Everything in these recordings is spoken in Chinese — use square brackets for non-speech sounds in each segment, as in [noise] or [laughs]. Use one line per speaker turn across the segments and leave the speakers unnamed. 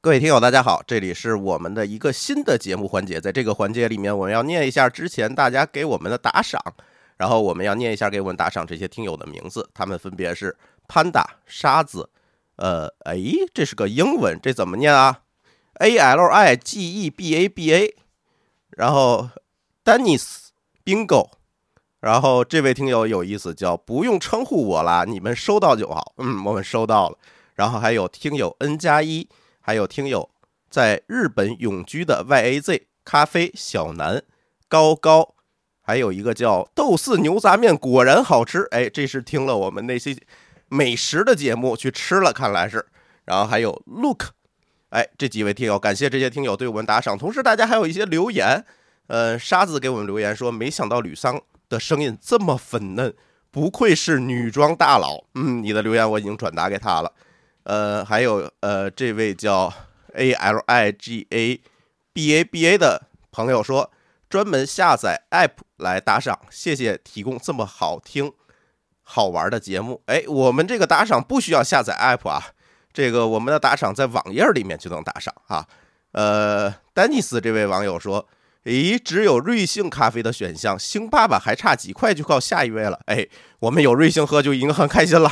各位听友，大家好，这里是我们的一个新的节目环节，在这个环节里面，我们要念一下之前大家给我们的打赏，然后我们要念一下给我们打赏这些听友的名字，他们分别是潘达、沙子，呃，哎，这是个英文，这怎么念啊？A L I G E B A B A，然后丹尼斯、bingo，然后这位听友有意思，叫不用称呼我啦，你们收到就好。嗯，我们收到了。然后还有听友 N 加一，还有听友在日本永居的 YAZ 咖啡小南高高，还有一个叫豆豉牛杂面果然好吃。哎，这是听了我们那些美食的节目去吃了，看来是。然后还有 Look，哎，这几位听友，感谢这些听友对我们打赏，同时大家还有一些留言。呃，沙子给我们留言说，没想到吕桑的声音这么粉嫩，不愧是女装大佬。嗯，你的留言我已经转达给他了。呃，还有呃，这位叫 A L I G A B A B A 的朋友说，专门下载 App 来打赏，谢谢提供这么好听、好玩的节目。哎，我们这个打赏不需要下载 App 啊，这个我们的打赏在网页里面就能打赏啊。呃，丹尼斯这位网友说，咦，只有瑞幸咖啡的选项，星爸爸还差几块就靠下一位了。哎，我们有瑞幸喝就已经很开心了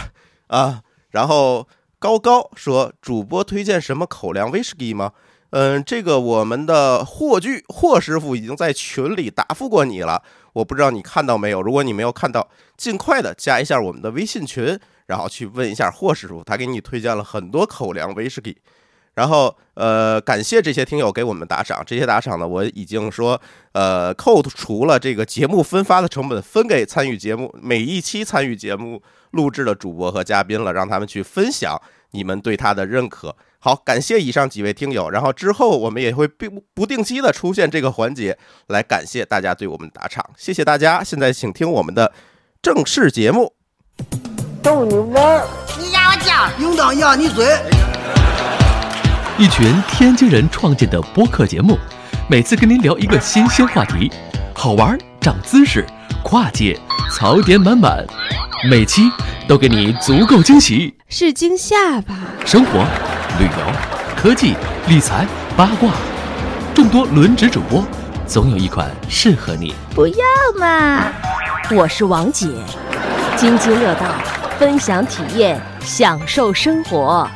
啊。然后高高说，主播推荐什么口粮威士忌吗？嗯，这个我们的霍炬霍师傅已经在群里答复过你了，我不知道你看到没有。如果你没有看到，尽快的加一下我们的微信群，然后去问一下霍师傅，他给你推荐了很多口粮威士忌。然后，呃，感谢这些听友给我们打赏，这些打赏呢，我已经说，呃，扣除了这个节目分发的成本，分给参与节目每一期参与节目录制的主播和嘉宾了，让他们去分享你们对他的认可。好，感谢以上几位听友，然后之后我们也会不不定期的出现这个环节，来感谢大家对我们打赏，谢谢大家。现在请听我们的正式节目。
逗你玩儿，
你压我脚，
应当压你嘴。
一群天津人创建的播客节目，每次跟您聊一个新鲜话题，好玩儿、长姿势、跨界、槽点满满，每期都给你足够惊喜。
是惊吓吧？
生活、旅游、科技、理财、八卦，众多轮值主播，总有一款适合你。
不要嘛！我是王姐，津津乐道，分享体验，享受生活。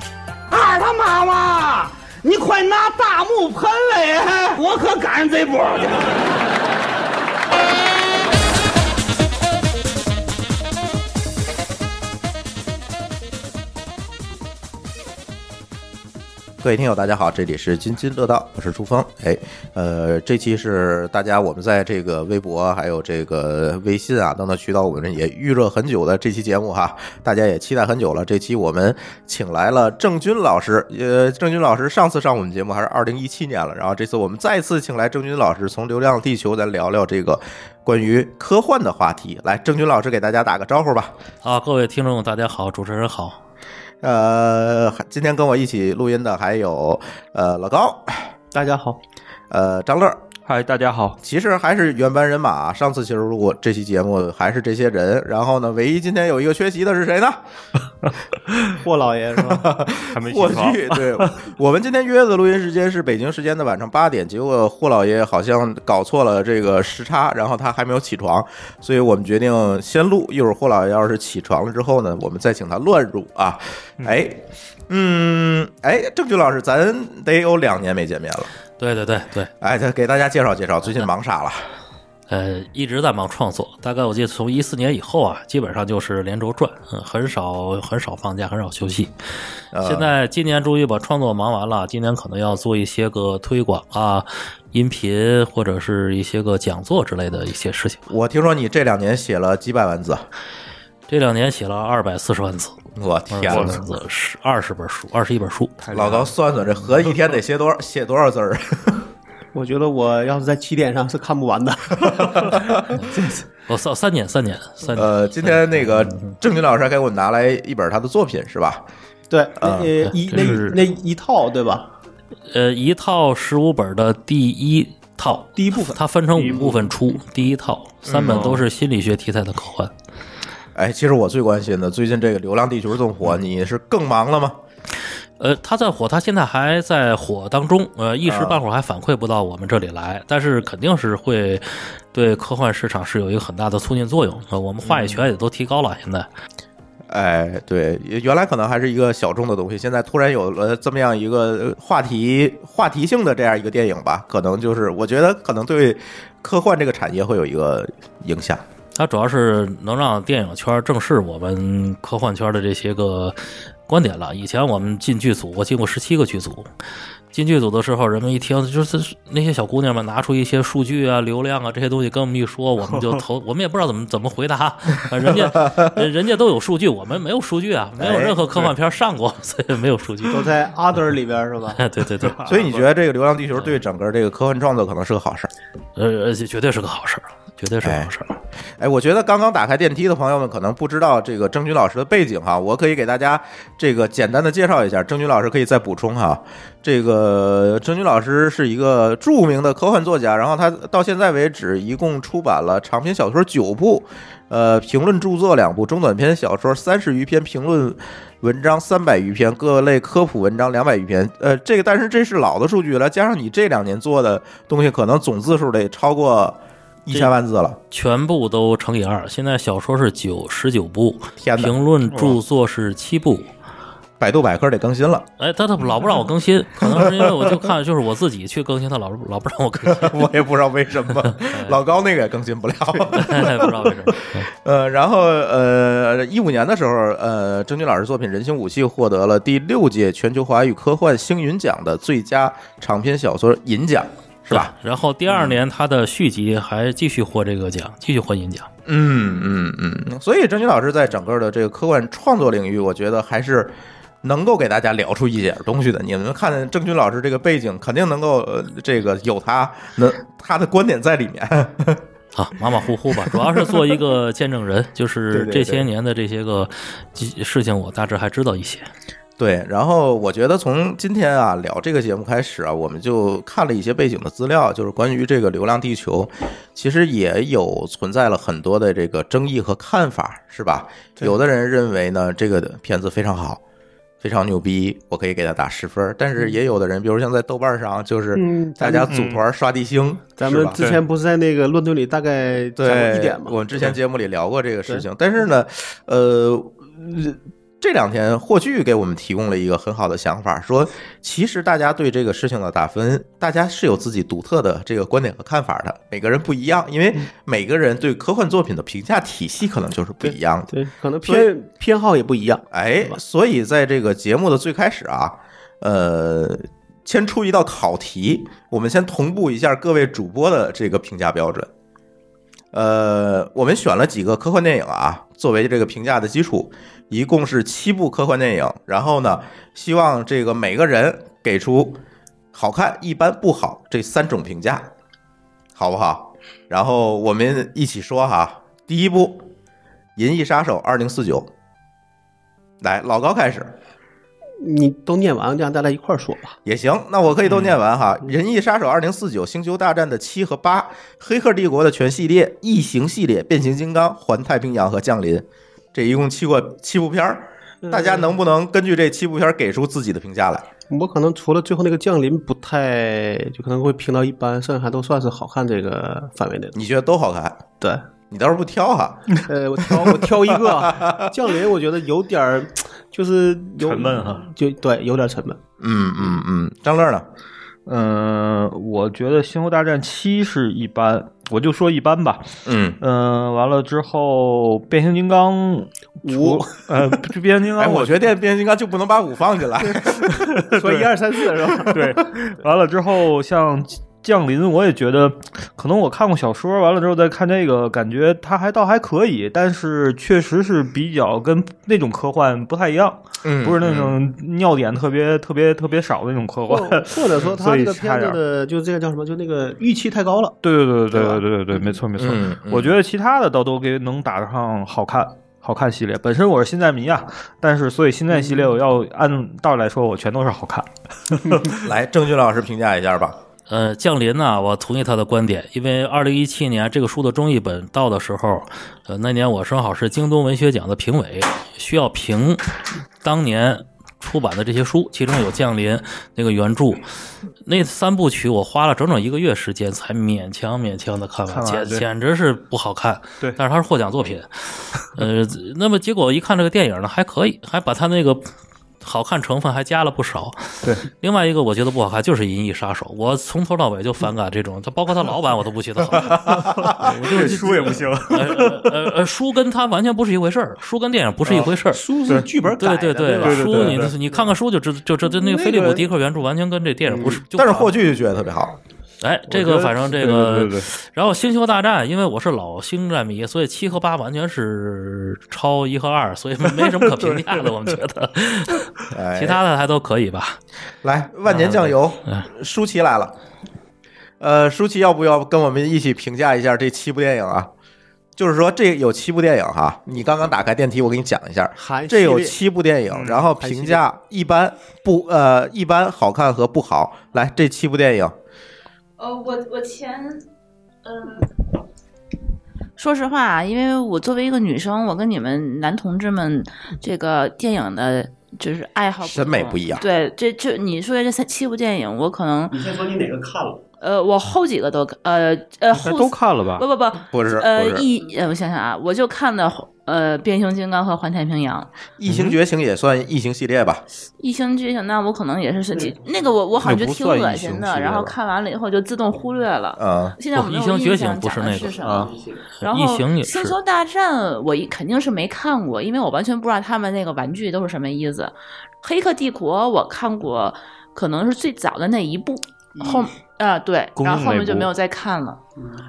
二啊他妈妈，你快拿大木盆来，我可赶上这波了。
各位听友，大家好，这里是津津乐道，我是朱峰。哎，呃，这期是大家我们在这个微博还有这个微信啊等等渠道，我们也预热很久的这期节目哈，大家也期待很久了。这期我们请来了郑钧老师，呃，郑钧老师上次上我们节目还是二零一七年了，然后这次我们再次请来郑钧老师，从《流浪地球》咱聊聊这个关于科幻的话题。来，郑钧老师给大家打个招呼吧。
啊，各位听众，大家好，主持人好。
呃，今天跟我一起录音的还有呃老高，
大家好，
呃张乐。
嗨，大家好，
其实还是原班人马啊、上次其实录过这期节目还是这些人，然后呢，唯一今天有一个缺席的是谁呢？
[laughs] 霍老爷是吧？
[laughs]
还没起
霍
床。
炬。对，我们今天约的录音时间是北京时间的晚上八点，结果霍老爷好像搞错了这个时差，然后他还没有起床，所以我们决定先录。一会儿霍老爷要是起床了之后呢，我们再请他乱入啊。哎，嗯，哎，郑钧老师，咱得有两年没见面了。
对对对对，
哎，再给大家介绍介绍，最近忙啥了？
呃，一直在忙创作，大概我记得从一四年以后啊，基本上就是连轴转，嗯很少很少放假，很少休息。
啊
呃
现在今年终于把创作忙完了，今年可能要做一些个推广啊、音频或者是一些个讲座之类的一些事情。
我听说你这两年写了几百万字，
这两年写了二百四十万字，
我
二
天
百
哪！
四十万字是二十本书，二十一本书。
老高算算，这合一天得写 [laughs] 多少写多少字儿？
我觉得我要是在起点上是看不完
[laughs]
的。
我哦三三年三年三年，
呃，今天那个郑钧老师还给我拿来一本他的作品是吧？
对，
啊
那呃一
这
那
是
那一套对吧？
呃，一套十五本的第一套，
第一部分
[laughs]
它分成五部分出，第一套三本都是心理学题材的科幻。
嗯哎，其实我最关心的，最近这个《流浪地球》这么火，你是更忙了吗？
呃，他在火，他现在还在火当中，呃，一时半会儿还反馈不到我们这里来，但是肯定是会对科幻市场是有一个很大的促进作用。呃，我们话语权也都提高了，现在
哎，对，原来可能还是一个小众的东西，现在突然有了这么样一个呃话题话题性的这样一个电影吧，可能就是我觉得可能对科幻这个产业会有一个影响。
它主要是能让电影圈正视我们科幻圈的这些个观点了。以前我们进剧组，我进过十七个剧组。进剧组的时候，人们一听就是那些小姑娘们拿出一些数据啊、流量啊这些东西跟我们一说，我们就投，我们也不知道怎么怎么回答。呃人家
[laughs]
人人家都有数据，我们没有数据啊，没有任何科幻片上过，所以没有数据。
哎
哎
都在 other 里
[laughs]
边是吧？
对对对，
[laughs]
所以你觉得这个《流浪地球》对整个这个科幻创作可能是个好事儿？
呃，而且绝对是个好事儿，绝对是个好事儿。
哎，我觉得刚刚打开电梯的朋友们可能不知道这个郑钧老师的背景哈，我可以给大家这个简单的介绍一下，郑钧老师可以再补充哈。这个郑钧老师是一个著名的科幻作家，然后他到现在为止一共出版了长篇小说九部，呃，评论著作两部，中短篇小说三十余篇，评论文章三百余篇，各类科普文章两百余篇。呃，这个但是这是老的数据了，加上你这两年做的东西，可能总字数得超过一千万字了。
全部都乘以二。现在小说是九十九部，
天哪
评论著作是七部。
百度百科得更新了，
哎，他他老不让我更新，可能是因为我就看就是我自己去更新，他老是老不让我
[laughs]
更新，
[laughs] 我也不知道为什么， [laughs] 老高那个也更新不了。
哎不知道为什么。
呃，然后 [laughs] 呃，一五年的时候，呃，郑钧老师作品《人形武器》获得了第六届全球华语科幻星云奖的最佳长篇小说银奖，是吧？
对？然后第二年他的续集还继续获这个奖，继续获银奖。
嗯嗯嗯。所以郑钧老师在整个的这个科幻创作领域，我觉得还是。能够给大家聊出一点东西的，你们看郑钧老师这个背景，肯定能够呃，这个有他能他的观点在里面。
啊，马马虎虎
[laughs]
吧，主要是做一个见证人，就
对
是
对对
这些年的这些个几事情，我大致还知道一些。
对，然后我觉得从今天啊聊这个节目开始啊，我们就看了一些背景的资料，就是关于这个《流浪地球》，其实也有存在了很多的这个争议和看法，是吧？有的人认为呢，这个片子非常好，非常牛逼，我可以给它打十分儿；但是也有的人，比如像在豆瓣上，就是
嗯
大家组团刷地星，
咱
是
们
吧
之前不是在那个论盾里大概讲
对，
过一点吗？嗯
我们之前节目里聊过这个事情，但是呢，呃，这两天霍炬给我们提供了一个很好的想法，说其实大家对这个事情的打分，大家是有自己独特的这个观点和看法的，每个人不一样，因为
嗯
每个人对科幻作品的评价体系可能就是不一样的。
对，可能偏偏好也不一样。
哎，所以在这个节目的最开始啊，呃，先出一道考题，我们先同步一下各位主播的这个评价标准。呃，我们选了几个科幻电影啊，作为这个评价的基础，一共是七部科幻电影。然后呢，希望这个每个人给出好看、一般、不好这三种评价，好不好？然后我们一起说哈，第一部《银翼杀手二零四九》，来，老高开始
你都念完，让大家一块儿说吧。
也行。那我可以都念完哈，
嗯
仁义杀手二零四九》《星球大战》的七和八，《黑客帝国》的全系列，《异形》系列，《变形金刚》《环太平洋》和《降临》，这一共七个七部片儿。大家能不能根据这七部片儿给出自己的评价来？
我可能除了最后那个降临不太，就可能会评到一般，剩下还都算是好看这个范围内的。
你觉得都好看？
对，
你倒是不挑哈，
[laughs] 呃，我挑我挑一个啊降临，我觉得有点儿，就是有
沉闷哈，
就对，有点沉闷。
嗯嗯嗯，张乐呢？
嗯，我觉得《星球大战七》是一般，我就说一般吧。
嗯，
嗯，完了之后，变形金刚
[laughs] 五，
呃，这变形金
哎，
刚，
我觉得变形金刚就不能把五放
[laughs]
进来，
说一二三四是吧？
对，完了之后像。降临，我也觉得，可能我看过小说，完了之后再看这个，感觉它还倒还可以，但是确实是比较跟那种科幻不太一样，
嗯
不是那种尿点特别特别特别少的那种科
或
幻。
或者说他
所
这
以
个
差
片
点
子
儿
的就这个叫什么，就那个预期太高了。
[laughs] 对对对对对对对对，没错没错。
嗯嗯
我觉得其他的倒都给能打上好看。好看系列本身我是星战迷啊，但是所以星战系列我要按道理来说，我全都是好看。
来，郑钧老师评价一下吧。
呃，降临呢、我同意他的观点，因为二零一七年这个书的中译本到的时候，呃，那年我正好是京东文学奖的评委，需要评当年。出出版的这些书，其中有《降临》那个原著，那三部曲我花了整整一个月时间才勉强勉强的看完，
看完
简
对
简直是不好看。
对
但是它是获奖作品，呃，那么结果一看这个电影呢，还可以，还把它那个好看成分还加了不少。
对，
另外一个我觉得不好看就是《银翼杀手》，我从头到尾就反感这种，他包括他老板我都不觉得好看。
我就是书也不行。
呃呃呃呃，书跟他完全不是一回事儿，书跟电影不是一回事儿。
书是剧本改
对
的，
对
对吧
对对
书
对
你
对
你看看书就知就知道那个
那
菲利普
个
迪克原著完全跟这电影不是。就
嗯但是
不
霍炬就觉得特别好，
哎，这个反正这
对
个
对对对，
然后《星球大战》，因为我是老星战迷，所以七和八完全是超一和二，所以没什么可评价的，我们觉得。
哎，
其他的还都可以吧？
来万年酱油，
嗯
舒淇来了，呃，舒淇要不要跟我们一起评价一下这七部电影啊？就是说这有七部电影哈，你刚刚打开电梯，我给你讲一下，
韩
这有
系列
七部电
嗯
影，然后评
韩系
价一般不呃一般好看和不好。来，这七部电影，
呃，我我前，嗯、说实话啊，因为我作为一个女生，我跟你们男同志们这个电影的，就是爱好
审美
同
不一样
对，这这你说的这三七部电影，我可能
你先说你哪个看了？
呃，我后几个都呃呃后
都看了吧
不？不不
不是
呃
不是
一呃我想想啊，我就看的呃变形金刚和环太平洋，
《异形觉醒》也算异形系列吧？
异形觉醒，那我可能也是是几那个我我好像就
那不
挺
算
恶
异形
心
系
的，
列
然后
吧
看完了以后就自动忽略了。
嗯，
[laughs]
现在我
不
没有
异形
印
哦觉
象
醒不是
讲的
那个
什
啊
么。然后
异形也
《
是
星球大战》我一肯定是没看过，因为我完全不知道他们那个玩具都是什么意思。《黑客帝国》我看过，可能是最早的那一部，后啊对，
公
然后
映
后
那
面就
部
没有再看了。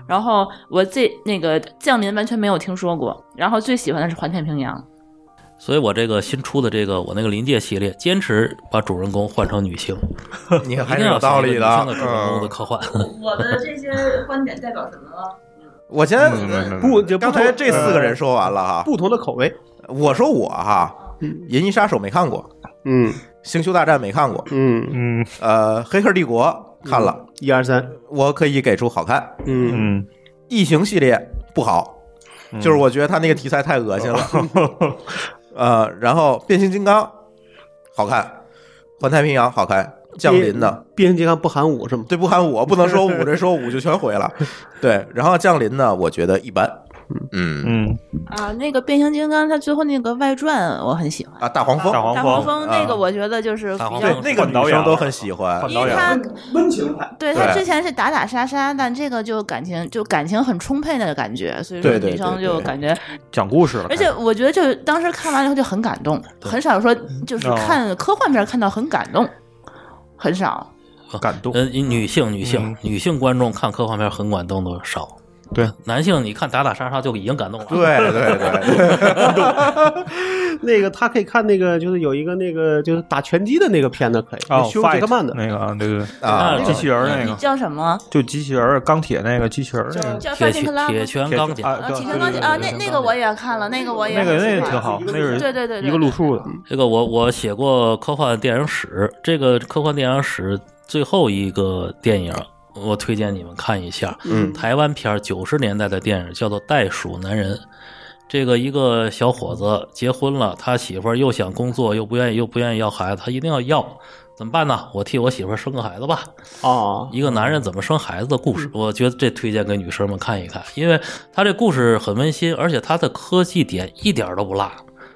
然后我这那个《降临》完全没有听说过，然后最喜欢的是《环太平洋》。
所以我这个新出的这个我那个临界系列，坚持把主人公换成女性，
你
一
还是
定要
有道
写一
理
个
的。
女性的主人公的
嗯，
科幻。 [laughs]
我的这些观点代表什么了？
我先
嗯
不就不嗯
刚才
同
这四个人说完了哈，
不同的口味，
我说我哈，《银翼杀手》没看过，
嗯
《星球大战》没看过，
嗯，
嗯
呃，《黑客帝国》看了，
一二三，
我可以给出好看。
嗯，
嗯，
异形系列不好，就是我觉得他那个题材太恶心了。
哦
呃，然后变形金刚好看，环太平洋好看，降临呢？
变形金刚不含五是吗？ [laughs]
嗯
对，不含我不能说五，这说五就全毁
[laughs]
了。对，然后降临呢，我觉得一般。嗯
嗯，
啊，那个变形金刚，它最后那个外传我很喜欢。
啊，大黄蜂，
大黄
大
蜂
黄蜂那
啊
个，我觉得就是比
大黄
较
蜂
对那个
换导
女
演
生
了
都很喜欢。
换
因
导
为
演
他
了
温情派。
对
对
他之前是打打杀杀，但这个就感情就感情很充沛的感觉，所以说
对对
女生
对
就
对
感觉，
讲故事了，
而且我觉得就是当时看完以后就很感动，很少说就是
哦
看科幻片看到很感动，很少。
感动。
呃，女性女性、
嗯
女性观众看科幻片很感动的少，
对，
男性你看打打杀杀就已经感动了。
对对
[laughs]
对，
那个他可以看那个，就是有一个那个就是打拳击的那个片子可以，
哦，
修杰克曼的，
那个啊，对对，
啊
那，
机器人儿那
你
个，
叫什么？
就机器人儿钢铁那个机器人儿那个
叫。叫
铁
范辛克
拳
拉吗
铁？拳钢
啊
甲，
啊，
对
体
对
拳钢
对
铁啊，
对
那
对
那个我也看了，那个我也
那个
很
那
喜
个
欢
挺好，那是
对对对对
一个路数的，
这个我我写过科幻电影史，这个科幻电影史最后一个电影，我推荐你们看一下。
嗯
台湾片九十年代的电影叫做《袋鼠男人》。这个一个小伙子结婚了，他媳妇儿又想工作，又不愿意，又不愿意要孩子，他一定要要，怎么办呢？我替我媳妇儿生个孩子吧。
哦，
一个男人怎么生孩子的故事，我觉得这推荐给女生们看一看，因为他这故事很温馨，而且他的科技点一点儿都不落。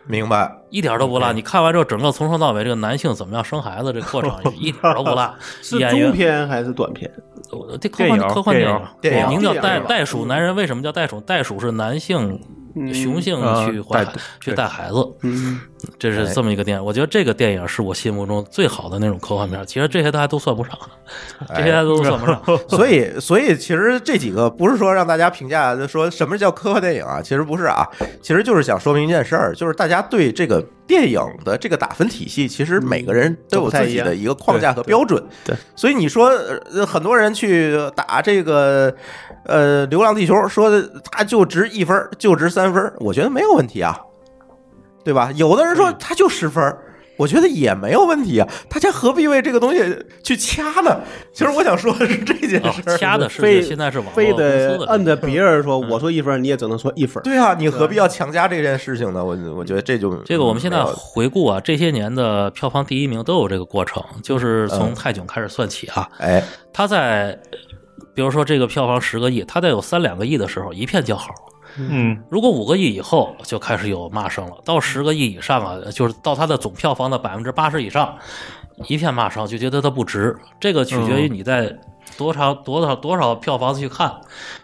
明白。
一点儿都不落。你看完之后，整个从头到尾，这个男性怎么样生孩子这个过程一点儿都不落。
是
演
中
员
篇还是短篇？
呃这科幻
电影
科幻
电影
电影
影，名叫
电影
袋
吧
袋鼠男人。为什么叫袋鼠？袋鼠是男性
嗯
雄性
呃
去怀
带
去
对
带孩子，
嗯，
这
哎
是这么一个电影。我觉得这个电影是我心目中最好的那种科幻片。其实这些大家都算不上，这些大家都算不上。
[laughs]
所以，所以其实这几个不是说让大家评价就说什么叫科幻电影啊，其实不是啊，其实就是想说明一件事儿，就是大家对这个电影的这个打分体系，其实每个人都有自己的一个框架和标准。
对对对
所以你说呃很多人去打这个呃《流浪地球》，说他就值一分儿，就值三分儿，我觉得没有问题啊，对吧？有的人说他就十分儿。我觉得也没有问题啊，大家何必为这个东西去掐呢？其实我想说的是这件
啊
事儿，
掐的事
非
情现在是网络
非
公司
得
的
摁着别人说，我说一分，你也只能说一分。
对啊，你何必要强加这件事情呢？我我觉得这就
这个我们现在
没有
回顾啊，这些年的票房第一名都有这个过程，就是从
嗯
泰囧开始算起啊。
哎，
他在比如说这个票房十个亿，他在有三两个亿的时候一片叫好。
嗯，
如果五个亿以后就开始有骂声了，到十个亿以上啊，就是到它的总票房的百分之八十以上，一片骂声，就觉得它不值。这个取决于你在多长、多少多少票房去看。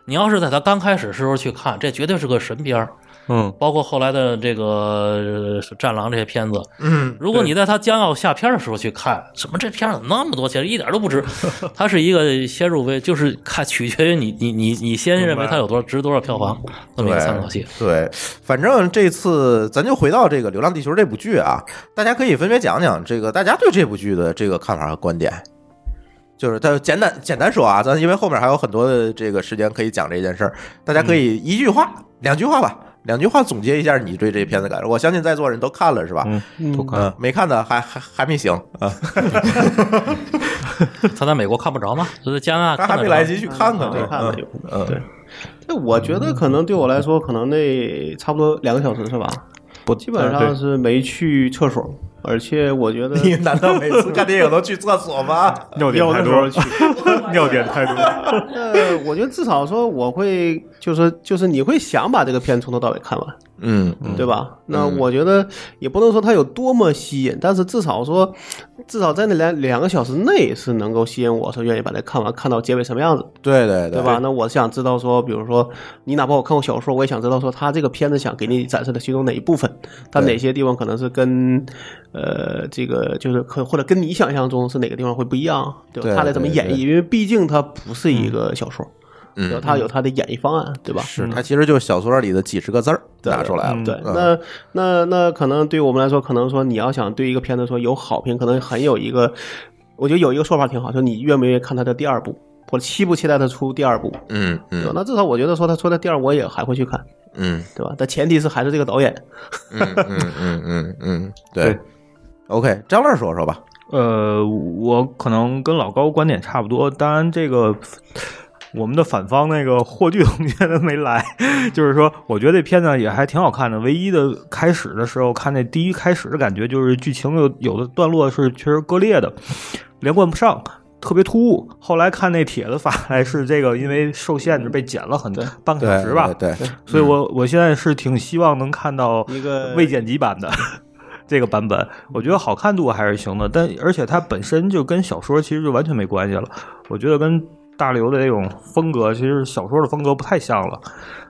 你要是在它刚开始时候去看，这绝对是个神片儿。
嗯，
包括后来的这个呃《战狼》这些片子，
嗯，
如果你在它将要下片的时候去看，什么这片儿怎么那么多钱，一点都不值。它是一个先入为，就是看取决于你你你你先认为它有多少值多少票房那么一个参考系。
对，反正这次咱就回到这个《流浪地球》这部剧啊，大家可以分别讲讲这个大家对这部剧的这个看法和观点。就是，但是简单简单说啊，咱因为后面还有很多的这个时间可以讲这件事儿，大家可
嗯
以一句话、两句话吧，两句话总结一下你对这片子感受。我相信在座人都看了是吧？嗯，
不看，
没看的还还还没醒啊，
他在美国看不着吗？他在加拿大
还
看
还
得
没
着
来得及去看呢，
没啊看
呢
呢，有可
嗯
能对。那我觉得可能对我来说，可能那差不多两个小时是吧？
不，
基本
对
上是没去厕所，而且我觉得 [laughs]
你难道每次看电影都去厕所吗？
尿点
有
太
的时候
多，
去。
[laughs] 尿点太多，
[laughs] 呃，我觉得至少说我会，就是就是你会想把这个片从头到尾看完，
嗯
对吧？那我觉得也不能说它有多么吸引，但是至少说，至少在那两两个小时内是能够吸引我，是愿意把它看完，看到结尾什么样子，
对对
对吧？？那我想知道说，比如说你哪怕我看过小说，我也想知道说他这个片子想给你展示的其中哪一部分，但
对
哪些地方可能是跟呃这个就是可或者跟你想象中是哪个地方会不一样，对吧？
对
他来怎么
对
演
对
绎，因为毕竟它不是一个小说，
嗯
有他有他的演绎方案，对吧？
是它其实就是小说里的几十个字儿拿出来了。
对，
嗯
那那那可能对于我们来说，可能说你要想对一个片子说有好评，可能很有一个，我觉得有一个说法挺好，就你愿不愿意看他的第二部，或者期不期待他出第二部，
嗯
对吧？
嗯
那至少我觉得说他出的第二，我也还会去看，
嗯
对吧？但前提是还是这个导演，
嗯嗯嗯嗯嗯，对
对。
OK，张乐说说吧。
呃，我可能跟老高观点差不多，当然这个。我们的反方那个霍炬同学他没来，就是说，我觉得这片子也还挺好看的。唯一的开始的时候看那第一开始的感觉，就是剧情有有的段落是确实割裂的，连贯不上，特别突兀。后来看那帖子发来是这个，因为受限制被剪了很半个
对
小时吧，
嗯对，对
所以我我现在是挺希望能看到
一个嗯
未剪辑版的这个版本，我觉得好看度还是行的，但而且它本身就跟小说其实就完全没关系了，我觉得跟大刘的这种风格，其实小说的风格不太像了。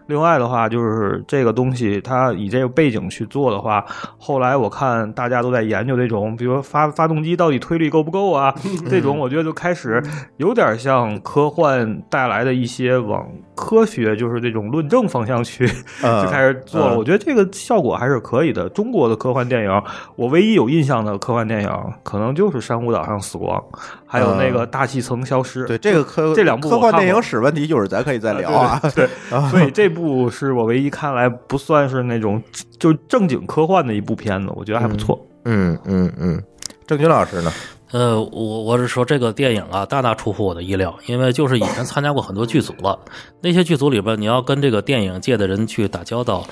另外的话，就是这个东西，它以这个背景去做的话，后来我看大家都在研究这种，比如说发发动机到底推力够不够啊，
嗯
这种我觉得就开始有点像科幻带来的一些往科学，就是这种论证方向去
嗯
就开始做了。
嗯
我觉得这个效果还是可以的。中国的科幻电影，我唯一有印象的科幻电影，可能就是《珊瑚岛上死亡》，还有那个《大气层消失》
嗯对这个科
这两部
科
我
幻
看
电影
过
史问题，一会儿咱可以再聊啊。对，
所以这部是我唯一看来不算是那种就正经科幻的一部片子，我觉得还不错。
嗯嗯嗯，郑钧老师呢？
呃，我我是说这个电影啊，大大出乎我的意料，因为就是以前参加过很多剧组了，那些剧组里边你要跟这个电影界的人去打交道，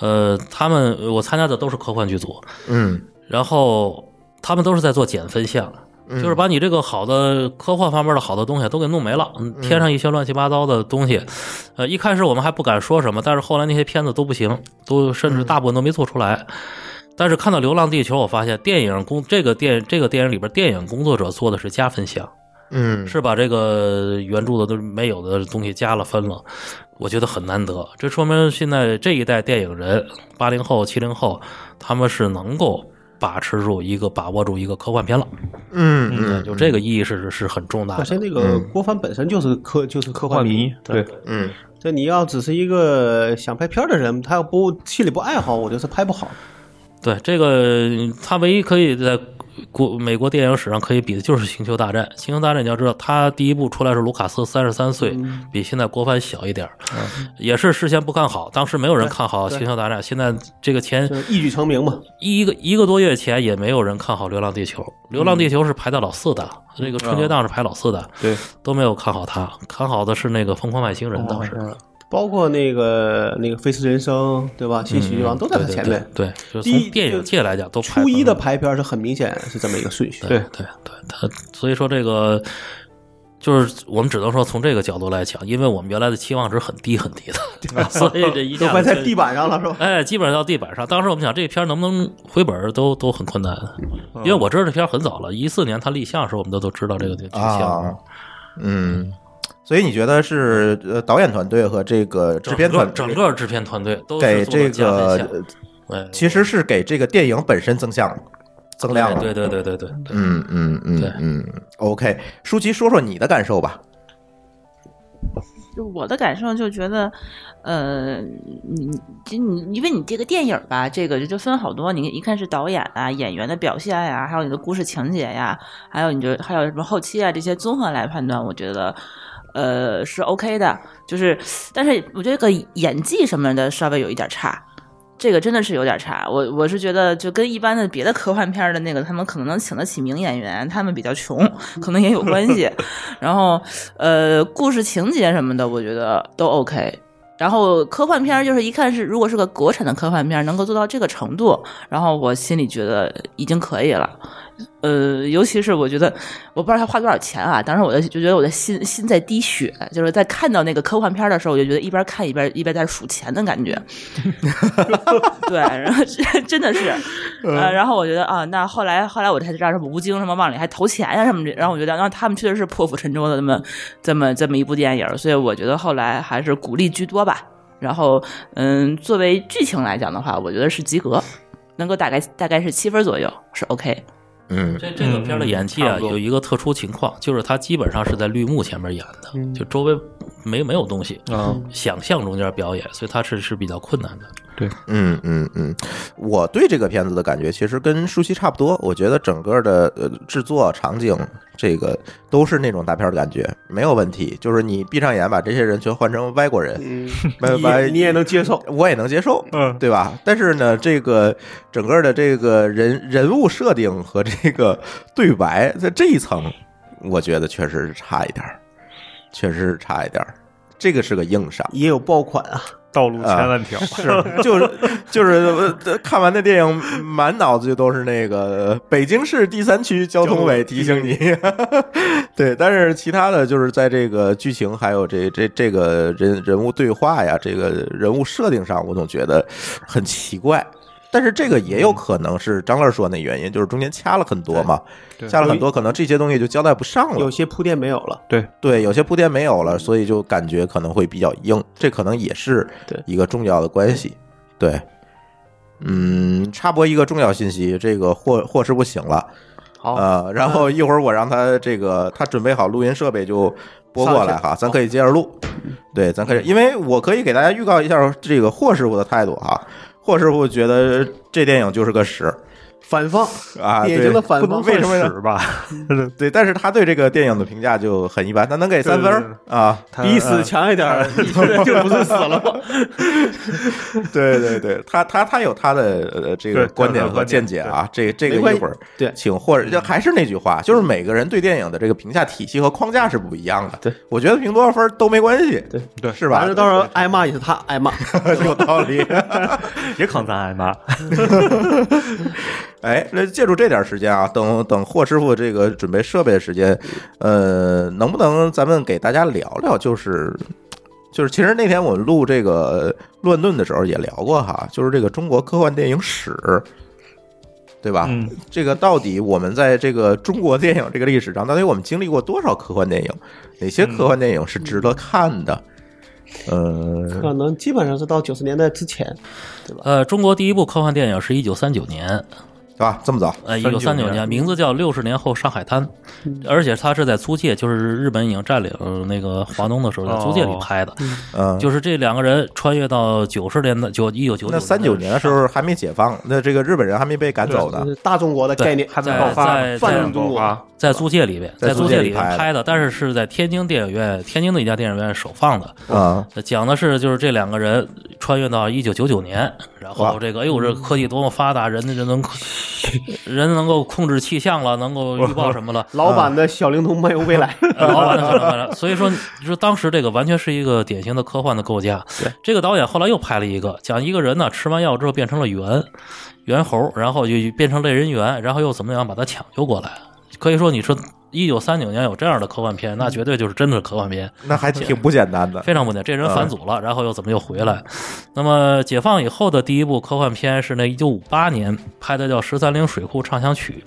呃，他们我参加的都是科幻剧组，
嗯
然后他们都是在做减分项，
嗯
就是把你这个好的科幻方面的好的东西都给弄没了，嗯添上一些乱七八糟的东西。呃，一开始我们还不敢说什么，但是后来那些片子都不行，都甚
嗯
至大部分都没做出来。但是看到《流浪地球》，我发现电影工这个电这个电影里边电影工作者做的是加分项，
嗯
是把这个原著的都没有的东西加了分了，我觉得很难得。这说明现在这一代电影人，八零后、七零后，他们是能够把持住一个、把握住一个科幻片了。
嗯
嗯，就这个意义是是很
啊
重大
首
的。
先那个郭帆本身就是科就是科幻迷，
对，
嗯
这你要只是一个想拍片儿的人，他要不心里不爱好，我觉得是拍不好。
对这个，他唯一可以在国美国电影史上可以比的就是《星球大战》。《星球大战》你要知道，它第一部出来是卢卡斯三十三岁，
嗯
比现在国番小一点儿，也是事先不看好，当时没有人看好《星球大战》，现在这个前
就是一举成名嘛。
一个一个多月前也没有人看好《流浪地球》，《流浪地球》是排到老四的，那个春节档是排老四的，
嗯对，
都没有看好它，看好的是那个《疯狂外星人》，当时。
包括那个那个《飞驰人生》，对吧？《新喜剧王》都在他前面。
嗯对，对对就是
第一
从电影界来讲，都排
初一的
行
排片是很明显是这么一个顺序。
对对对，他所以说这个就是我们只能说从这个角度来讲，因为我们原来的期望值很低很低
啊
的，所以这一
都
下
快在
就
地板上了，是吧？
哎，基本上到地板上。当时我们想，这片能不能回本儿都都很困难，
嗯
因为我知道这片很早了，一四年它立项的时候，我们都都知道这个这个项
啊
目。，
嗯，所以你觉得是呃导演团队和这个制片团队
整个整个制片团队都
给
是做了
这
加分项
个
哎
其实是给这个电影本身增项增量了。
对对对对对对，
嗯嗯
对
嗯嗯，OK，舒淇说说你的感受吧。
就我的感受就觉得，呃，你就你因为你这个电影儿吧，这个就分好多，你一看是导演啊、演员的表现呀、还有你的故事情节呀、还有你就还有什么后期啊这些综合来判断，我觉得。呃，是 OK 的，就是，但是我觉得这个演技什么的稍微有一点差，这个真的是有点差。我我是觉得，就跟一般的别的科幻片儿的那个，他们可能能请得起名演员，他们比较穷，可能也有关系。 [laughs] 然后，呃，故事情节什么的，我觉得都 OK。然后科幻片儿就是一看是，如果是个国产的科幻片儿，能够做到这个程度，然后我心里觉得已经可以了。呃，尤其是我觉得，我不知道他花多少钱啊，当时我的就觉得我的心心在滴血，就是在看到那个科幻片儿的时候，我就觉得一边看一边一边在数钱的感觉。 [laughs] 对，然后真真的是，呃，然后我觉得啊，那后来后来我才知道什么吴京什么往里还投钱呀、什么的，然后我觉得，然后他们确实是破釜沉舟的这么这么这么一部电影，所以我觉得后来还是鼓励居多吧。然后，嗯，作为剧情来讲的话，我觉得是及格，能够大概大概是七分左右是 OK。
嗯，
这这个片儿的演技啊，有一个特殊情况，就是他基本上是在绿幕前面演的，就周围没没有东西，
啊，
想象中间表演，所以他是是比较困难的。
嗯嗯嗯，我对这个片子的感觉其实跟舒淇差不多。我觉得整个的呃制作场景，这个都是那种大片儿的感觉，没有问题。就是你闭上眼，把这些人全换成外国 [laughs] 人，
嗯，
把
[laughs] 你
把
也你也能接受。
我也能接受，
嗯
对吧？但是呢，这个整个的这个人人物设定和这个对白，在这一层，我觉得确实是差一点儿，确实是差一点儿。这个是个硬伤，
也有爆款啊，
道路千万 [laughs] 条，
是， [laughs] 就是就是呃看完那电影，满脑子就都是那个呃北京市第三区交通委提醒你。 [laughs] 对，但是其他的就是在这个剧情还有这这这个人人物对话呀，这个人物设定上，我总觉得很奇怪。但是这个也有可能是张乐说那原因，就是中间掐了很多嘛，掐了很多，可能这些东西就交代不上了
有。些铺垫没有了。
对，有些铺垫没有了，所以就感觉可能会比较硬，这可能也是
对
一个重要的关系。对，嗯，插播一个重要信息，这个霍霍师傅醒了，
好
呃，
嗯
然后一会儿我让他这个他准备好录音设备就播过来
上
哈，咱可以接着录。嗯对，咱可以，因为我可以给大家预告一下这个霍师傅的态度哈。霍师傅觉得这电影就是个屎
反方，
啊，
典
对
型的反
不
方
能。算
为什么呢
屎吧？ [laughs]
对，但是他对这个电影的评价就很一般，他能给三分
对对
儿啊。
他
比死强一点儿，你这人就不是死了 [laughs] 吗？
[laughs]
对对对，他他他有他的呃这个
对
观点
他有他的
和
观
见
点
解啊，这这个
没
一
关系
会儿
对
请或者就还是那句话，就是每个人对电影的这个评价体系和框架是不一样的。
对，
我觉得评多少分儿都没关系，
对
对
是吧
反正？到时候挨骂也是他挨骂。
[laughs] 有道理。
嗯别扛咱挨骂。
哎，那借助这点时间啊，等等霍师傅这个准备设备的时间，呃，能不能咱们给大家聊聊，就是就是，其实那天我们录这个乱炖的时候也聊过哈，就是这个中国科幻电影史，对吧？
嗯
这个到底我们在这个中国电影这个历史上，到底我们经历过多少科幻电影？哪些科幻电影是值得看的？呃，
可能基本上是到九十年代之前，
呃，中国第一部科幻电影是一九三九年，
对吧？这么早，
呃，一九三九
39年
年，名字叫《六十年后上海滩》，而且它是在租界，就是日本已经占领那个华东的时候，在租界里拍的。
嗯，
就是这两个人穿越到九十年代，九一九九
那三九年的时候还没解放，那这个日本人还没被赶走呢
就。是大中国的概念
还没
在
爆发
在在
呢，泛中国，
在租界里边，
在
在
租
租
界
界
里
里边
拍的
拍的，但是是在天津电影院，天津的一家电影院首放的。
啊，
呃讲的是就是这两个人穿越到一九九九年，然
哇
后这个哎呦这科技多么发达，人人
[laughs]
能人能够控制气象了，能够预报什么了，
老板的小灵通漫游未来，
[laughs] 呃老板的可能了。所以说，你说当时这个完全是一个典型的科幻的构架。这个导演后来又拍了一个，讲一个人呢吃完药之后变成了猿猿猴，然后就变成类人猿，然后又怎么样把他抢救过来。可以说，你说一九三九年有这样的科幻片，那绝对就是真的是科幻片。
嗯
那还挺不简单的。
非常不简单。这人返祖了，然后又怎么又回来？那么解放以后的第一部科幻片是那一九五八年拍的，叫《十三陵水库畅想曲》。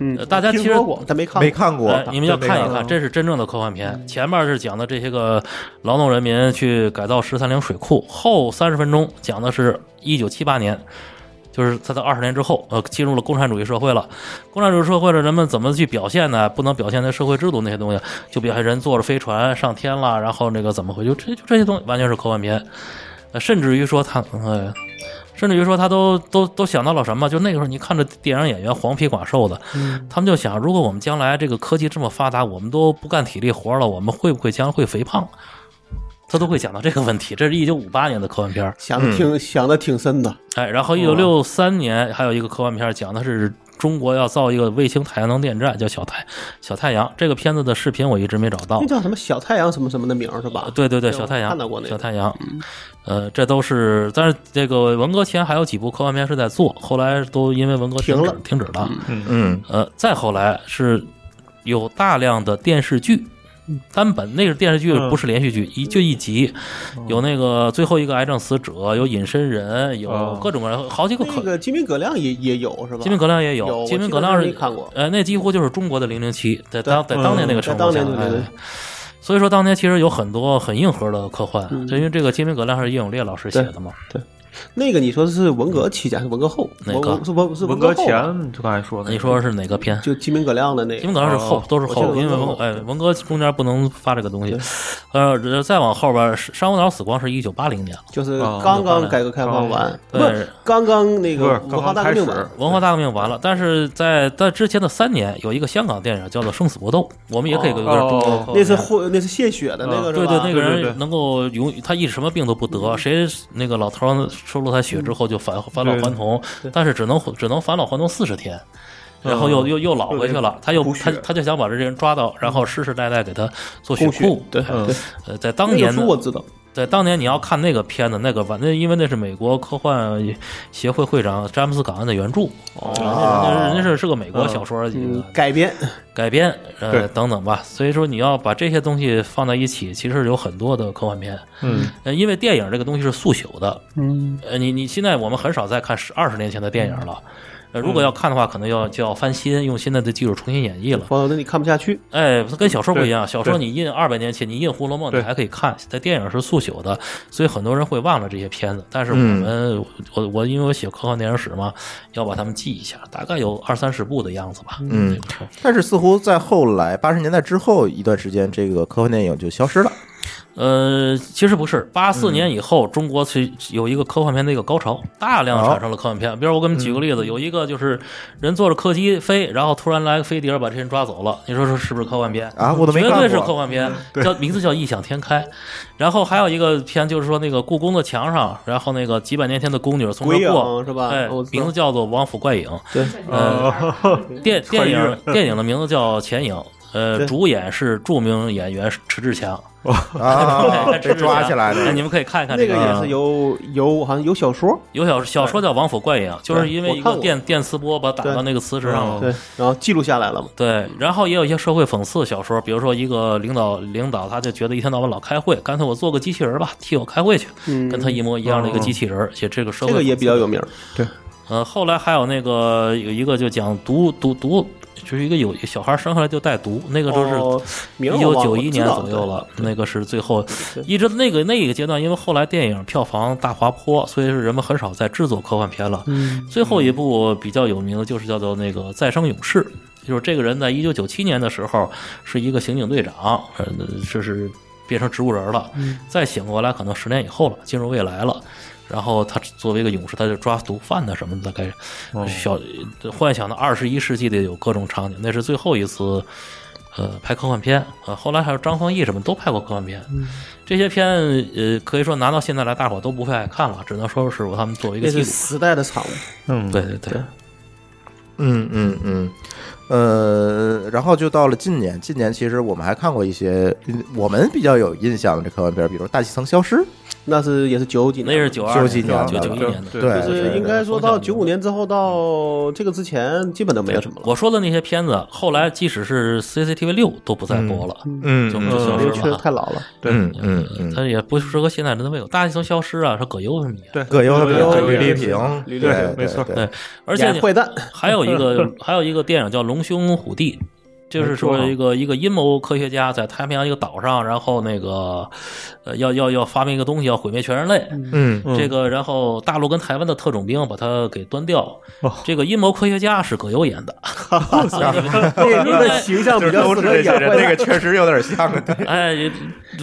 嗯
呃，大家
听
其实
说过，但没看过
没看过
哎，你们要
真没
看一
过
看，这是真正的科幻片。前面是讲的这些个劳动人民去改造十三陵水库，后三十分钟讲的是一九七八年，就是他在二十年之后，呃，进入了共产主义社会了。共产主义社会的人们怎么去表现呢？不能表现在社会制度那些东西，就表现人坐着飞船上天了，然后那个怎么回去？这就这些东西完全是科幻片，呃甚至于说他，呃。甚至于说，他都都都想到了什么？就那个时候，你看着电影演员黄皮寡瘦的，他们就想，如果我们将来这个科技这么发达，我们都不干体力活了，我们会不会将来会肥胖？他都会想到这个问题。这是一九五八年的科幻片儿，
想的
嗯
挺想的挺深的，
哎，然后一九六三年还有一个科幻片儿，讲的是中国要造一个卫星太阳能电站，叫小太小太阳。这个片子的视频我一直没找到
那。叫什么小太阳什么什么的名儿是吧？
对对对，
对
小太阳，
我看到过那个
小太阳，呃，这都是，但是这个文革前还有几部科幻片是在做，后来都因为文革停
停
止
了
停止了。
嗯，
呃，再后来是有大量的电视剧。单本那个电视剧
嗯
不是连续剧，一就一集，有那个最后一个癌症死者，有隐身人，有
哦
各种各样，好几个可
那个金宾葛亮也也有是吧？
金明葛亮也有，
有
金明葛亮
我记
是
得那时候没看过
呃，那几乎就是中国的零零七，在当在
对
当年那个
嗯
程
在
度下，
当年对对对
哎所以说当年其实有很多很硬核的科幻，
嗯
就因为这个金明葛亮是叶永烈老师写的嘛，
那个你说是文革期间还是文革后？
哪个
文是文是
文
革
革
后吧，
前就刚才说的，
你说是哪个片？
就金宾葛亮的那个
金明葛亮是后
哦，
都是
我记
后，
得
因为
文革
文
后
哎文革中间不能发这个东西，呃，再往后边儿，珊瑚岛死光是一九八零年了，
就是
哦
刚刚改革开放完，不
对
是刚刚那
不
个
是
文
刚
化
刚
大革
开
命
始
完，
文化大革命完了，但是在在之前的三年，有一个香港电影叫做《生死搏斗》，我们也可以归为中国科幻
哦
片。
那是霍那是献血的那个
哦对
是
对
吧？，嗯
那个
对对
人
对
能够永他一直什么病都不得，谁那个老头儿收了他血之后就返返老还童，但是只能只能返老还童四十天。
嗯
然后又又又老回去了，他又他他就想把这人抓到，然后世世代代给他做血
供嗯血
库。
对
嗯
对，
呃，在
那
当
个
年
书
呢，
我知道，
在当年你要看那个片子，那个完，那因为那是美国科幻协会会长詹姆斯·港恩的原著，哦，人家是是个美国小说一个
啊嗯，改编
改编，呃，等等吧。所以说你要把这些东西放在一起，其实有很多的科幻片，
嗯，
呃，因为电影这个东西是速朽的，嗯，呃，你你现在我们很少再看十二十年前的电影了。呃，如果要看的话，可能要就要翻新，用现在的技术重新演绎了。
否则你看不下去。
哎，它跟小说不一样，小说
对
你印二百年前，你印《红楼梦》，你
对
还可以看，在电影是速朽的，所以很多人会忘了这些片子。但是我
嗯
们，我我因为我写科幻电影史嘛，要把它们记一下，大概有二三十部的样子吧。
嗯，但是似乎在后来八十年代之后一段时间，这个科幻电影就消失了。
呃，其实不是，八
嗯
四年以后，中国是有一个科幻片的一个高潮，大
哦
量产生了科幻片。比如我给你们
嗯
举个例子，有一个就是人坐着客机飞，然后突然来个飞碟把这人抓走了，你说说是不是科幻片
啊我都没
绝
看过
对是科
[laughs]
幻片，叫名字叫异想天开。然后还有一个片就是说那个故宫的墙上，然后那个几百年前的宫女从
鬼
这
影
儿过
啊是吧
哎
我知，道
名字叫做《王府怪影》。
对，哦
呃，
[laughs]
电电影电影的名字叫《潜影》，呃，
对
主演是著名演员迟志强。
啊，
哎
被抓起来
哎
的。
你们可以看一看
那
这啊
个也是由由好像有小说，
有小小说叫《王府怪影》，就是因为一
我看
个
过
电电磁波把打到那个磁石上
哦
了。
对，嗯然后记录下来了嘛。
对，然后也有一些社会讽刺小说，比如说一个领导领导他就觉得一天到晚老开会，干脆我做个机器人吧，替我开会去，
嗯
跟他一模一样的一个机器人，写这个社
这
会
个也
讽
比
刺
较有名儿，
呃，后来还有那个有一个就讲毒毒毒就是一个有一个小孩生下来就带毒，那个时候
哦
是
名
一
儿
九
我忘
九
了
一
我知
年
道
左右
对
了，那个是最后一直那个那个阶段，因为后来电影票房大滑坡，所以说人们很少再制作科幻片了。
嗯，
最后一部比较有名的就是叫做那个《再生勇士》，就是这个人在一九九七年的时候是一个刑警队长，呃，就是变成植物人了，再醒过来可能十年以后了，进入未来了。然后他作为一个勇士，他就抓毒贩的什么的，大概小幻想的二十一世纪的有各种场景，那是最后一次呃拍科幻片，呃，后来还有张丰毅什么都拍过科幻片，这些片呃可以说拿到现在来，大伙都不会爱看了，只能说是我他们作为一个
那
记
是
录。
时代的产物。
嗯，
对对对，
嗯嗯嗯，呃，然后就到了近年，近年其实我们还看过一些嗯我们比较有印象的这科幻片，比如《大气层消失》，
那是也是九几
那
年，
是九二
97
年
年
九九一
对
年的。
对
就是应该说到九五年之后到这个之前，基本都没有什么了。
我说的那些片子，后来即使是 CCTV 六都不再播了，
嗯
就就消
嗯，因
失
为确实
了。
太老了。
嗯嗯嗯，
它也不适合现在人的胃口。大气层消失啊，是葛优什么演。
对，
葛优
有有
和
有
吕丽
有
萍，
吕丽
对
萍
对
没错
对
对，而且
演坏
[laughs]
蛋，
还有一个还有一个电影叫《龙兄虎弟》，就是说一个一个阴谋科学家在太平洋一个岛上，然后那个呃要要要发明一个东西，要毁灭全人类。
嗯
嗯
这个，然后大陆跟台湾的特种兵把他给端掉
哦。
这个阴谋科学家是葛优演的，所以
那个形象比较适合演坏蛋。
确实有点像啊，
[laughs]
对
哎，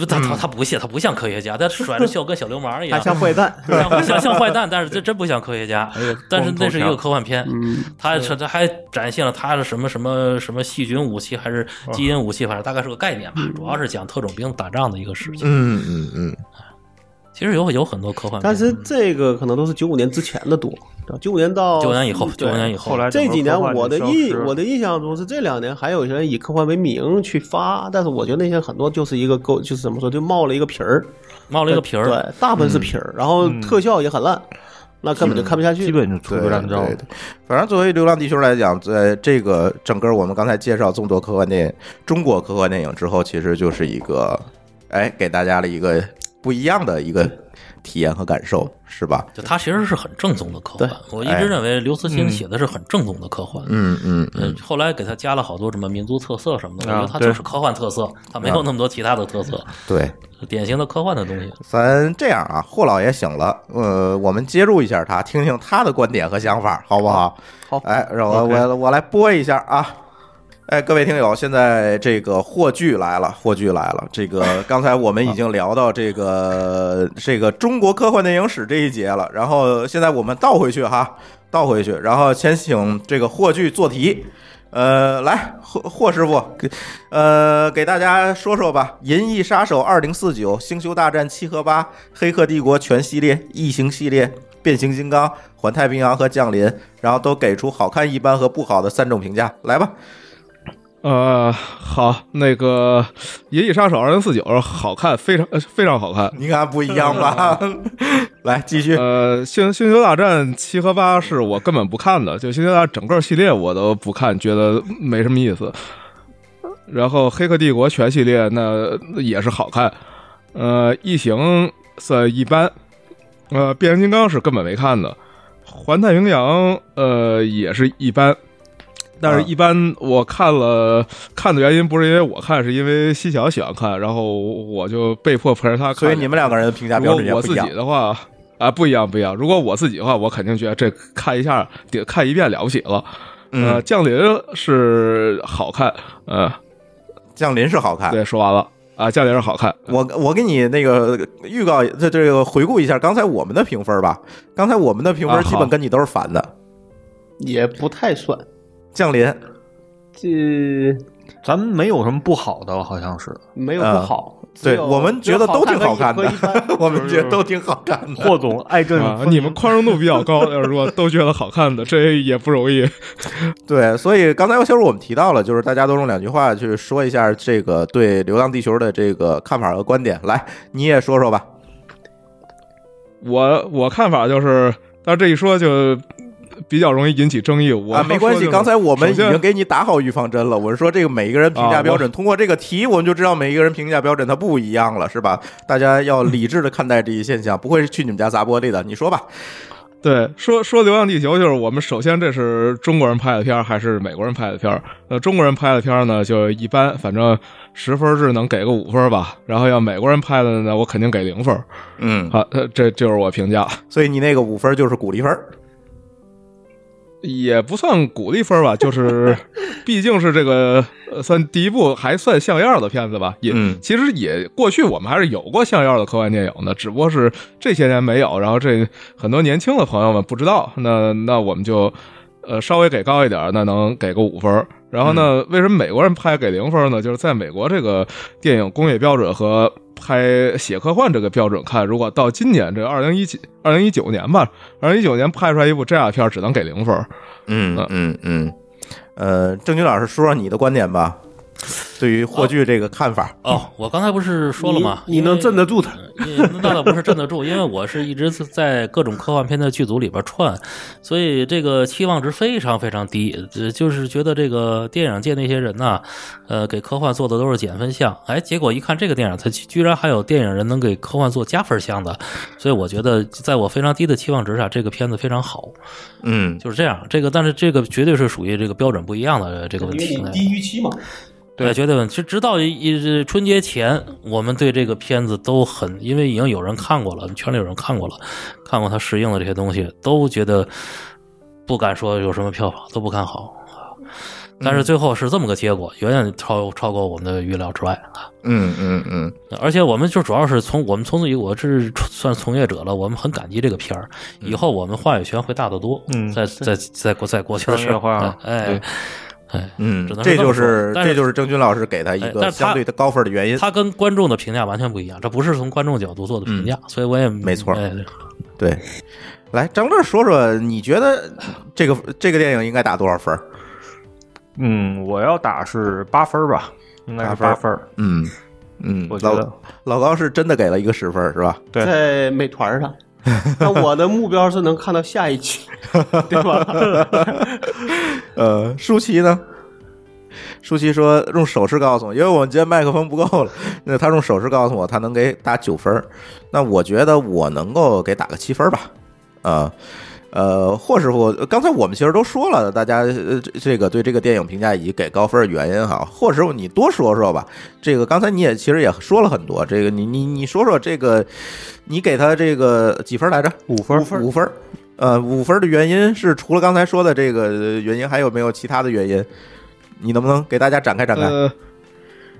他他他不像他不像科学家，他甩着袖跟小流氓一
嗯他
样，
像坏蛋，
像像像坏蛋，但是这真不像科学家。但是那是一个科幻片，
嗯
他他还展现了他是什么什么什么细菌武器还是基因武器，反正大概是个概念吧。
嗯
主要是讲特种兵打仗的一个事情。
嗯嗯嗯，
其实有有很多科幻片，
[laughs]
嗯
但是这个可能都是九五年之前的多，九五年到
九年以后，九
哦对
年以后
后来
这几年我的印我
的
的印象中是这两年还有些人以科幻为名去发，但是我觉得那些很多就是一个勾，就是怎么说，就冒了一个皮儿，
冒了一个皮儿，
对，大部分是皮
嗯
儿，然后特效也很烂，那根本就看不下去。
基本就出
对
不烂招
对。对反正作为《流浪地球》来讲，在这个整个我们刚才介绍这么多科幻电影、中国科幻电影之后，其实就是一个，哎，给大家了一个不一样的一个体验和感受，是吧？
就他其实是很正宗的科幻
对。哎嗯
我一直认为刘慈欣写的是很正宗的科幻。
嗯嗯
嗯
嗯，
后来给他加了好多什么民族特色什么的，我觉
啊
得他
对
就是科幻特色，他没有那么多其他的特
[laughs]
色，
对。
典型的科幻的东西。
咱这样啊，霍老爷醒了，呃，我们接入一下他，听听他的观点和想法，好不好？
好
哎，让我
OK
我我来播一下啊。哎，各位听友，现在这个霍炬来了，霍炬来了。这个刚才我们已经聊到这个 [laughs] 这个中国科幻电影史这一节了，然后现在我们倒回去哈，倒回去，然后先请这个霍炬做题。呃，来，霍霍师傅，给呃给大家说说吧，《银翼杀手二零四九》《星球大战七和八》《黑客帝国》全系列、《异形》系列、《变形金刚》《环太平洋》和《降临》，然后都给出好看、一般和不好的三种评价。来吧，
呃，好，那个《银翼杀手二零四九》好看，非常、呃、非常好看。
你看不一样吧？来继续。
呃，星星球大战七和八是我根本不看的，就星球大战整个系列我都不看，觉得没什么意思。然后《黑客帝国》全系列那也是好看，呃，《异形》算一般，呃，《变形金刚》是根本没看的，《环太平洋》呃也是一般。但是，一般我看了看的原因不是因为我看，是因为西桥喜欢看，然后我就被迫陪着他看。
所以你们两个人的评价
如
标
果
准也
我
不
自
一样
己。的话，啊，不一样，不一样。如果我自己的话，我肯定觉得这看一下得看一遍了不起了。呃，
嗯，
降临是好看，呃，
降临是好看。
对，说完了啊，降临是好看。
我我给你那个预告，这这个回顾一下刚才我们的评分吧。刚才我们的评分
啊
基
好
本跟你都是反的。
也不太算。
降临，
这
咱们没有什么不好的，好像是。
没有不好，
对
只有
我们觉得都挺好看的
只有好看和一和一般
我们觉得都挺好看
[laughs]
的。
[laughs] 霍总爱
嗯
政
啊，你们宽容度比较高，要是说都觉得好看的，这也不容易。
对，所以刚才其实我们提到了，就是大家都用两句话去说一下这个对《流浪地球》的这个看法和观点。来，你也说说吧。
我我看法就是，但这一说就比较容易引起争议。我
啊，
要
没关
说
系，
就是
刚才我们已
首
经
先
给你打好预防针了。我是说，这个每一个人评价标准，通过这个题，我们就知道每一个人评价标准它不一样了，是吧？大家要理智的看待这一现象，不会去你们家砸玻璃的。你说吧，
对，说说《流浪地球》，就是我们首先这是中国人拍的片儿还是美国人拍的片儿？呃，中国人拍的片儿呢，就一般，反正十分制能给个五分吧。然后要美国人拍的呢，我肯定给零分。
嗯，
好、呃这就是我评价，
所以你那个五分就是鼓励分儿
也不算鼓励分儿吧，就是 [laughs] 毕竟是这个呃算第一部还算像样儿的片子吧。也、
嗯
其实也过去我们还是有过像样儿的科幻电影的，只不过是这些年没有。然后这很多年轻的朋友们不知道，那那我们就呃稍微给高一点儿，那能给个五分儿。然后
嗯
呢，为什么美国人拍给零分儿呢？就是在美国这个电影工业标准和拍写科幻这个标准看，如果到今年这二零一七、二零一九年吧，二零一九年拍出来一部这样的片儿，只能给零分儿。
嗯嗯嗯，呃，郑钧老师说说你的观点吧，对于
啊
霍炬这个看法。
哦，我刚才不是说了吗？呃
你你能镇得住他？
因为那倒不是镇得住，因为我是一直在各种科幻片的剧组里边串，所以这个期望值非常非常低，呃就是觉得这个电影界那些人呐、呃，给科幻做的都是减分项，哎，结果一看这个电影，它居然还有电影人能给科幻做加分项的，所以我觉得在我非常低的期望值下，这个片子非常好，
嗯，
就是这样。这个但是这个绝对是属于这个标准不一样的这个问题，哎
预期嘛。
对，绝对问题。直直到一一春节前，我们对这个片子都很，因为已经有人看过了，圈里有人看过了，看过他适应的这些东西，都觉得不敢说有什么票房，都不看好。啊但是最后是这么个结果，远远超超过我们的预料之外啊！
嗯嗯嗯
而且我们就主要是从我们从自己，我是算从业者了，我们很感激这个片儿。以后我们话语权会大得多。
嗯
在在在国在国际的
商
时
业
候，
化
哎
对
哎，
嗯
只，能
这
这么
就
说
是
但
这
是
就是郑钧老师给他一
哎
个
但是他
相对的高分的原因。
它跟观众的评价完全不一样，这不是从观众角度做的评价，所以我也没
嗯错
哎、
对，来张乐说说，你觉得这个这个电影应该打多少分儿？
嗯，我要打是八分儿吧，应该是
八分儿
八分儿。
嗯嗯，
我觉得
老老高是真的给了一个十分儿是吧？ [laughs]
[laughs]
对
在美团上。那我的目标是能看到下
[laughs]
一期，对吧？
呃，舒淇呢？舒淇说用手势告诉我，因为我们今天麦克风不够了， [laughs] 那他用手势告诉我，他能给打九分儿。那我觉得我能够给打个七分儿吧。啊、呃，霍师傅，刚才我们其实都说了，大家呃这这个对这个电影评价以及给高分儿的原因哈。霍师傅，你多说说吧。这个刚才你也其实也说了很多，这个你你你说说这个，你给他这个几分儿来着？
五分儿，
五分儿。呃，五分儿的原因是除了刚才说的这个呃原因，还有没有其他的原因？你能不能给大家展开展开？
呃，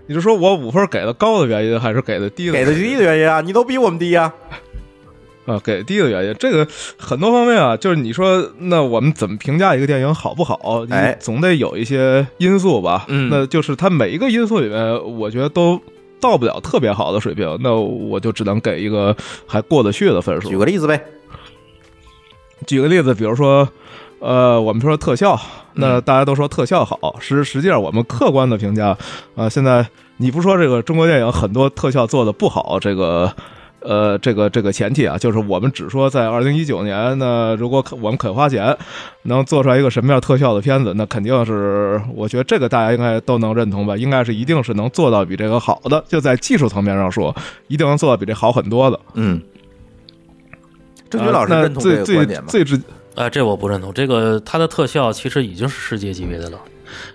你是说我五分儿给的高的原因，还是给的低的？
给的低的原因啊，你都比我们低啊。
啊，给低的原因，这个很多方面啊，就是你说那我们怎么评价一个电影好不好？你
哎
总得有一些因素吧。
嗯
那就是它每一个因素里面，我觉得都到不了特别好的水平，那我就只能给一个还过得去的分数。
举个例子呗。
举个例子，比如说，呃，我们说特效，
嗯
那大家都说特效好，实实际上我们客观的评价，啊，现在你不说这个中国电影很多特效做的不好，这个。呃，这个这个前提啊，就是我们只说在二零一九年呢，如果肯我们肯花钱，能做出来一个什么样特效的片子，那肯定是我觉得这个大家应该都能认同吧，应该是一定是能做到比这个好的，就在技术层面上说，一定能做到比这好很多的。
嗯，郑钧老师
呃那
认同这个
最
观点吗？
最最直
啊，这我不认同。这个它的特效其实已经是世界级别的了。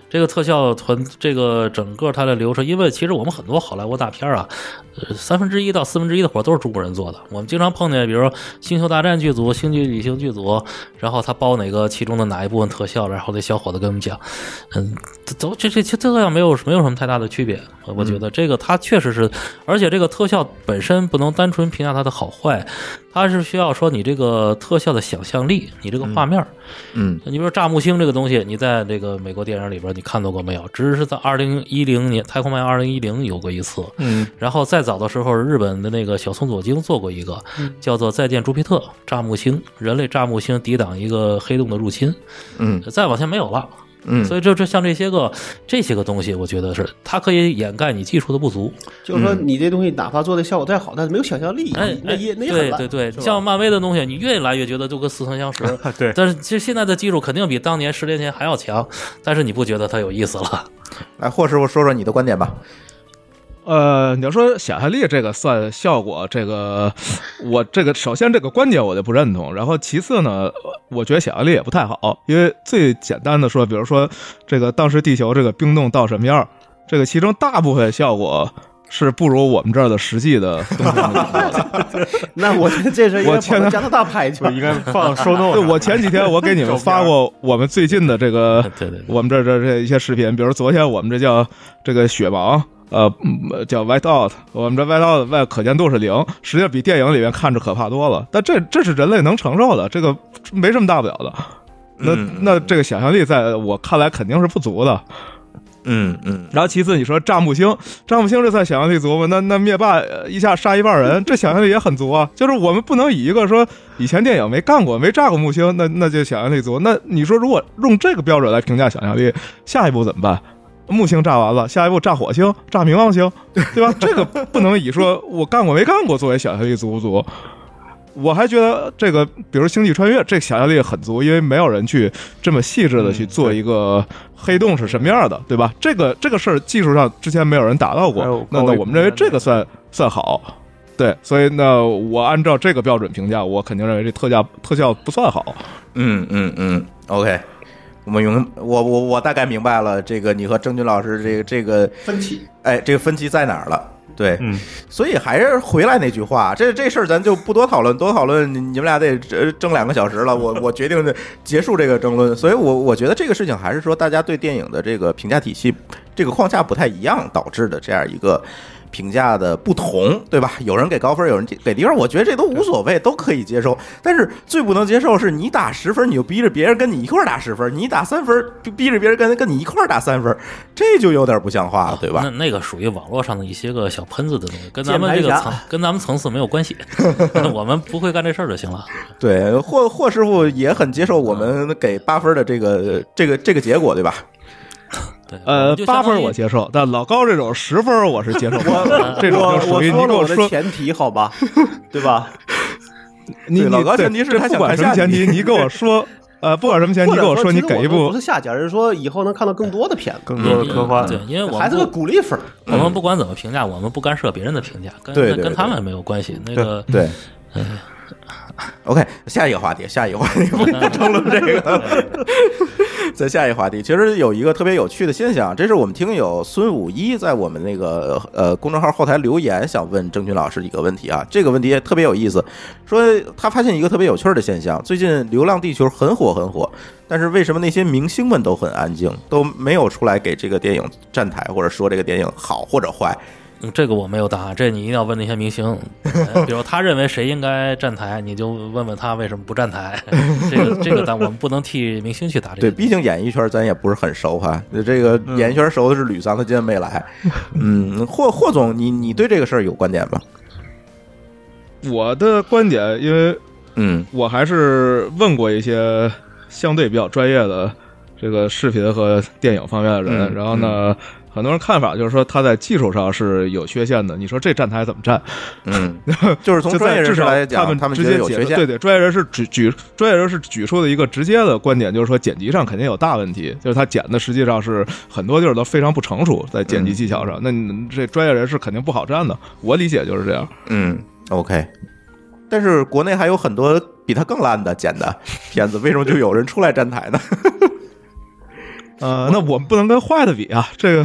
这个特效团，这个整个它的流程，因为其实我们很多好莱坞大片啊，呃，三分之一到四分之一的活都是中国人做的。我们经常碰见，比如说《星球大战》剧组、《星际旅行》剧组，然后他包哪个其中的哪一部分特效，然后那小伙子跟我们讲，嗯，都这这这特效没有没有什么太大的区别。我我觉得这个它确实是，而且这个特效本身不能单纯评价它的好坏，它是需要说你这个特效的想象力，你这个画面儿。
嗯
你比如炸木星这个东西，你在这个美国电影里边你看到过没有？只是在二零一零年《太空漫游二零一零》有过一次，
嗯
然后再早的时候，日本的那个小松左京做过一个
嗯
叫做《再见朱庇特》，炸木星，人类炸木星抵挡一个黑洞的入侵，呃
嗯
再往前没有了。
嗯，
所以这这像这些个这些个东西，我觉得是它可以掩盖你技术的不足。
就是说，你这东西哪怕做的效果再好，但是没有想象力
嗯哎，，
那也那也很
对
烂。
对对，
是吧
像漫威的东西，你越来越觉得就跟似曾相识。
对
但是其实现在的技术肯定比当年十年前还要强，但是你不觉得它有意思了？
哎来，霍师傅说说你的观点吧。
呃，你要说想象力这个算效果，这个我这个首先这个观点我就不认同，然后其次呢，我觉得想象力也不太好，因为最简单的说，比如说这个当时地球这个冰冻到什么样儿，这个其中大部分效果是不如我们这儿的实际的冬天的情况的。
那我觉得这事儿应该
我
跑
天
到
哪
加拿大拍去
就。应该放收 n
对，我前几天我给你们发过我们最近的这个
对对对
呃我们这这这一些视频，比如昨天我们这叫这个雪盲，呃，嗯叫 white out，我们这 white out 外可见度是零，实际上比电影里面看着可怕多了。但这这是人类能承受的，这个没什么大不了的。那
嗯嗯
那这个想象力在我看来肯定是不足的。
嗯嗯，
然后其次你说占木星，占木星这算想象力足吗？那那灭霸呃一下杀一半人，这想象力也很足啊。就是我们不能以一个说以前电影没干过、没炸过木星，那那就想象力足。那你说如果用这个标准来评价想象力，下一步怎么办？木星炸完了，下一步炸火星、炸冥王星，对
[laughs]
吧？这个不能以说我干过没干过作为想象力足不足。我还觉得这个，比如《星际穿越》，这个想象力很足，因为没有人去这么细致的
嗯
去做一个黑洞是什么样的，对吧？这个这个事儿技术上之前没有人达到过
还有，
那
高
那
维
我们认为
空间
这个算算好，对，所以呢，我按照这个标准评价，我肯定认为这特价特效不算好。
嗯嗯嗯，OK，我们用我我我大概明白了这个你和郑钧老师这个这个
分歧，
哎这个分歧在哪儿了。对，
嗯，
所以还是回来那句话，这这事儿咱就不多讨论，多讨论你你们俩得呃争两个小时了。我我决定结束这个争论，所以我我觉得这个事情还是说大家对电影的这个评价体系、这个框架不太一样导致的这样一个评价的不同，对吧？有人给高分，有人给低分，我觉得这都无所谓，都可以接受。但是最不能接受是你打十分，你就逼着别人跟你一块儿打十分；你打三分，逼逼着别人跟跟你一块儿打三分，这就有点不像话了，对吧？
那那个属于网络上的一些个小喷子的东西，跟咱们
键
这
盘
个
侠
层跟咱们层次没有关系，我们不会干这事儿就行了。
[laughs] 对，霍霍师傅也很接受我们给八分的这个这个这个结果，对吧？
对，我
呃
们就，
八
相当
分
于
我接受，但老高这种十分 [laughs] 我是接受不了
我
的，这种
我
就属
我
于你
说
给
了我
说
的前提，
[laughs]
好吧，对吧？
你
对
你
老高
对
前提是
这
他
不
想
管
看
什么
下
前
集
提，你给我说， [laughs] 呃，不管什么前提，你
或者
给我说，你
其实
给一
我
部
不是下家，而是说以后能看到更多的片子，
更多的科幻，
嗯对，因为我
还
们
是个
不
鼓励分儿。
我们不管怎么评价，我们不干涉别人的评价，跟
对
那
对
跟他
对
们没有关系。那个
对。OK，下一个话题，下一个话题， [laughs] 不不争论这个。再下一个话题，其实有一个特别有趣的现象，这是我们听友孙武一在我们那个呃公众号后台留言，想问郑钧老师一个问题啊。这个问题也特别有意思，说他发现一个特别有趣的现象，最近《流浪地球》很火很火，但是为什么那些明星们都很安静，都没有出来给这个电影站台或者说这个电影好或者坏？
嗯这个我没有答案，这你一定要问那些明星，呃比如他认为谁应该站台，你就问问他为什么不站台。这个这个，但我们不能替明星去答这个。
对，毕竟演艺圈咱也不是很熟哈。这个
嗯
演艺圈熟的是吕桑，他今天没来。
[laughs]
嗯，霍霍总，你你对这个事儿有观点吗？
我的观点，因为
嗯
我还是问过一些相对比较专业的这个视频和电影方面的人，
嗯
然后呢，很多人看法就是说他在技术上是有缺陷的。你说这站台怎么站？
嗯， [laughs] 就是从
就
专业
在
人
至
士
少
来讲，
们
他们
直
觉得
接
有
解
缺陷。
对对，专业人士举举专业人士举出的一个直接的观点就是说，剪辑上肯定有大问题，就是他剪的实际上是很多地儿都非常不成熟，在
嗯
剪辑技巧上。那你这专业人士肯定不好站的，我理解就是这样。
嗯，OK。但是国内还有很多比他更烂的剪的片子，为什么就有人出来站台呢？ [laughs]
呃，那我们不能跟坏的比啊，这个。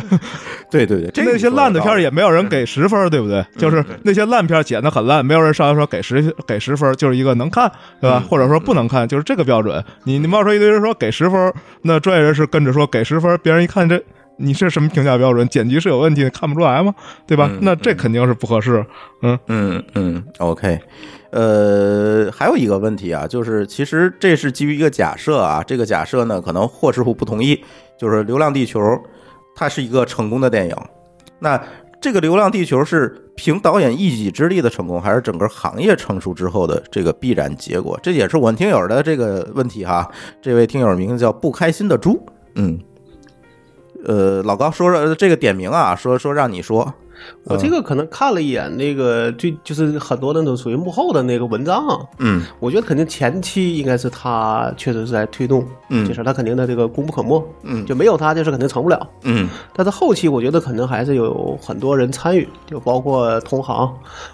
对对对，这个
那些烂的片儿也没有人给十分儿，对不嗯对？就是那些烂片儿剪的很烂，没有人上来说给十给十分儿，就是一个能看，对吧？或者说不能看，就是这个标准。你你冒出一堆人说给十分儿，那专业人士跟着说给十分儿，别人一看这你是什么评价标准？剪辑是有问题，看不出来吗？对吧
嗯？
那这肯定是不合适。
嗯嗯，OK，呃，还有一个问题啊，就是其实这是基于一个假设啊，这个假设呢，可能霍师傅不同意，就是《流浪地球》它是一个成功的电影，那这个《流浪地球》是凭导演一己之力的成功，还是整个行业成熟之后的这个必然结果？这也是我们听友的这个问题哈。这位听友名字叫不开心的猪，嗯，呃，老高说说这个点名啊，说说让你说，
我这个可能看了一眼那个最就是很多那种属于幕后的那个文章，
嗯，
我觉得肯定前期应该是他确实是在推动，
嗯
这事儿他肯定的这个功不可没，
嗯
就没有他这事儿肯定成不了，
嗯
但是后期我觉得可能还是有很多人参与，就包括同行，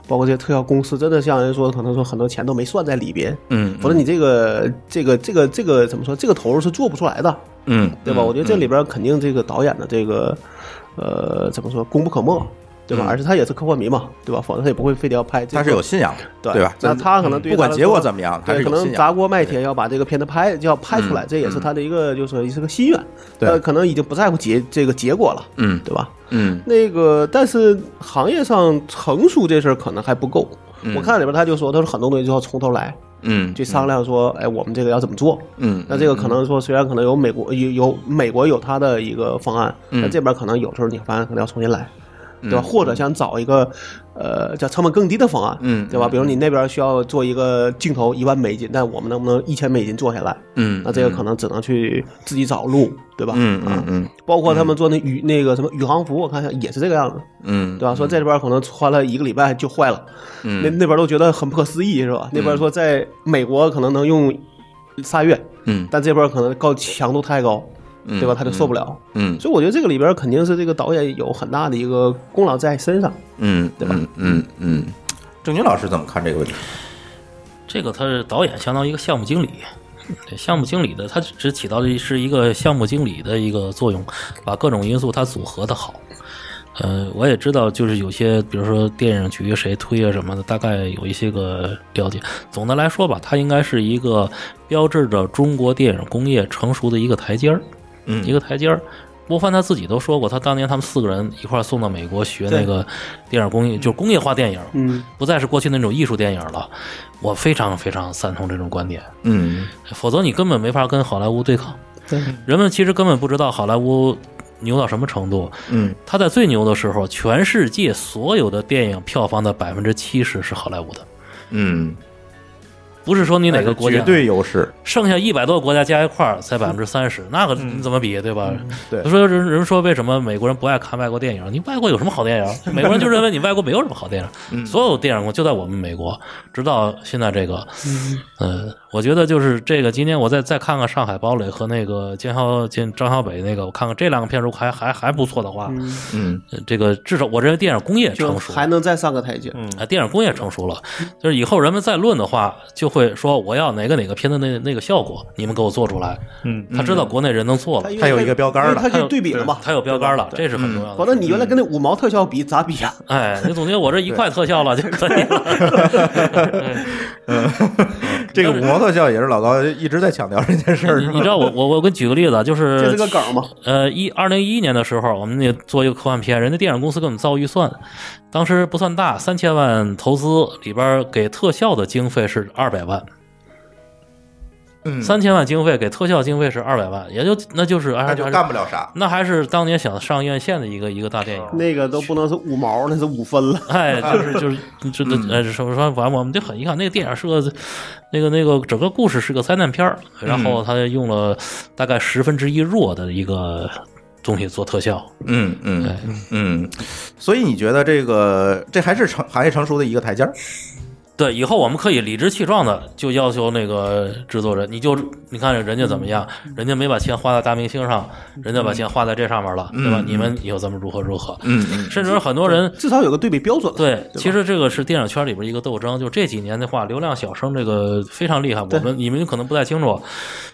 包括这些特效公司，真的像人说，可能说很多钱都没算在里边，
嗯
否则你这个这个这个这个怎么说，这个投入是做不出来的，
嗯，
对吧？我觉得这里边肯定这个导演的这个，呃，怎么说，功不可没，对吧？
嗯
而且他也是科幻迷嘛，对吧？否则他也不会非得要拍这个。
他是有信仰的，
对
对吧？嗯
那他可能对于
不管
他来
结
说
果怎么样，他
对，
是有
可
信
能
仰
砸
的。
锅卖铁要把这个片子拍，就要拍出来，这也是他的一个，就是说是个心愿。呃
对
他可能已经不在乎结这个结果了，
嗯
对吧？
嗯
那个，但是行业上成熟这事儿可能还不够。我看里边他就说，他说很多东西就要从头来，
嗯，
去商量说，哎，我们这个要怎么做？
嗯，
那这个可能说，虽然可能有美国有有美国有他的一个方案，
嗯
但这边可能有时候你发现可能要重新来，对吧？
嗯
或者想找一个呃叫成本更低的方案，
嗯
对吧？比如你那边需要做一个镜头一万美金，但我们能不能一千美金做下来？
嗯，
那这个可能只能去自己找路，对吧？
嗯
啊
嗯嗯
包括他们做那宇那个什么宇航服，我看一下也是这个样子，
嗯，
对吧？说在这边可能穿了一个礼拜就坏了，
嗯
那那边都觉得很不可思议，是吧？那边说在美国可能能用仨月，
嗯
但这边可能高强度太高，
嗯
对吧？他就受不了。
嗯
所以我觉得这个里边肯定是这个导演有很大的一个功劳在身上。
嗯，对吧？嗯嗯，郑钧老师怎么看这个问题？
这个他是导演相当于一个项目经理，对项目经理的他只起到的是一个项目经理的一个作用，把各种因素他组合的好。呃，我也知道，就是有些，比如说电影局谁推啊什么的，大概有一些个了解。总的来说吧，它应该是一个标志着中国电影工业成熟的一个台阶儿，
嗯
一个台阶儿。郭帆他自己都说过，他当年他们四个人一块儿送到美国学那个电影工业，就是工业化电影，
嗯，
不再是过去那种艺术电影了。我非常非常赞同这种观点，
嗯
否则你根本没法跟好莱坞对抗。
对，
人们其实根本不知道好莱坞牛到什么程度。
嗯
他在最牛的时候，全世界所有的电影票房的百分之七十是好莱坞的，
嗯，哎
不是说你哪个国家
呃绝对优势？
剩下一百多个国家加一块儿才百分之三十，那个你怎么比，对吧？
对
他说人人说为什么美国人不爱看外国电影？你外国有什么好电影？美国人就认为你外国没有什么好电影，所有电影就在我们美国，直到现在这个，呃，我觉得就是这个。今天我再再看看《上海堡垒》和那个江小江张小北那个，我看看这两个片如果还还还不错的话，
嗯
呃这个至少我认为电影工业
就
成熟，
还能再上个台阶。
啊，电影工业成熟了，就是以后人们再论的话，就会说我要哪个哪个片子那那个效果，你们给我做出来。
嗯，
他知道国内人能做了，
因为
他有一个标杆了
因为他可以对比了嘛。
他有标杆了，
对
这是很重要
嗯否
的。
则你原来跟那五毛特效比咋比呀？
哎，你总结我这一块特效了就可以了。
嗯这个五毛特效也是老高一直在强调这件事儿，
你你知道我我我给你举个例子啊，就
这
是
是个梗嘛？
呃，一二零一一年的时候，我们那做一个科幻片，人家电影公司给我们造预算，当时不算大，三千万投资里边给特效的经费是二百万，
嗯
三千万经费给特效经费是二百万，也就那就是
他
按
就干不了啥。
那还是当年想上院线的一个一个大电影。
那个都不能是五毛，那是五分了。
哎，就是就是，这这
嗯
呃，什么说完，我们就很遗憾，那个电影是个，那个那个整个故事是个灾难片儿，然
嗯
后他用了大概十分之一弱的一个东西做特效，
嗯
对
嗯，嗯，所以你觉得这个这还是成行业成熟的一个台阶儿？
对，以后我们可以理直气壮的就要求那个制作人，你就你看人家怎么样，人家没把钱花在大明星上，人家把钱花在这上面了，对吧？
嗯
你们以后咱们如何如何？
嗯嗯
甚至有很多人
至少有个对比标准。
对，
吧
其实这个是电影圈里边一个斗争。就这几年的话，流量小生这个非常厉害。我们你们可能不太清楚，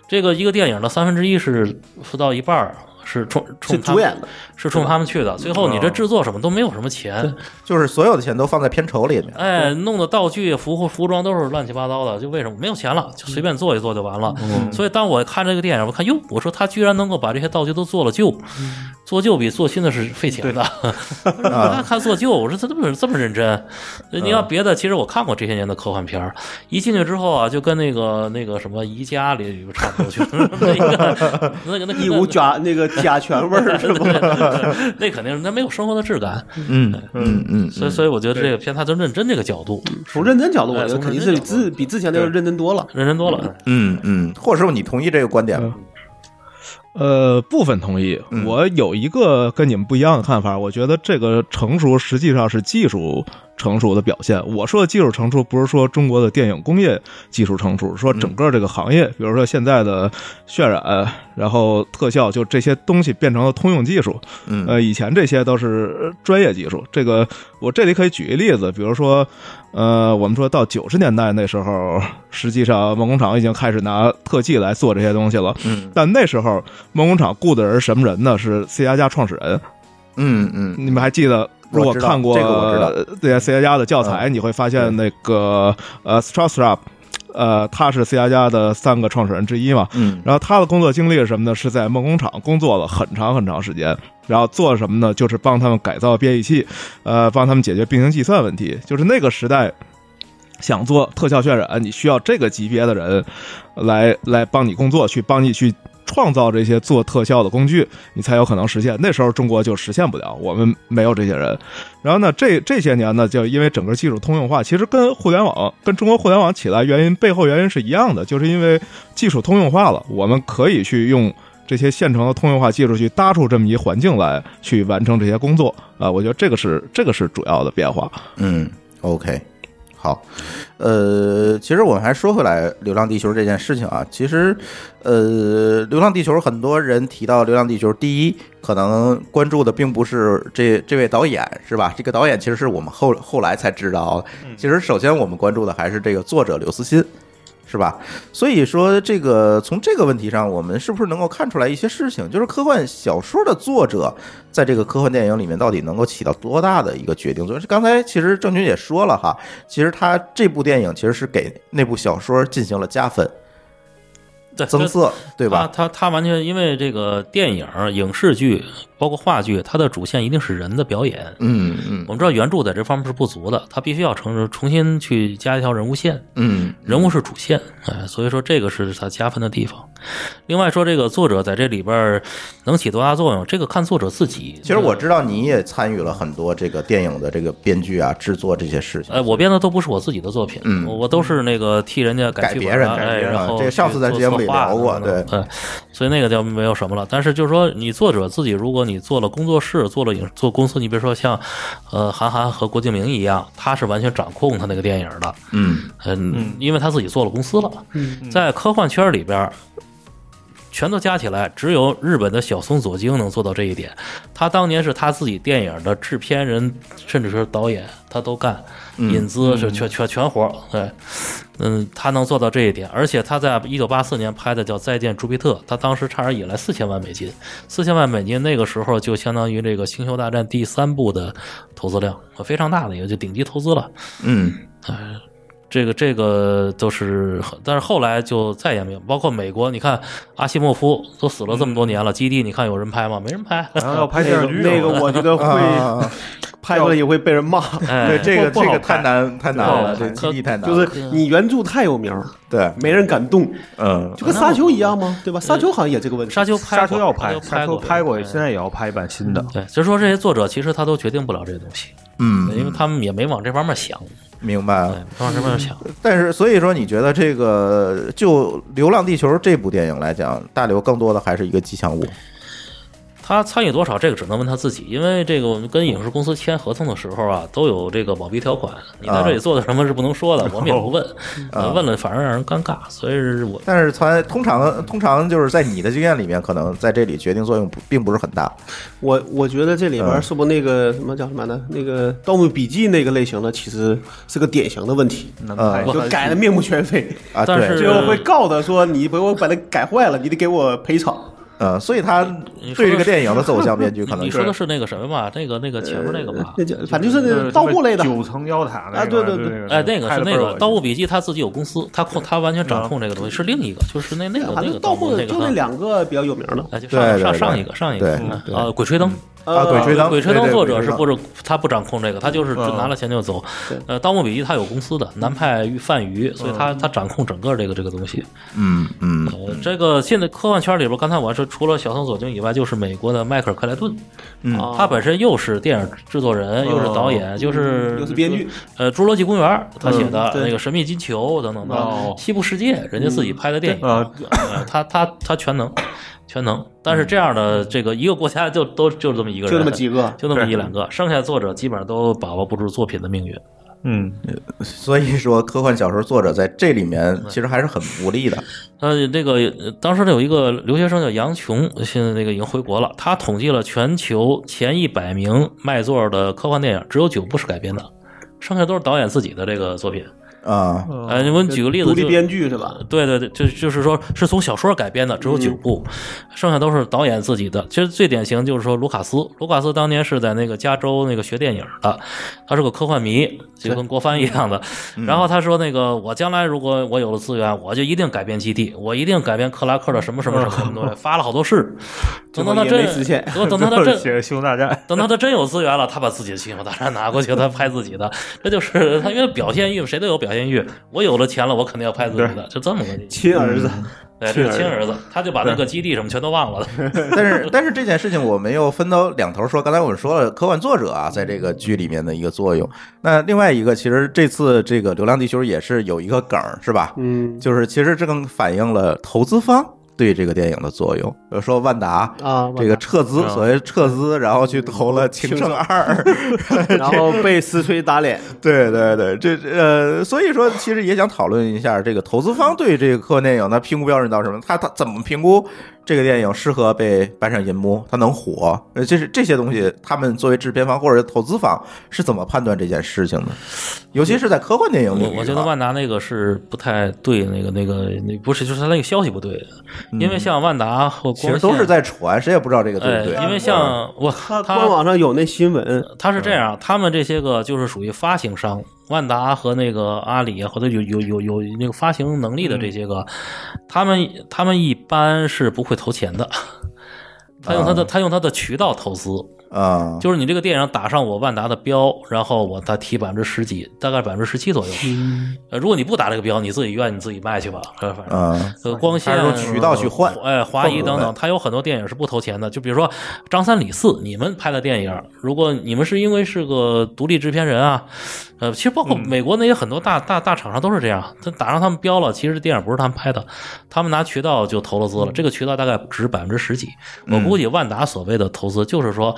这个一个电影的三分之一是不到一半儿是冲
是
冲他
主
们
演的，哦
是冲他们去的。最后你这制作什么都没有什么钱，
就是所有的钱都放在片酬里面。
哎，弄的道具、服服装都是乱七八糟的。就为什么没有钱了，就随便做一做就完了。所以当我看这个电影，我看哟，我说他居然能够把这些道具都做了旧，做旧比做新的是费钱的。我
啊
还看做旧，我说他这么这么认真。你要别的，其实我看过这些年的科幻片儿，一进去之后啊，就跟那个那个什么宜家里有差不多，就是那个那个那个
一股甲那个甲醛味
[laughs]
儿是吧？
那肯定是那没有生活的质感。
嗯嗯嗯
所以所以我觉得这个片它就认真这个角度，
从认真角度，我
哎
觉得
从
肯定
认
是
真角度
之比之前那个认真多了。
嗯
认真多了。
嗯嗯，霍师傅，你同意这个观点吗？
呃，部分同意。我有一个跟你们不一样的看法，我觉得这个成熟实际上是技术成熟的表现。我说的技术成熟，不是说中国的电影工业技术成熟，说整个这个行业，比如说现在的渲染，然后特效，就这些东西变成了通用技术。
嗯
呃，以前这些都是呃专业技术。这个我这里可以举一例子，比如说，呃，我们说到九十年代那时候，实际上梦工厂已经开始拿特技来做这些东西了。
嗯
但那时候梦工厂雇的人是什么人呢？是 C 加加创始人。
嗯嗯，
你们还记得？如果
我知道
看过
这个我知道嗯
呃对 C 加加的教材，你会发现那个呃 s t r a s r a p 呃，他是 C 加加的三个创始人之一嘛。
嗯
然后他的工作经历是什么呢？是在梦工厂工作了很长很长时间，然后做什么呢？就是帮他们改造编译器，呃，帮他们解决并行计算问题。就是那个时代，想做特效渲染，你需要这个级别的人来来帮你工作，去帮你去。创造这些做特效的工具，你才有可能实现。那时候中国就实现不了，我们没有这些人。然后呢，这这些年呢，就因为整个技术通用化，其实跟互联网、跟中国互联网起来原因背后原因是一样的，就是因为技术通用化了，我们可以去用这些现成的通用化技术去搭出这么一环境来，去完成这些工作啊、我觉得这个是这个是主要的变化。
嗯，OK，好，呃，其实我们还说回来《流浪地球》这件事情啊，其实，呃，《流浪地球》很多人提到《流浪地球》，第一可能关注的并不是这这位导演是吧？这个导演其实是我们后后来才知道，啊其实首先我们关注的还是这个作者刘慈欣。是吧？所以说，这个从这个问题上，我们是不是能够看出来一些事情？就是科幻小说的作者在这个科幻电影里面到底能够起到多大的一个决定作用？刚才其实郑钧也说了哈，其实他这部电影其实是给那部小说进行了加分、
对
增色，对
啊
吧？
他他他完全因为这个电影、影视剧，包括话剧，它的主线一定是人的表演。
嗯嗯
我们知道原著在这方面是不足的，它必须要重重新去加一条人物线，
嗯
人物是主线，哎，所以说这个是它加分的地方。另外说这个作者在这里边儿能起多大作用，这个看作者自己。
其实我知道你也参与了很多这个电影的这个编剧啊、制作这些事
呃
情。
哎，我编的都不是我自己的作品，
嗯
我我都是那个替人家
改
改剧
别
本
人
啊
改别
哎，
人啊
然后
这个上次咱
去
节目
做
里
策划
聊过
什么的哎所以那个就没有什么了。但是就是说，你作者自己，如果你做了工作室，做了影做公司，你比如说像呃韩寒和郭敬明一样，他是完全掌控他那个电影的，
嗯
嗯，因为他自己做了公司了。在科幻圈里边，全都加起来，只有日本的小松左京能做到这一点。他当年是他自己电影的制片人，甚至是导演，他都干，引资是全全全活儿。对，嗯，他能做到这一点，而且他在一九八四年拍的叫《再见朱庇特》，他当时差点引来四千万美金，四千万美金那个时候就相当于这个《星球大战》第三部的投资量，非常大的一个就顶级投资了。
嗯
这个这个都是很，但是后来就再也没有，包括美国，你看阿西莫夫都死了这么多年了，
嗯
基地你看有人拍吗？没人拍。
然后要拍电视剧
那个
了
我觉得会
啊，
[laughs] 拍过来也会被人骂，
对
[laughs] 哎，
这个
不
这
好
个
看
太难太难了，
不
这
好
个
看
基地太难
就
了，
是你原著太有名儿，
对，
没人敢动，
嗯
就跟沙丘一样吗？对吧？沙丘好像也这个问题。
沙丘拍
沙丘要
拍嗯哎
拍，，沙丘拍过，现在也要拍一版新的。
对，就是说这些作者其实他都决定不了这些东西，
嗯，
因为他们也没往这方面想，
明白
对
嗯
了。，
没往这方面想。
但是，所以说，你觉得这个就《流浪地球》这部电影来讲，大刘更多的还是一个吉祥物。
他参与多少，这个只能问他自己，因为这个我们跟影视公司签合同的时候啊，都有这个保密条款，你在这
啊
里做的什么是不能说的，我们也不问，
哦
呃问了反而让人尴尬，所以是我
但是，传通常通常就是在你的经验里面，可能在这里决定作用不并不是很大。
我我觉得这里边儿是不是那个什么叫什么呢？那个《盗墓笔记》那个类型的，其实是个典型的问题，哎
嗯
就改的面目全非，
啊，
但
对，
是
[laughs] 最后会告的说你把我把它改坏了，你得给我赔偿。
嗯，所以他
你说
对这
的
个
是
电影的走向编剧可能
你说的是那个什么吧？那个那个前面嗯那个吧
啊那？叫反正就是
就是
那盗墓类的
呃什，么九层妖塔那个
啊对对对
那个
呃
哎，那个
拍
是
得倍
那
儿
个
恶
《
心
盗墓笔记》，他自己有公司，他控他完全掌控这个
嗯
东西，是另一个，就是那那个
反
那
正
个
盗墓
墓
的
那
就那
个哈。
两个比较有名的。
哎，就
对
上
对
上
对
上一个上一个
对
嗯
对
啊，《鬼吹灯》
啊，鬼吹灯，
鬼吹
对
灯
对
作
鬼
者
吹
是
灯嗯
不是他不掌控这个，他就是只拿了钱就走。呃，《盗墓笔记》他有公司的，南派贩鱼，所以他他掌控整个这个这个东西。
嗯嗯
呃，这个现在科幻圈里边，刚才我还说，除了小松左京以外，就是美国的迈克尔·克莱顿，
嗯哦
啊他本身又是电影制作人，又是导演，就是
又是编剧，
呃，《侏罗纪公园》他写的
嗯对嗯
那个《神秘金球》等等的
啊
哦
《西部世界》，人家自己拍的电影，
呃
呃他他他全能。全能。但是这样的这个一个国家就都就这么一个人，
就那么几个
就那么一两个，剩下作者基本上都把握不住作品的命运。
嗯，
所以说科幻小说作者在这里面其实还是很无力的。
呃，那个呃当时有一个留学生叫杨琼，现在那个已经回国了。他统计了全球前一百名卖座的科幻电影，只有九部是改编的，剩下都是导演自己的这个作品。
啊，
呃，
嗯
我们举个例子，
哦独立
就
编剧是吧？
对对对，就就是说是从小说改编的，只有九
嗯
部，剩下都是导演自己的。其实最典型就是说卢卡斯，卢卡斯当年是在那个加州那个学电影的，他是个科幻迷，就跟郭帆一样的。
嗯
[laughs] 然后他说那个我将来如果我有了资源，我就一定改编基地，我一定改编克拉克的什么什么什么东
[laughs]
西，发了好多事。 [laughs] 等到他
也
真
没实现，
等等到
[laughs]
他真
写《星球大战》
等到他真有资源了，他把自己的《星球大战》拿过去，他拍自己的，这就是他因为表现欲，谁都有表现欲。我有了钱了，我肯定要拍自己的，就这么个。
亲儿子，
嗯
对，哎这是
亲
亲儿子，他就把那个基地什么全都忘了。
[laughs] 但是但是这件事情我们又分到两头说。刚才我们说了科幻作者啊，在这个剧里面的一个作用。那另外一个，其实这次这个《流浪地球》也是有一个梗儿，是吧？
嗯
就是其实这更反映了投资方对这个电影的作用。比如说万达。 [laughs]
啊，
这个撤资，所谓撤资，然后去投了《 [laughs] 情圣二》，
然后被撕吹打脸，
[laughs] 对对对，这这呃，所以说其实也想讨论一下这个投资方对这个科幻电影的评估标准到什么？他他怎么评估这个电影适合被搬上银幕，它能火？呃，这是这些东西，他们作为制片方或者投资方是怎么判断这件事情的？尤其是在科幻电影里
嗯我
面啊，
我觉得万达那个是不太对，那个那个那不是，就是他那个消息不对，因为像万达和
嗯其
光
实
线
都是在传，谁也不知道这个对
哎
不对。，嗯
因为像我
他嗯
他
官网上有那新闻，
他是这样，他们这些个就是属于发行商，万达和那个阿里啊，或者有有有有那个发行能力的
嗯
这些个，他们他们一般是不会投钱的。他用他的他用他的渠道投资，
啊，
就是你这个电影打上我万达的标，然后我再提百分之十几，大概百分之十七左右。呃，如果你不打这个标，你自己愿意你自己卖去吧，呃反正
啊，
呃，光线
还是用渠道去换
哎，华谊
换
等
过来
等，它有很多电影是不投钱的。就比如说张三李四，你们拍的电影，如果你们是因为是个独立制片人啊，呃，其实包括美国那些很多大、大大厂商都是这样，他打上他们标了，其实电影不是他们拍的，他们拿渠道就投了资了，这个渠道大概值百分之十几。我估计万达所谓的投资就是说。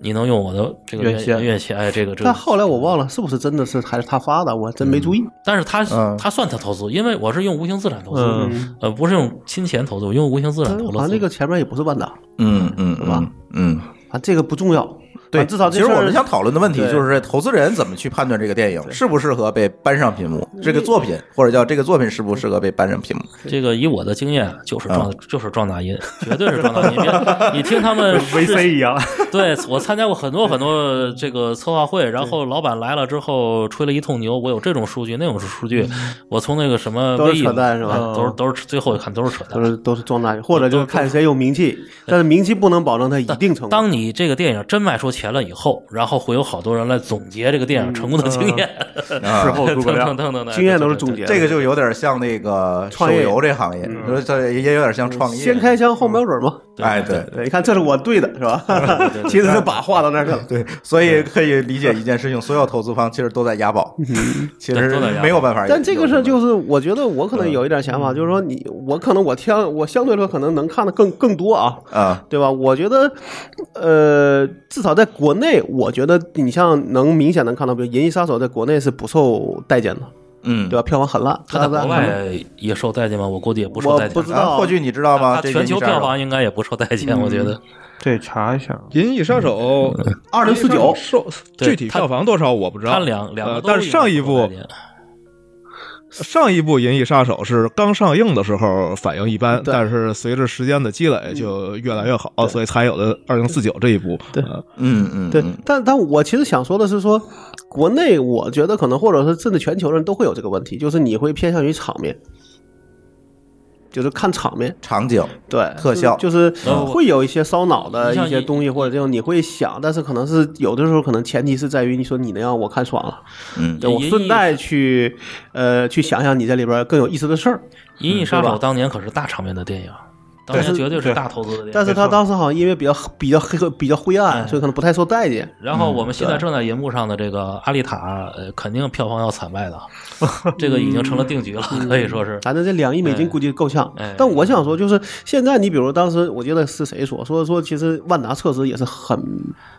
你能用我的这个
院线
院线，哎，这个这个
但后来我忘了是不是真的是还是他发的，我真没注意。
但是他、
嗯
他算他投资，因为我是用无形资产投资，
嗯
呃，不是用金钱投资，我用无形资产
但是
投
好像
资。
那个前面也不是万达，
嗯嗯
是吧
嗯嗯。
啊，这个不重要。
对，
啊至少
其
这
实
事儿
我们想讨论的问题
对
就是投资人怎么去判断这个电影适不适合被搬上屏幕，这个作品或者叫这个作品适不适合被搬上屏幕。
这个以我的经验，啊就是
啊
撞、就是撞大音，绝对是撞大音。别你听
[laughs]
他们
，VC 一样，
对我参加过很多很多这个策划会，然后老板来了之后吹了一通牛，我有这种数据，那种数据，我从那个什么
都是
微影
扯淡是吧
嗯都是都是最后一看都是扯
都。
淡
是都是装大，或者就是看谁有名气，但是名气不能保证他一定成功。
当你这个电影真卖出钱了以后，然后会有好多人来总结这个电影成功的经验，
嗯
事后诸葛
等等
亮。
等等的
经验都是总结的。
啊这个就有点像那个手
创业嗯
游这行业，说这也有点像创业。
先开枪后瞄准嘛。
哎，对
对，你看这是我嗯对的是吧？ [laughs] 其实他把话到那儿去了。
对，所以可以理解一件事情，所有投资方其实都在押宝，
嗯
其
对
实
都在押宝
没有办法。
但这个事儿就是，我觉得我可
嗯
能有一点想法，就是说你，我可能我相我相对来说可能能看的更更多啊，
啊，
对吧？我觉得，呃，至少在国内，我觉得你像能明显能看到，比如《银翼杀手》在国内是不受待见的，
嗯
对，吧？票房很烂，
他在国
大家
外也受待见吗？我估计也不受
我
待
不
见
知。
啊，
道
霍炬你知道吗？
他
这
全球
一下手
票房应该也不受待见，我觉得。
这查一下，
《银翼杀手》
二零四九
受
对
具体票房多少我不知道。
他两两个
呃
都
但是上一
应该受
部
待见
上一部《银翼杀手》是刚上映的时候反应一般，
对
但是随着时间的积累就越来越好，所以才有了《二零四九》这一部。
对
呃
嗯嗯，
对
嗯，
但但我其实想说的是说，国内我觉得可能或者是甚至全球人都会有这个问题，就是你会偏向于场面，就是看场面。
场景
对，
特效
就是就是
嗯
会有一些烧脑的
你像
一些
一
东西，或者这种你会想，但是可能是有的时候，可能前提是在于你说你能让我看爽了，
嗯
对我
银翼
顺带去呃去想想你在里边更有意思的事儿。
《银翼杀
对
手
吧》
当年可是大场面的电影，当年
对
绝对是
对
大投资的电影。
但是他当时好像因为比较比较黑比较灰暗，
哎
所以可能不太受待见。
然后我们现在正在银幕上的这个《阿丽塔》，呃，肯定票房要惨败的，这个已经成了定局了，
嗯
可以说是。
反正这两亿美金估计够呛
哎哎。
但我想说，就是现在你比如当时我记得是谁说说说，其实万达撤资也是很，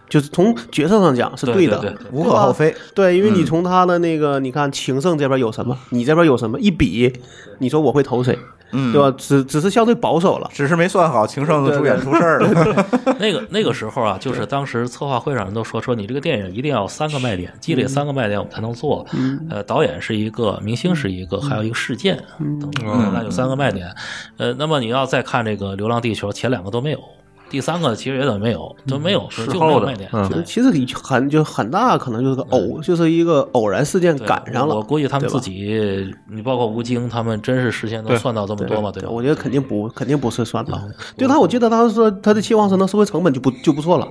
就是从决策上讲是
对
的，
对对对
无可厚非。
对，因为你从他的那个，你看情圣这边有什么，你这边有什么，一比，你说我会投谁，
嗯，
对吧？只只是相对保守了。
只是没算好情圣的主演出事儿了。
那个
嗯
那个时候啊，就是当时策划会上人都说说你这个电影一定要有三个卖点，积
嗯
累三个卖点我们才能做。呃，导演是一个，明星是一
嗯
个，还有一个事件啊等等，那有三个卖点。呃，那么你要再看这个《流浪地球》，前两个都没有，第三个其实也等于没有，都没有，就没有卖点。
嗯其实其实你很就很大，可能就是个偶，就是一个偶然事件
对
赶上了。
我估计他们
对吧
自己，你包括吴京，他们真是事先都算到这么多嘛，对吧？
我觉得肯定不肯定不是算到。对他，我记得当时说他的期望是能收回成本就不就不错了，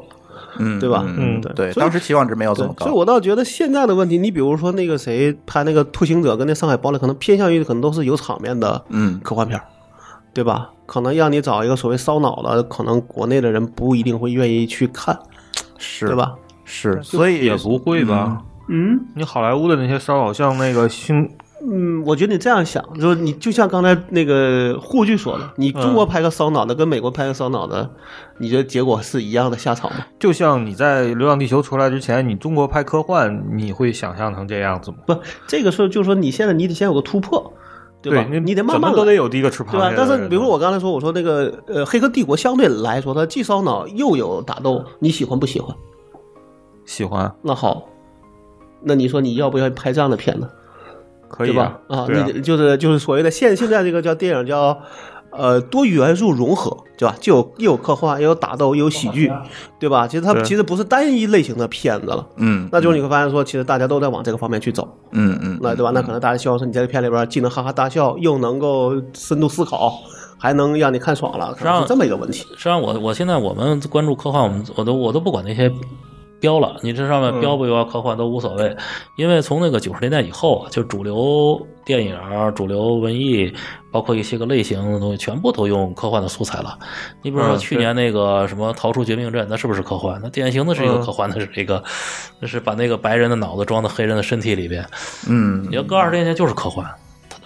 嗯，
对吧？
嗯，
对
对，
所以
当时期望值没有这
对
么，高。
所以我倒觉得现在的问题，你比如说那个谁拍那个《兔行者》跟那《上海堡垒》，可能偏向于可能都是有场面的
嗯
科幻片儿，对吧？可能让你找一个所谓烧脑的，可能国内的人不一定会愿意去看，
是
对？吧？
是，所以
也不会吧？
嗯
你好莱坞的那些烧烤，像那个星，
嗯，我觉得你这样想，就是你就像刚才那个护具说的，你
嗯
中国拍个烧脑的跟美国拍个烧脑的，你觉得结果是一样的下场吗？
就像你在《流浪地球》出来之前，你中国拍科幻，你会想象成这样子吗？
不，这个时候就是说你现在你得先有个突破，吧？
你
你得慢
怎
慢
么都
来
得有第一个吃螃蟹
对吧
的？人。
但是比如说我刚才说，我说那个呃，《黑客帝国》相对来说，它既烧脑又有打斗，你喜欢不喜欢？
喜欢，
那好，那你说你要不要拍这样的片子，
可以
对吧？
啊
啊，，
对啊
你就是就是所谓的现现在这个叫电影叫。呃，多元素融合，对吧？就有又有科幻，又有打斗，又有喜剧，对吧？其实它
对
其实不是单一类型的片子了，
嗯，
那就是你会发现说，其实大家都在往这个方面去走。
嗯嗯，
那对吧？那可能大家希望说你在这片里边既能哈哈大笑，又能够深度思考，还能让你看爽了，可能是这么一个问题。
实际上我，我现在我们关注科幻，我们我都我都不管那些标了，你这上面标不标科幻都无所谓，因为从那个九十年代以后啊，就主流电影儿、主流文艺，包括一些个类型的东西，全部都用科幻的素材了。你比如说
嗯
去年那个什么《逃出绝命镇》，那是不是科幻？那典型的是一个科幻，那是一个，那是把那个白人的脑子装到黑人的身体里边。
嗯
你要搁二十年前就是科幻，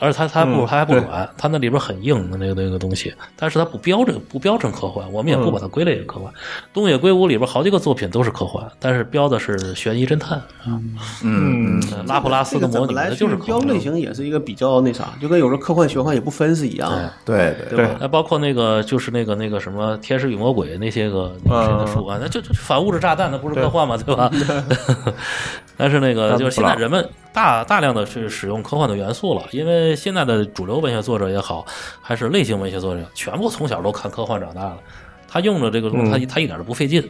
而且它它不它还不软，它那里边很硬的那个那个东西，但是它不标准不标准科幻，我们也不把它归类为科幻。东野圭吾里边好几个作品都是科幻，但是标的是悬疑侦探，
嗯嗯，
拉普拉斯
这
的
个怎
魔
么
女
来
那就是科
标
幻
类。型也是一个比较那啥，就跟有时候科幻、玄幻也不分是一样
嗯哎
的。
对对
对
那包括那个就是那个那个什么天使与魔鬼那些个那个谁的书啊，那就就反物质炸弹，那不是科幻嘛，对吧？ [laughs] 但是那个就是现在人们大大量的去使用科幻的元素了，因为现在的主流文学作者也好，还是类型文学作者，全部从小都看科幻长大了，他用着这个东西，他他一点都不费劲，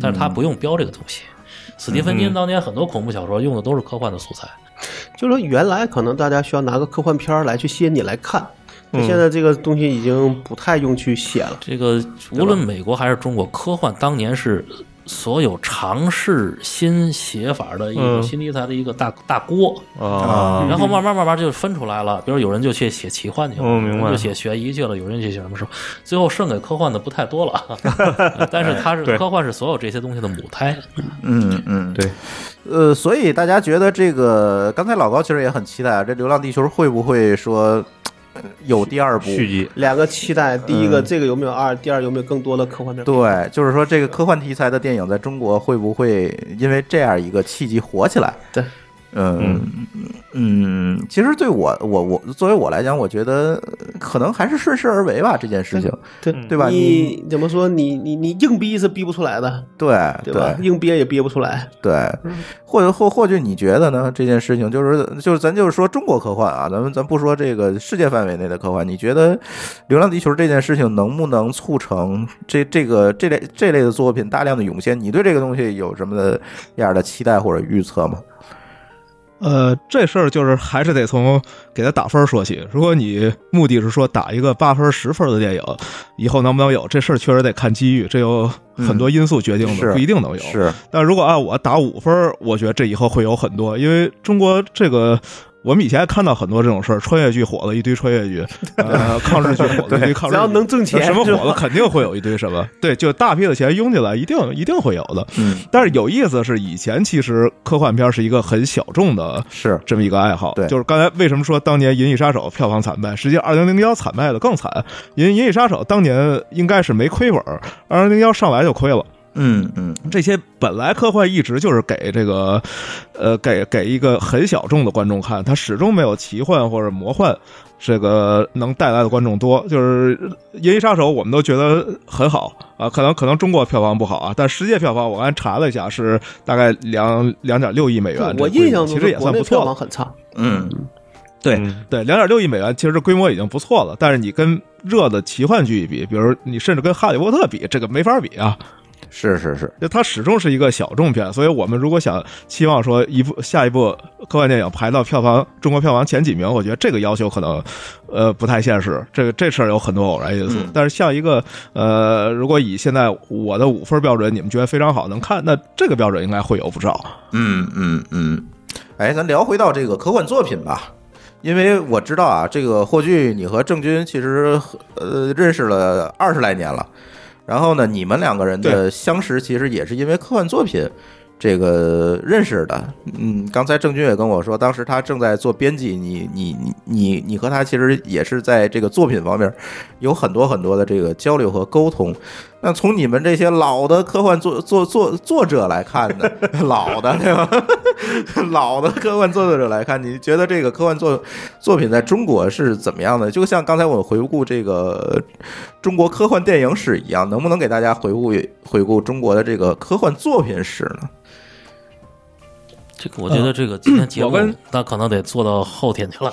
但是他不用标这个东西。斯蒂芬金当年很多恐怖小说用的都是科幻的素材，
就说原来可能大家需要拿个科幻片儿来去吸引你来看，
嗯
但现在这个东西已经不太用去写了。
这个无论美国还是中国，科幻当年是所有尝试新写法的一个、
嗯
新题材的一个大大锅，
嗯
啊，
然后慢慢慢慢就分出来了。比如有人就去写奇幻去了，
哦
嗯明白
有人就写悬疑去了，有人去写什么什么，最后剩给科幻的不太
[laughs]
多了。但是它是
对
科幻是所有这些东西的母胎，
嗯嗯，
对，
呃，所以大家觉得这个，刚才老高其实也很期待啊，这《流浪地球》会不会说呃有第二部？
续集
两个期待，第一个
嗯
这个有没有二，第二有没有更多的科幻片？，
对，就是说这个科幻题材的电影在中国会不会因为这样一个契机火起来？
对，
嗯嗯，其实对我我我作为我来讲，我觉得呃可能还是顺势而为吧，这件事情，
对
对吧？你
你怎么说？你你你硬逼是逼不出来
啊
的，
对
对吧？硬憋也憋不出来。
对，或者或或许你觉得呢？这件事情就是就是咱就是说中国科幻啊，咱们咱不说这个世界范围内的科幻，你觉得《流浪地球》这件事情能不能促成这这个这类这类的作品大量的涌现？你对这个东西有什么的样的期待或者预测吗？
呃，这事儿就是还是得从给他打分儿说起。如果你目的是说打一个八分儿、十分儿的电影，以后能不能有这事儿，确实得看机遇，这有很多因素决定的，
是
不一定能有。
是，
啊但如果按我打五分儿，我觉得这以后会有很多，因为中国这个我们以前看到很多这种事儿，穿越剧火了一堆穿越
[laughs]
剧，呃，抗日剧火了一堆抗日剧，
只要能挣钱
什么
是吧
火了肯定会有一堆什么，对，就大批的钱涌进来，一定一定会有的。
嗯，
但是有意思是，以前其实科幻片是一个很小众的
是
这么一个爱好，
对
就是刚才为什么说当年《银翼杀手》票房惨败，实际上二零零幺惨败的更惨，因为《银翼杀手》当年应该是没亏本儿，二零零幺上来就亏了。
嗯嗯，
这些本来科幻一直就是给这个，呃，给给一个很小众的观众看，它始终没有奇幻或者魔幻这个能带来的观众多。就是《银翼杀手》，我们都觉得很好啊，可能可能中国票房不好啊，但世界票房我刚才查了一下，是大概两两点六亿美元这个
我
规模，
印象中
其实也
国
算
内
不
票
错
房
了。
很差，
嗯，
对对，两点六亿美元其实规模已经不错了，但是你跟热的奇幻剧一比，比如你甚至跟《哈利波特》比，这个没法比啊。
是是是，
就它始终是一个小众片，所以我们如果想期望说一部下一部科幻电影排到票房中国票房前几名，我觉得这个要求可能呃不太现实。这个这事儿有很多偶然因素，
嗯
但是像一个呃，如果以现在我的五分标准，你们觉得非常好能看，那这个标准应该会有不少。
嗯嗯嗯，哎，咱聊回到这个科幻作品吧，因为我知道啊，这个霍炬你和郑钧其实呃认识了二十来年了，然后呢，你们两个人的相识其实也是因为科幻作品。这个认识的，嗯，刚才郑钧也跟我说，当时他正在做编辑，你你你你你和他其实也是在这个作品方面有很多很多的这个交流和沟通。那从你们这些老的科幻作作作作者来看
[laughs]
呢，老的对吧？ [laughs] 老的科幻作者来看，你觉得这个科幻作作品在中国是怎么样的？就像刚才我们回顾这个呃中国科幻电影史一样，能不能给大家回顾回顾中国的这个科幻作品史呢？
这个我觉得这个今天节目
我跟
那可能得做到后天
[laughs]
去了。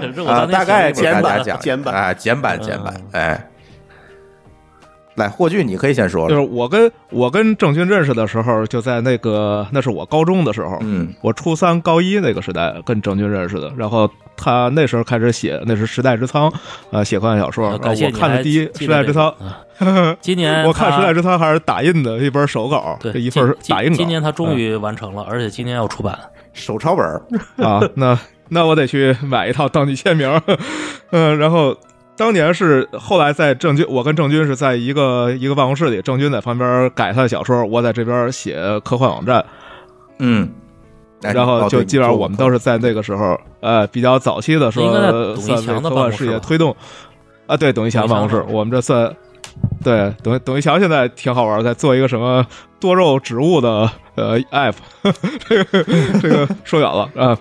嗯
这我
啊，
当天
大概
想了一会儿
简版讲
简版
啊，简版
嗯
简版，哎，来霍炬，你可以先说
就是
了，
我跟我跟郑钧认识的时候，就在那个那是我高中的时候，
嗯
我初三高一那个时代跟郑钧认识的，然后他那时候开始写，那是《时代之仓》呃，写科幻小说。
啊
然后
感谢
我
你
看的
还
第一《时
记得
代之
这个
仓》
啊今年
[laughs] 我看《
他
时代之仓》还是打印的一本手稿，
对
这一份儿
今
打印稿。
今年他终于
嗯
完成了，而且今年要出版。
手抄本儿，
啊，那那我得去买一套当地签名儿。嗯，然后当年是后来在郑钧，我跟郑钧是在一个一个办公室里，郑钧在旁边改他的小说，我在这边写科幻网站。
嗯。哎
然
哦
后就
对
基本上我们都
你
是在那个时候，呃，比较早期的时候
应该在董，一
算
强
为科
的办公
幻
室
事业
吧
推动啊，对，董一强
董一
办公
强
室
办，公室
我们这算对董董一强现在挺好玩，在做一个什么多肉植物的呃 app，这 [laughs] 个这个说远了啊。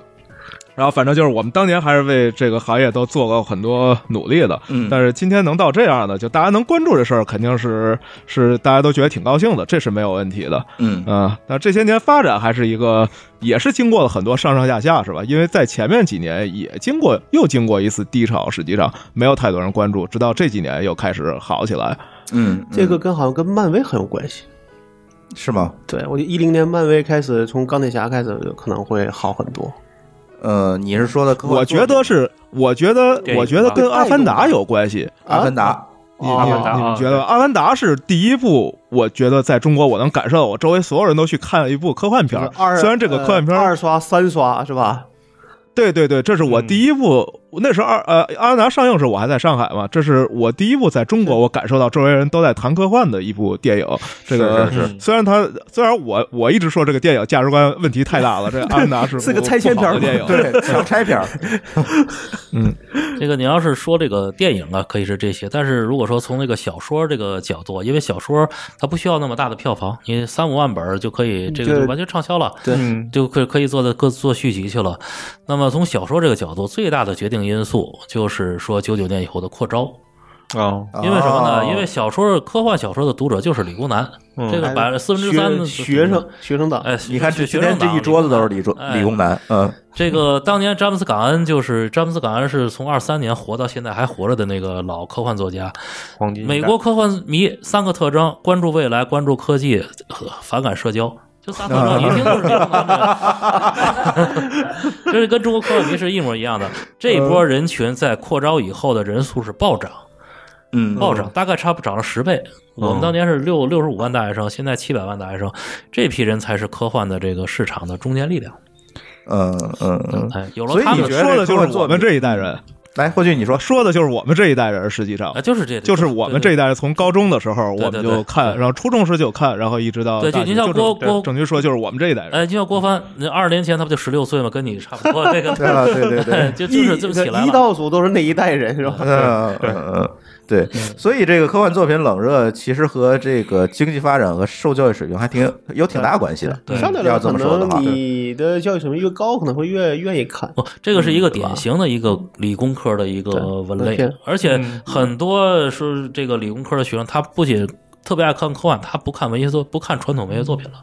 然后反正就是我们当年还是为这个行业都做过很多努力的，
嗯
但是今天能到这样的，就大家能关注这事儿，肯定是是大家都觉得挺高兴的，这是没有问题的。
嗯
啊，那这些年发展还是一个，也是经过了很多上上下下，是吧？因为在前面几年也经过，又经过一次低潮，实际上没有太多人关注，直到这几年又开始好起来。
嗯，
这个跟好像跟漫威很有关系。
嗯是吗？
对，我觉得一零年漫威开始，从钢铁侠开始可能会好很多。
呃，你是说的科幻
我
作品？
觉得是，我觉得
这，个
我觉得跟《
吧
阿凡达》有关系。
阿凡达，
你
啊
你
阿凡达
你
啊
们觉得《阿凡达》是第一部？我觉得在中国，我能感受到我周围所有人都去看了一部科幻片儿
就是。二
虽然这个科幻片
呃
儿
二刷三刷是吧？
对对对，这是我
嗯
第一部，那时候二呃《阿凡达》上映时我还在上海嘛，这是我第一部在中国我感受到周围人都在谈科幻的一部电影。这个
是是
是
虽然它虽然我我一直说这个电影价值观问题太大了，这《阿凡达》是
是个
不
拆迁片
不好
儿
的
嘛
电影，
对，强拆片儿，
这个你要是说这个电影啊，可以是这些，但是如果说从那个小说这个角度，啊因为小说它不需要那么大的票房，你三五万本儿就可
嗯
以，这个
对
就完全畅销了。
对
嗯
就可可以做的各做续集去了。那么从小说这个角度，最大的决定因素就是说九九年以后的扩招，
啊，
因为什么呢？
哦
因为小说科幻小说的读者就是理工男，
嗯
这个百分之四分之三的
学学
嗯
生学生党，
哎，
你看这今
学学
天
生
这
党
一桌子都是理工
哎
理工男，嗯
这个当年詹姆斯·港恩就是詹姆斯·港恩是从二三年活到现在还活着的那个老科幻作家。
黄金
美国科幻迷三个特征：关注未来、关注科技、呃反感社交。就仨特征，一听就是这种感觉，这是 [laughs] 跟中国科幻迷是一模一样的。这一波人群在扩招以后的人数是暴涨，
嗯
暴涨，大概差不涨了十倍。我们当年是六六十五万大学生，现在七百万大学生，这批人才是科幻的这个市场的中坚力量。
嗯嗯嗯，
哎，有
所
了
以
他
你
们
觉得说的就是我们这一代人。
来，霍俊，你说
说的就是我们这一代人，实际上
啊，就是这，
就是我们这一代人，从高中的时候
对
我们
对对
就看，
对
然后初中时就看，然后一直到
对就
大学
你像
就
郭
整
郭
整句说就是我们这一代人，
哎，就像郭帆，那二十年前他不就十六岁吗？跟你差不多，那个
对
[laughs]
了对对对
就就是这么起来
一
了。
道组都是那一代人是吧？
[laughs] 嗯嗯嗯，对，所以这个科幻作品冷热其实和这个经济发展和受教育水平还挺有挺大关系的。嗯
对
相对来
要
说，
这
可
么说的话
能，你的教育水平越高，可能会越愿意看。
不，哦这个是一个典
吧
型的一个理工科的一
对
个文
文
类
片，
而且很多是这个理工科的学生，他不仅特别爱看科幻，他不看文学作，不看传统文学作品了。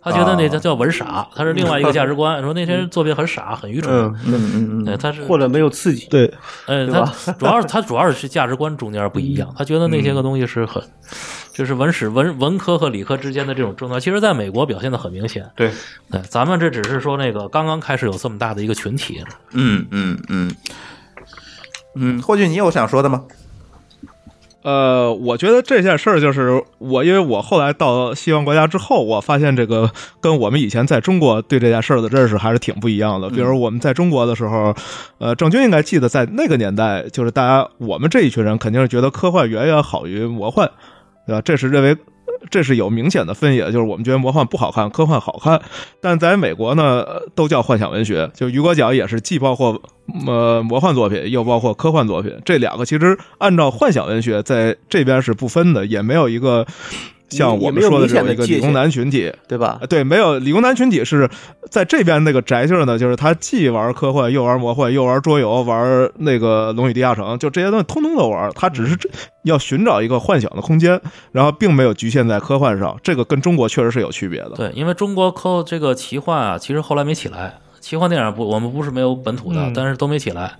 他觉得那叫叫文傻，他是另外一个价值观，说那些作品很傻，很愚蠢。
嗯嗯
对，他是
或者没有刺激，
对，
呃，
对
他主要是他主要是价值观中间不一样，他觉得那些个东西是很，就是文史文文科和理科之间的这种争端，其实在美国表现的很明显。
对
对，咱们这只是说那个刚刚开始有这么大的一个群体，
嗯嗯嗯嗯，霍俊，你有想说的吗？
呃，我觉得这件事儿就是我，因为我后来到西方国家之后，我发现这个跟我们以前在中国对这件事儿的认识还是挺不一样的。比如我们在中国的时候，呃，郑钧应该记得，在那个年代，就是大家我们这一群人肯定是觉得科幻远远好于魔幻，对吧？这是认为。这是有明显的分野，就是我们觉得魔幻不好看，科幻好看。但在美国呢，呃都叫幻想文学。就雨果奖也是既包括呃魔幻作品，又包括科幻作品，这两个其实按照幻想文学在这边是不分的，也没有一个像我们说的这种一个理工男群体。
对吧
[laughs] 呃？对，没有理工男群体是在这边那个宅劲儿呢，就是他既玩科幻，又玩魔幻，又玩桌游，玩那个《龙与地下城》，就这些东西通通都玩。他只是这要寻找一个幻想的空间，然后并没有局限在科幻上。这个跟中国确实是有区别的。
对，因为中国科这个奇幻啊，其实后来没起来。奇幻电影不，我们不是没有本土的，
嗯
但是都没起来。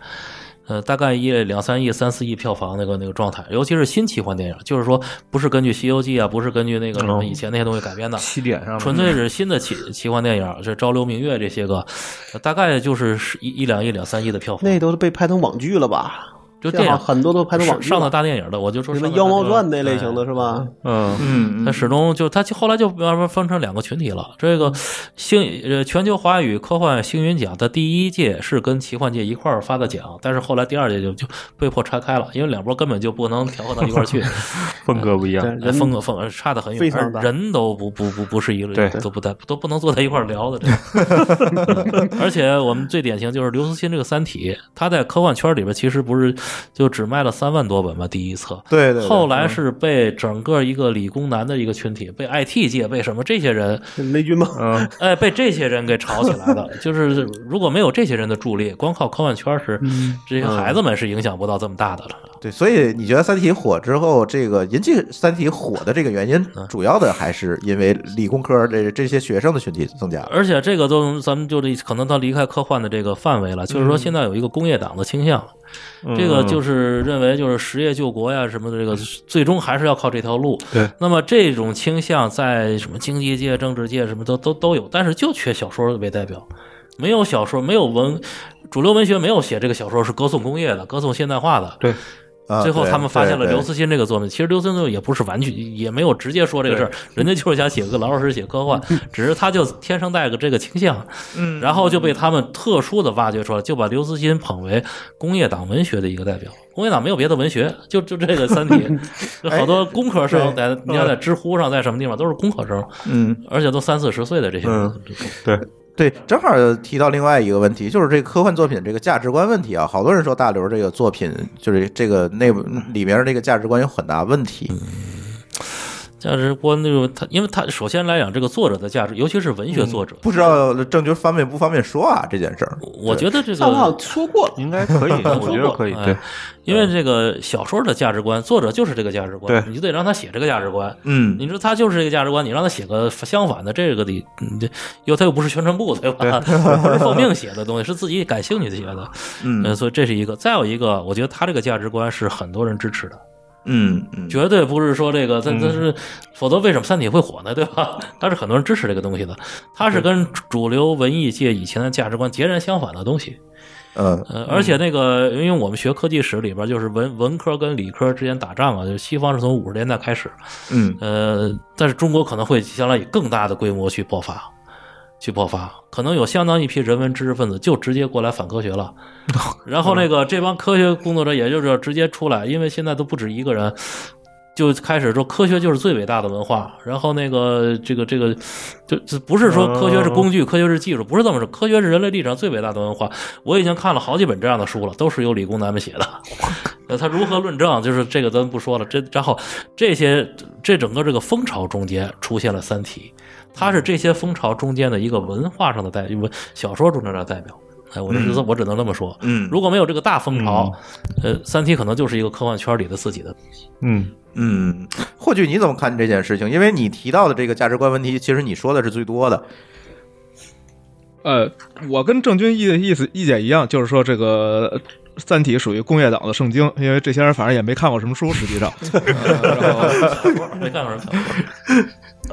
呃，大概一两三亿、三四亿票房那个那个状态，尤其是新奇幻电影，就是说不是根据《西游记》啊，不是根据那个什么以前那些东西改
[laughs]
编的，
起点上
纯粹是新的奇奇幻电影，这《朝流明月》这些个，呃大概就是十一一两亿、两三亿的票房，
那都是被拍成网剧了吧？
就
这
电
样
影
很多都拍成网
上
剧
上到
了，
大电影的，我就说
什
上
么《
到大
妖
电
猫
影
传》那类型的
哎
是吧？
嗯，
嗯
它始终就它后来就慢慢分成两个群体了。这个星呃全球华语科幻星云奖的第一届是跟奇幻界一块儿发的奖，但是后来第二届就就被迫拆开了，因为两波根本就不能调和到一块儿去，
风格不一样，
呃风格风格差得很
非
远，
常
而
大
人都不不不不是一类
对，
都不在都不能坐在一块儿聊的这个。嗯而且我们最典型就是刘慈欣这个《三体》，他在科幻圈里边其实不是就只卖了三万多本嘛，第一册，
对对对
后来是被整个一个理工男的一个群体，被 IT 界，被什么这些人，
雷军吗？
嗯，
哎，被这些人给炒起来的。就是如果没有这些人的助力，光靠科幻圈是这些孩子们是影响不到这么大的了。
对，所以你觉得《三体》火之后，这个引起《三体》火的这个原因，
嗯
主要的还是因为理工科这这些学生的群体增加了。
而且这个都咱们就得可能到离开科幻的这个范围了，就是说现在有一个工业党的倾向，
嗯
这个就是认为就是实业救国呀什么的，这个最终还是要靠这条路。
对，
那么这种倾向在什么经济界、政治界什么都都都有，但是就缺小说为代表，没有小说，没有文主流文学没有写这个小说是歌颂工业的，歌颂现代化的。
对
啊
最后
对
他们发现了
对
刘
对
慈欣这个作品，其实刘慈欣也不是完全，也没有直接说这个事儿， [laughs] 人家就是想写个老老实实写科幻，
嗯
只是他就天生带个这个倾向，嗯，然后就被他们特殊的挖掘出来，就把刘慈欣捧为工业党文学的一个代表。工业党没有别的文学，就就这个《三体》，
[laughs]
就好
哎
多工科生在你要在知乎上，在什么地方都是工科生，
嗯，
而且都三四十岁的这些人，
对，
对，正好提到另外一个问题，就是这个科幻作品这个价值观问题啊，好多人说大刘这个作品就是这个内部里面这个价值观有很大问题。
嗯价值观那种他，因为他首先来讲这个作者的价值，尤其是文学作者，
不知道郑钧方便不方便说啊这件事儿？
我觉得这个
上次好像说过了，
应该 [laughs] 可以，我觉得可以，
哎
对，嗯
因为这个小说的价值观，作者就是这个价值观，
对
你就得让他写这个价值观。
嗯
你说他就是这个价值观，你让他写个相反的，这个得，你这又他又不是宣传部对吧？ [laughs] 不是奉命写的东西，是自己感兴趣的写的。呃，
嗯
所以这是一个。再有一个，我觉得他这个价值观是很多人支持的，
嗯嗯，
绝对不是说这个，他
嗯
他是，否则为什么《三体》会火呢？对吧？ [laughs] 他是很多人支持这个东西的，他是跟主流文艺界以前的价值观截然相反的东西。
嗯
呃，而且那个，因为我们学科技史里边，就是文文科跟理科之间打仗啊，就是西方是从五十年代开始，
嗯
呃，但是中国可能会将来以更大的规模去爆发。去爆发，可能有相当一批人文知识分子就直接过来反科学了，然后那个这帮科学工作者也就是直接出来，因为现在都不止一个人，就开始说科学就是最伟大的文化，然后那个这个这个就就不是说科学是工具，科学是技术，不是这么说，科学是人类历史上最伟大的文化。我已经看了好几本这样的书了，都是由理工男们写的。那他如何论证？就是这个咱不说了。这然后这些这整个这个风潮中间出现了《三体》，它是这些风潮中间的一个文化上的代，文小说中间的代表。哎，我这是我只能这么说。
嗯
如果没有这个大风潮，呃，《三体》可能就是一个科幻圈里的自己的。
嗯，
嗯，霍炬，你怎么看这件事情？因为你提到的这个价值观问题，其实你说的是最多的。
呃，我跟郑钧意意思意见一样，就是说这个呃《三体》属于工业党的圣经，因为这些人反正也没看过什么书，实际上，
没干过什么。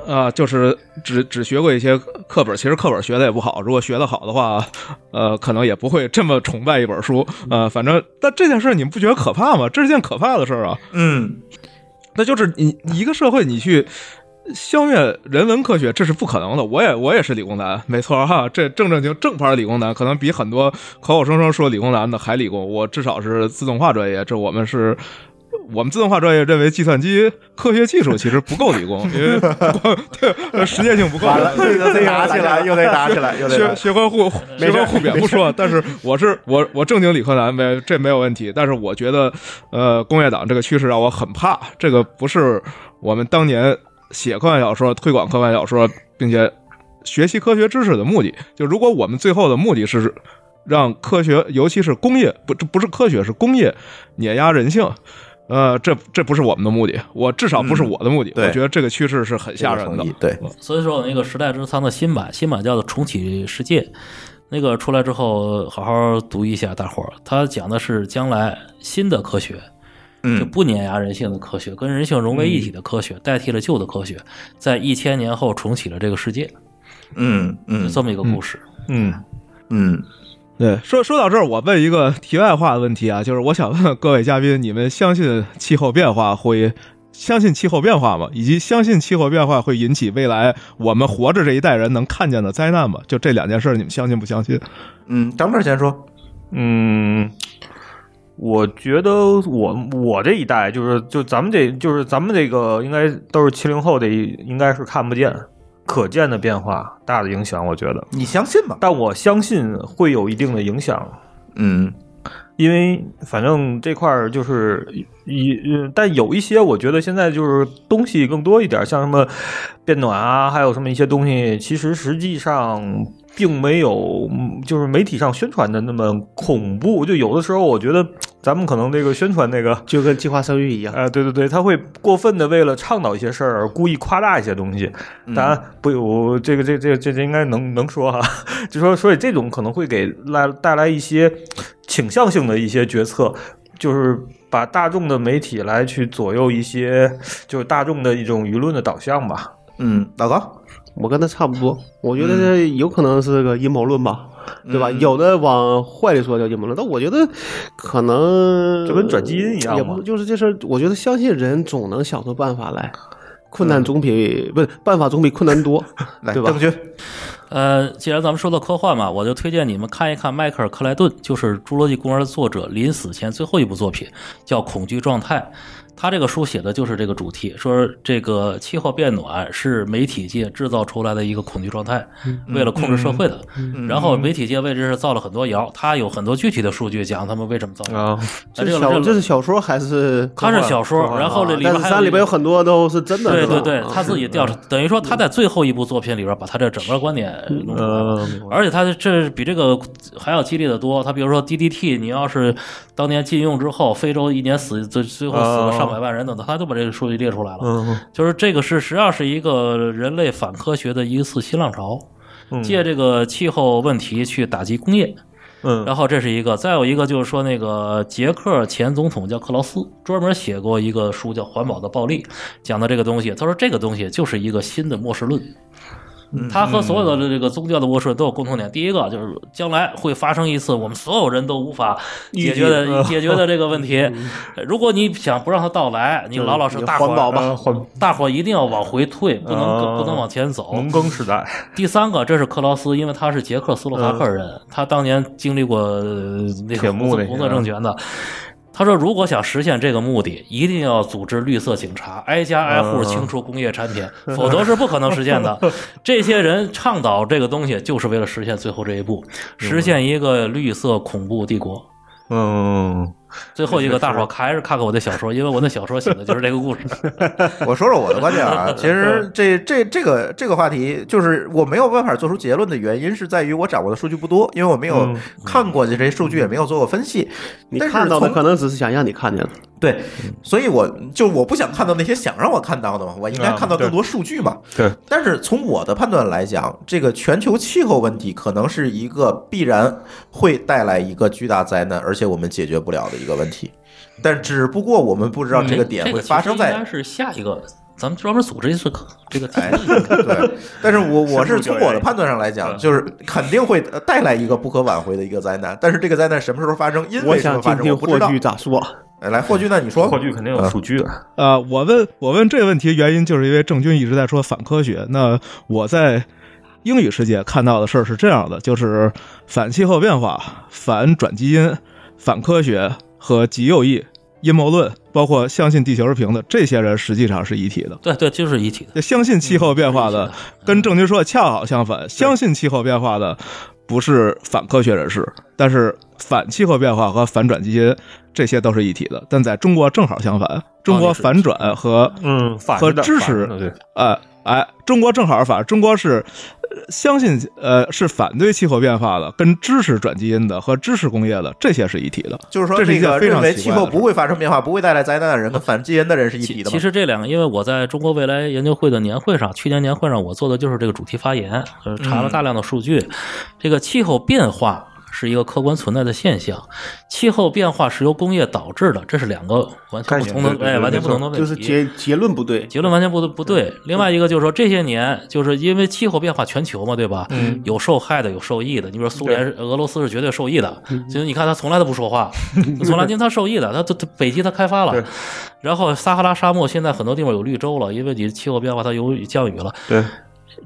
啊、就是只只学过一些课本，其实课本学的也不好。如果学的好的话，呃，可能也不会这么崇拜一本书。呃，反正但这件事儿你们不觉得可怕吗？这是件可怕的事儿啊。
嗯，
那就是你你一个社会你去。消灭人文科学，这是不可能的。我也我也是理工男，没错哈、这正正经正牌理工男，可能比很多口口声声说理工男的还理工。我至少是自动化专业，这我们是。我们自动化专业认为计算机科学技术其实不够理工，因为光 [laughs] 对实践性不够。
完 [laughs] 了，又得打起来，又得打起来，又得
学
打。
学科互学科互贬不说，但是我是我我正经理科男呗，这没有问题。但是我觉得，呃，工业党这个趋势让我很怕，这个不是我们当年写科幻小说、推广科幻小说，并且学习科学知识的目的。就如果我们最后的目的是让科学，尤其是工业，不这不是科学，是工业碾压人性。呃，这这不是我们的目的，我至少不是我的目的。
嗯对
我觉得这个趋势是很吓人
这个
的
同意。对，
所以说有那个《时代之仓》的新版，新版叫做《重启世界》，那个出来之后好好读一下，大伙儿。它讲的是将来新的科学，就
嗯
不碾压人性的科学，跟人性融为一体的科学，代替了旧的科学，在一千年后重启了这个世界，
嗯
就
嗯
这么一个故事。
嗯，
嗯，
对，说说到这儿，我问一个题外话的问题啊，就是我想问各位嘉宾，你们相信气候变化会相信气候变化吗？以及相信气候变化会引起未来我们活着这一代人能看见的灾难吗？就这两件事儿，你们相信不相信？
嗯，张乐先说，
嗯，我觉得我我这一代就是就咱们这就是咱们这个应该都是七零后的一，应该是看不见可见的变化大的影响，我觉得。
你相信吗？
但我相信会有一定的影响，
嗯
因为反正这块儿就是一，呃但有一些我觉得现在就是东西更多一点，像什么变暖啊，还有什么一些东西，其实实际上并没有，嗯就是媒体上宣传的那么恐怖。就有的时候，我觉得咱们可能这个宣传那个，
就跟计划生育一样。
呃，对对对，他会过分的为了倡导一些事儿而故意夸大一些东西。当然不，我这个这这这这应该能能说哈、 [laughs] 就说所以这种可能会给来带来一些倾向性的一些决策，就是把大众的媒体来去左右一些，就是大众的一种舆论的导向吧。
嗯，老高，
我跟他差不多，我觉得这有可能是个阴谋论吧，对吧？
嗯嗯
有的往坏里说叫阴谋论，但我觉得可能
就跟转基因一样
也
嘛
不就是这事儿。我觉得相信人总能想出办法来，困难总比、
嗯
不是办法总比困
[laughs]
难多，
来，
对吧
邓？军，
呃，既然咱们说到科幻嘛，我就推荐你们看一看迈克尔·克莱顿，就是《侏罗纪公园》的作者临死前最后一部作品，叫《恐惧状态》。他这个书写的就是这个主题，说这个气候变暖是媒体界制造出来的一个恐惧状态，
嗯
为了控制社会的。然后媒体界为这事造了很多谣，他有很多具体的数据讲他们为什么造谣。
啊，
这
那这
是
个
小
个
这是小说还是科
它
幻？啊
是小说，然后这里
但
边
是
还
它里边
一
有很多都是真的，嗯
对
是吧
对对，他自己调查，等于说他在最后一部作品里边把他这整个观点
嗯
弄出来了。
呃，
而且它这比这个还要激烈的多。它比如说 DDT，你要是当年禁用之后，非洲一年死最最后死了上百万人等等，他就把这个数据列出来了。
嗯
就是这个是实际上是一个人类反科学的一次新浪潮，借这个气候问题去打击工业。
嗯，
然后这是一个，再有一个就是说，那个捷克前总统叫克劳斯，专门写过一个书叫《环保的暴力》，讲的这个东西。他说这个东西就是一个新的末世论，
嗯
他和所有的这个宗教的巫师都有共同点，第一个就是将来会发生一次我们所有人都无法解决
[laughs]
的解决的这个问题。如果你想不让它到来，你老老实实大伙
环保
儿啊
吧啊
呃环
大伙儿一定要往回退，不能不能往前走。
农耕时代，
第三个，这是克劳斯，因为他是捷克斯洛伐克人，他当年经历过呃那
嗯铁
个
幕
红色
那些嗯
红色政权的。他说，如果想实现这个目的，一定要组织绿色警察，挨家挨户
嗯
清除工业产品，否则是不可能实现
[laughs]
的。这些人倡导这个东西，就是为了实现最后这一步，实现一个绿色恐怖帝国。
嗯，
最后一个，大伙儿还是看看我的小说，因为我那小说写的就是这个故事。
我说说我的观点 [laughs] 啊，其实这这这个这个话题，就是我没有办法做出结论的原因，是在于我掌握的数据不多，因为我没有
嗯
看过这些数据，也没有做过分析。
你
但是
看到的
从
可能只是想让你看见的，
对，所以我就我不想看到那些想让我看到的嘛，我应该看到更多数据嘛。
对，
但是从我的判断来讲，这个全球气候问题可能是一个必然会带来一个巨大灾难，而且我们解决不了的一个问题。但只不过我们不知道这个点
[laughs] 嗯这
会
其实
发生在
应该是下一个，咱们专门组织一次课 [laughs] 这个题
哎
目。，
对，但是我我是从我的判断上来讲，就是肯定会呃带来一个不可挽回的一个灾难，但是这个灾难什么时候发生，因
我
为什
想
么发
听
生，
听
我不知
霍
道
炬。咋说。
哎来，霍炬，那你说，
数据肯定有数据啊，
啊、我问我问这个问题原因，就是因为郑钧一直在说反科学。那我在英语世界看到的事儿是这样的，就是反气候变化、反转基因、反科学和极右翼、阴谋论，包括相信地球是平的，这些人实际上是一体的。
对对，就是一体的。嗯
就相信 [laughs] 气候变化的，跟郑钧说的恰好相反，相信气候变化的不是反科学人士，但是反气候变化和反转基因这些都是一体的，但在中国正好相反，中国反转和
嗯，反
和
着的
支
反着
持
的对，
呃哎，中国正好反，中国是。呃相信呃是反对气候变化的，跟支持转基因的和支持工业的这些是一体的，
就是说
这是
那
一件
个
非
认
常
为
奇
气
怪的
候
事
不会发生变化、不会带来灾难的人和反基因的人是一体
其
的吗
其？实这两个，因为我在中国未来研究会的年会上，去年年会上我做的就是这个主题发言，
嗯
呃查了大量的数据。这个气候变化是一个客观存在的现象，气候变化是由工业导致的，这是两个完全不同
概念对
的，
对
哎，
对
完全不同的问题。
就是结结论不对，
结论完全不不对。另外一个就是说，这些年就是因为气候变化全球嘛，对吧？嗯，有受害的，有受益的。你比如说苏联、俄罗斯是绝对嗯受益的，所以你看他从来都不说 [laughs] 话，从来因为他受益的，他他他北极他开发了，然后撒哈拉沙漠现在很多地方有绿洲了，因为你气候变化它有雨降雨了。
对，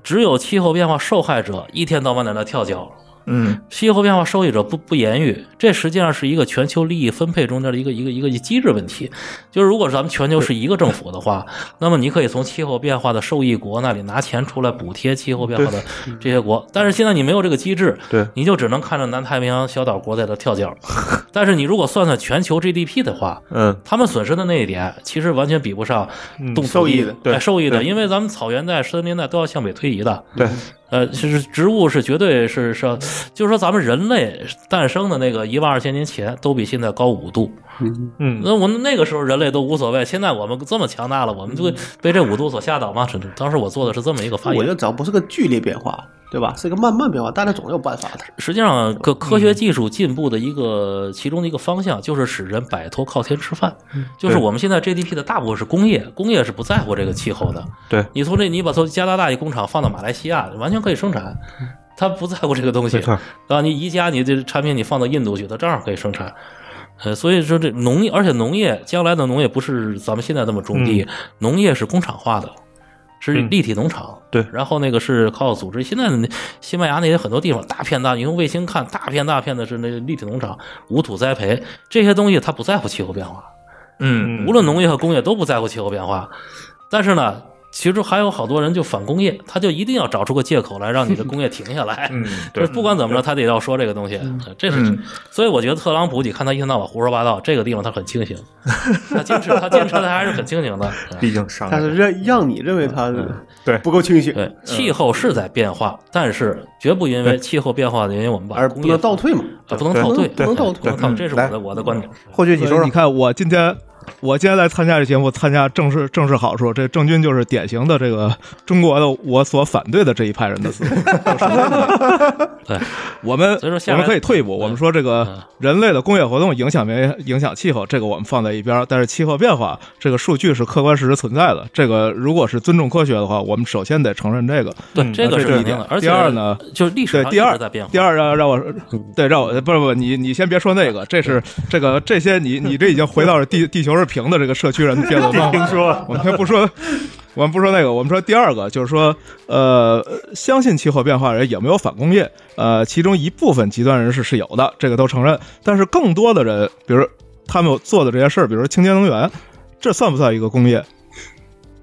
只有气候变化受害者一天到晚在那跳脚，
嗯，
气候变化受益者不不言语，这实际上是一个全球利益分配中间的一个一个一个机制问题。就是如果咱们全球是一个政府的话，那么你可以从气候变化的受益国那里拿钱出来补贴气候变化的这些国，但是现在你没有这个机制，
对
你就只能看着南太平洋小岛国在这跳脚。 [laughs] 但是你如果算算全球 GDP 的话，
嗯，
他们损失的那一点，其实完全比不上动土
受益
地
的
对
哎受益的，
对
因为咱们草原带、森林带都要向北推移的。
对，
呃，就是植物是绝对是是，啊就是说咱们人类诞生的那个一万二千年前，都比现在高五度。
嗯，
那我们那个时候人类都无所谓，现在我们这么强大了，我们就会被这五度所吓倒吗？这当时我做的是这么一个发
嗯我觉
言。
得只要不是个剧烈变化，对吧？是个慢慢变化，大家总有办法的。
实际上，科
嗯
科学技术进步的一个其中的一个方向，就是使人摆脱靠天吃饭。
嗯
就是我们现在 GDP 的大部分是工业，工业是不在乎这个气候
嗯
的。
对，
你从这，你把从加拿大一工厂放到马来西亚，完全可以生产，
嗯
他不在乎这个东西。
没错，
啊，你宜家你这产品你放到印度去，它照样可以生产。呃，所以说这农业，而且农业将来的农业不是咱们现在那么种地，农业是工厂化的，是
嗯
立体农场。
对
然后那个是靠组织。现在的那西班牙那些很多地方大片大，你用卫星看大片大片的是那立体农场、无土栽培这些东西，它不在乎气候变化。
嗯，
无论农业和工业都不在乎气候变化，但是呢，其实还有好多人就反工业，他就一定要找出个借口来让你的工业停下来。嗯，对，不管怎么着，他得要说这个东西，
嗯
呃这是。
嗯
所以我觉得特朗普，你看他一天到晚胡说八道，这个地方他很清醒，他坚持，他坚持，他还是很清醒
[laughs]
的。
毕竟上
但是让让你认为他
对
不够清醒，
嗯对，气候是在变化，但是绝不因为气候变化的原因，我们把
而
工
不
业
能倒退嘛。
啊不能倒退，
不能倒退
嗯
不能倒退，这是我的我的观点。
霍炬，你
所以
说说
你，看我今天我今天来参加这节目，参加正是正是好处。这郑钧就是典型的这个中国的我所反对的这一派人
[laughs]
的思路。
对，
我们
所以说下嗯
我
来
们可以退一步，我们说这个人类的工业活动影响没影响气候，这个我们放在一边儿。但是气候变化这个数据是客观事实存在的，这个如果是尊重科学的话，我们首先得承认这个。
对
嗯，
这个
这是
是
一
肯
点
定的。而且
第二呢，
就是历史
对，
上
第
一直
二
在变化。
第二让让我
嗯
对让我呃不是不是你你先别说那个，这是这个这些你你这已经回到了地地球是平的这个社区人的辩论方
[laughs] 听
法。
说
我们先不说，我们不说那个，我们说第二个，就是说，呃，相信气候变化的人也没有反工业，呃，其中一部分极端人士是有的，这个都承认，但是更多的人，比如他们做的这些事儿，比如说清洁能源，这算不算一个工业？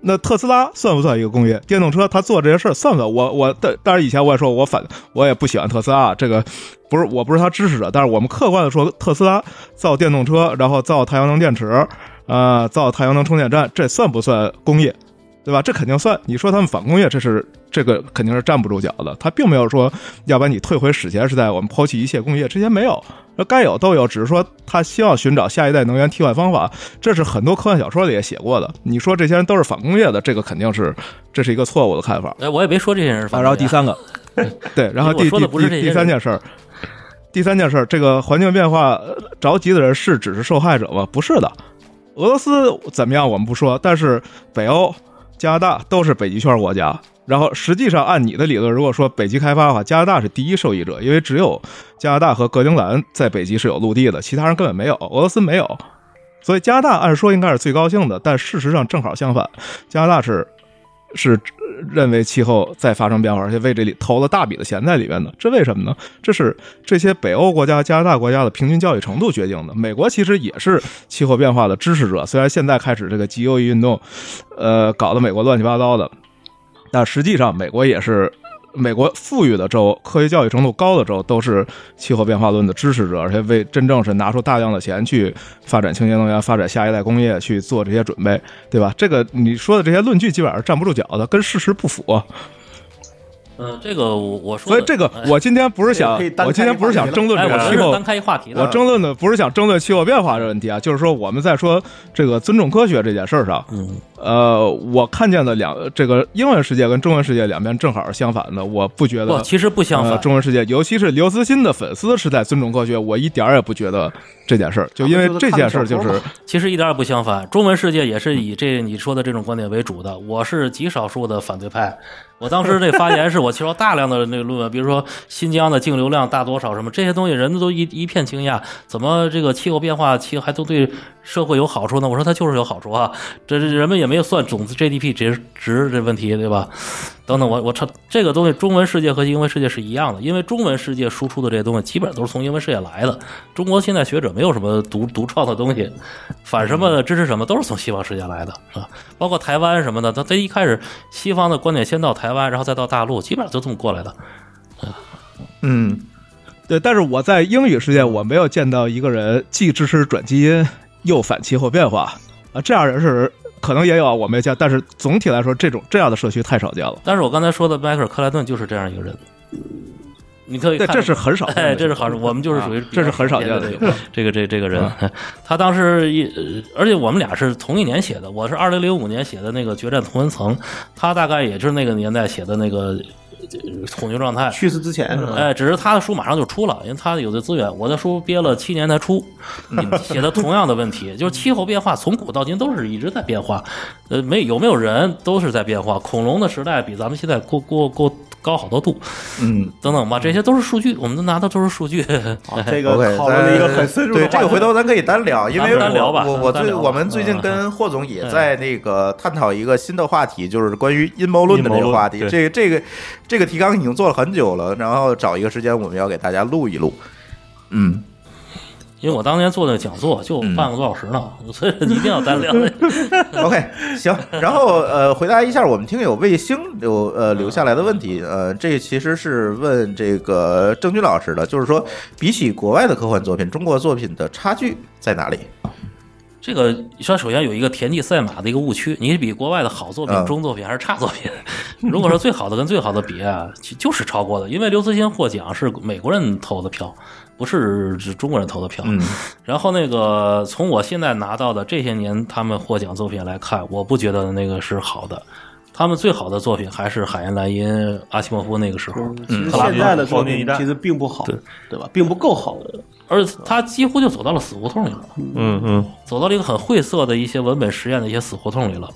那特斯拉算不算一个工业？电动车他做这些事儿算不算？我我但但是以前我也说我反我也不喜欢特斯拉啊，这个不是我不是他支持者，但是我们客观的说，特斯拉造电动车，然后造太阳能电池，呃，造太阳能充电站，这算不算工业？对吧？这肯定算。你说他们反工业，这是这个肯定是站不住脚的。他并没有说要把你退回史前时代，我们抛弃一切工业，这些没有。那该有都有，只是说他希望寻找下一代能源替换方法，这是很多科幻小说里也写过的。你说这些人都是反工业的，这个肯定是这是一个错误的看法。
哎，我也没说这些人是反
啊，然后
对的。
第三个，
[laughs]
对，然后
我
第
说
第
的不是这
第第
些
三
人
件事儿，第三件事儿，这个环境变化呃着急的人是只是受害者吗？不是的，俄罗斯怎么样我们不说，但是北欧、加拿大都是北极圈国家。然后实际上，按你的理论，如果说北极开发的话，加拿大是第一受益者，因为只有加拿大和格陵兰在北极是有陆地的，其他人根本没有，俄罗斯没有。所以加拿大按说应该是最高兴的，但事实上正好相反，加拿大是是认为气候在发生变化，而且为这里投了大笔的钱在里面的。这为什么呢？这是这些北欧国家、加拿大国家的平均教育程度决定的。美国其实也是气候变化的支持者，虽然现在开始这个极右翼运动，呃，搞得美国乱七八糟的，但实际上美国也是。美国富裕的州、科学教育程度高的州都是气候变化论的支持者，而且为真正是拿出大量的钱去发展清洁能源、发展下一代工业去做这些准备，对吧？这个你说的这些论据基本上是站不住脚的，跟事实不符。
嗯，这个我我说
所
的，
以这个
哎
我今天不是想
可以，单开
我今天不是想争论
哎，
这
我
个
觉
气
得是
候
单开一话题的。
我争论的不是想争论气候变化这问题啊，就是说我们在说这个尊重科学这件事儿上，
嗯，
呃，我看见的两这个英文世界跟中文世界两边正好是相反的，我不觉
不，
得。
其实不相
呃，
反。
中文世界，尤其是刘慈欣的粉丝是在尊重科学，我一点儿也不觉得这件事儿，啊就因为这件事儿就是
其实一点儿也不相反，中文世界也是以这你说的这种观点为主的。我是极少数的反对派。我当时那发言是我接受大量的那个论文，比如说新疆的净流量大多少什么这些东西，人都一一片惊讶，怎么这个气候变化其实还都对社会有好处呢？我说它就是有好处啊，这这人们也没有算种子 GDP 值值这问题，对吧？等等，我我操，这个东西中文世界和英文世界是一样的，因为中文世界输出的这些东西基本上都是从英文世界来的。中国现在学者没有什么独独创的东西，反什
嗯
么支持什么都是从西方世界来的啊，包括台湾什么的，他他一开始西方的观点先到台湾，然后再到大陆，基本上就这么过来的。
嗯，对，但是我在英语世界，我没有见到一个人既支持转基因又反气候变化啊，这样人是可能也有啊，我没见，但是总体来说，这种这样的社区太少见了。
但是我刚才说的迈克尔·克莱顿就是这样一个人，你可以
对，
看
这是很少见的，
哎，这是好事，我们就是属于
啊这是很少见的嗯
这个这个这这个人， [laughs] 他当时一，呃而且我们俩是同一年写的，我是二零零五年写的那个《决战同温层》，他大概也就是那个年代写的那个呃恐惧状态，
去世之前是吧？
哎，只是他的书马上就出了，因为他有的资源，我的书憋了七年才出，写的同样的问题，就是气候变化从古到今都是一直在变化，呃，没有没有人都是在变化，恐龙的时代比咱们现在过过过高好多度，嗯，等等吧，这些都是数据，我们拿的都是数据， [laughs]
这
OK，
个讨论了一个
咱
很深
[laughs]
入
对
的
这个
话
回
题。
头咱可以单聊，因为
咱单聊吧
我我我
咱单
最
聊吧
我们最近跟霍总也在那个探讨一个新的话题，就是关于阴谋论的这个话题
阴。谋论
这个这个这个提纲已经做了很久了，然后找一个时间我们要给大家录一录。嗯，
因为我当年做那个讲座就半个多小时呢，所以一定要单聊。
OK，行，然后呃，回答一下我们听友卫星留呃留下来的问题，呃，这其实是问这个郑钧老师的，就是说，比起国外的科幻作品，中国作品的差距在哪里？
这个说首先有一个田忌赛马的一个误区，你比国外的好作品、
嗯
中作品还是差作品？如果说最好的跟最好的比啊，其就是超过的，因为刘慈欣获奖是美国人投的票，不是指中国人投的
嗯
[laughs] 票。然后那个从我现在拿到的这些年他们获奖作品来看，我不觉得那个是好的。他们最好的作品还是海因莱因、阿西莫夫那个时候，
其实
克拉
现在的作
黄金一
品
代
其实并不好，嗯对吧？并不够好。
而他几乎就走到了死胡同里了，
嗯嗯，
走到了一个很晦涩的一些文本实验的一些死胡同里了。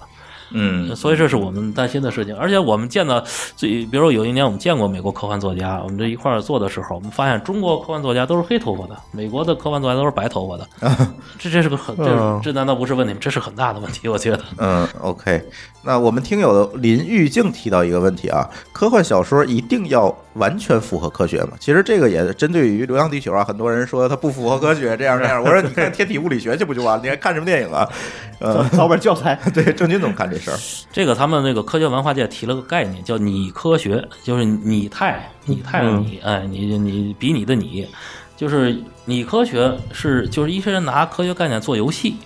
嗯
所以这是我们担心的事情。而且我们见到最，比如说有一年我们见过美国科幻作家，我们这一块儿做的时候，我们发现中国科幻作家都是黑头发的，美国的科幻作家都是白头发的。
啊
这这是个很这
嗯
这难道不是问题吗？这是很大的问题，我觉得。
嗯，OK。那我们听友的林玉静提到一个问题啊，科幻小说一定要完全符合科学吗？其实这个也针对于《流浪地球》啊，很多人说它不符合科学，这样那样。我说你看天体物理学去不就完了？你还看什么电影啊？呃，
找本教材，
[laughs] 对，郑钧怎么看这事儿？
这个他们那个科学文化界提了个概念叫“拟科学”，就是拟态，拟态的拟，
嗯
哎，你你比你的你，就是拟科学是就是一些人拿科学概念做游戏，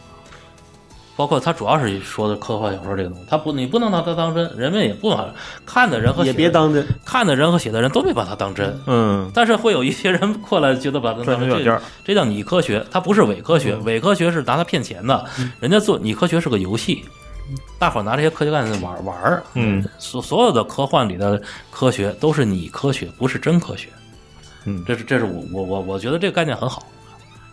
包括他主要是说的科幻小说这个东西，他不你不能拿它当真，人们也不把看的人和
也
写
别
的
当真。
看的人和写的人都没把它当真，
嗯，
但是会有一些人过来觉得把
[laughs]
它
钻
当
牛
成
角尖
这
儿，嗯
这叫拟科学，它不是伪科学，伪科学是拿它骗钱的，人家做拟科学是个游戏，大伙儿拿这些科学概念玩玩儿，
嗯，
所所有的科幻里的科学都是拟科学，不是真科学。
嗯
这是这是我我我我觉得这个概念很好。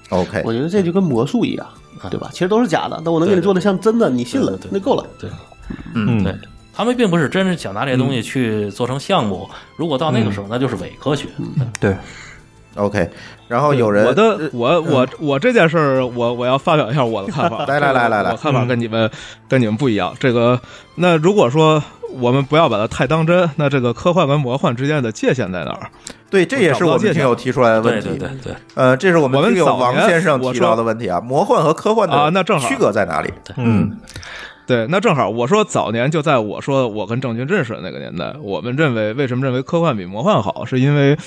OK，
我觉得这就跟魔术一样，对吧？其实都是假的，但我能给你做的像真的，你信了，那够了。
嗯对，
嗯
对，他们并不是真是想拿这些东西去做成项目，如果到
嗯
那个时候，那就是伪科学。
OK，然后 [laughs] 有人呃嗯
我的我我我这件事儿，我我要发表一下我的看
[laughs]
法。
来来来来来嗯
我看法跟你们跟你们不一样。这个，那如果说我们不要把它太当真，那这个科幻跟魔幻之间的界限在哪儿？
对，这也是我们听友提出来的问
对
题。
对对对，
呃，这是我们
我们
听友
早
王
年
先生
我
提
说
到的问题啊，魔幻和科幻的
啊那正好
区隔在哪里？
嗯
对，那正好，我说早年就在我说我跟郑钧认识的那个年代，我们认为为什么认为科幻比魔幻好，是因为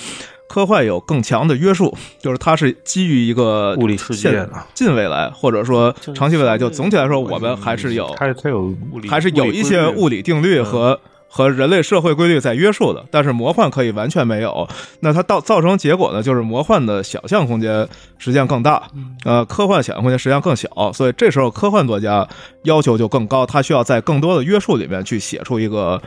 科幻有更强的约束，就是它是基于一个
物理世界的
现近未来或者说长期未来，就总体来说我们还是有
它它有物理，嗯
还是有一些物
理
理定律和、和人类社会规律在约束的，但是魔幻可以完全没有。那它到造成结果呢，就是魔幻的想象空间实际上更大，呃，科幻想象空间实际上更小。所以这时候科幻作家要求就更高，他需要在更多的约束里面去写出一个。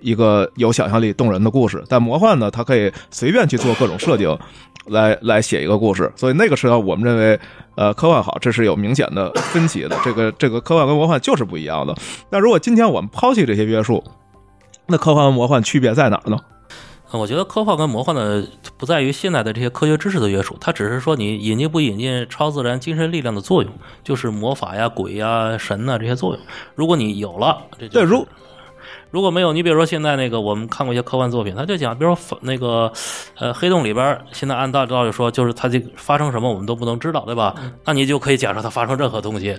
一个有想象力、动人的故事，但魔幻呢，它可以随便去做各种设定，来来写一个故事。所以那个时候，我们认为，呃，科幻好，这是有明显的分歧的。这个这个科幻跟魔幻就是不一样的。那如果今天我们抛弃这些约束，那科幻和魔幻区别在哪儿呢？
我觉得科幻跟魔幻的不在于现在的这些科学知识的约束，它只是说你引进不引进超自然精神力量的作用，就是魔法呀、鬼呀、神呐、这些作用。如果你有了，这就是
对如
如果没有，你比如说现在那个我们看过一些科幻作品，他就讲，比如说反那个呃黑洞里边儿，现在按道道理说就是它这个发生什么我们都不能知道，对吧？
嗯
那你就可以假设它发生任何东西。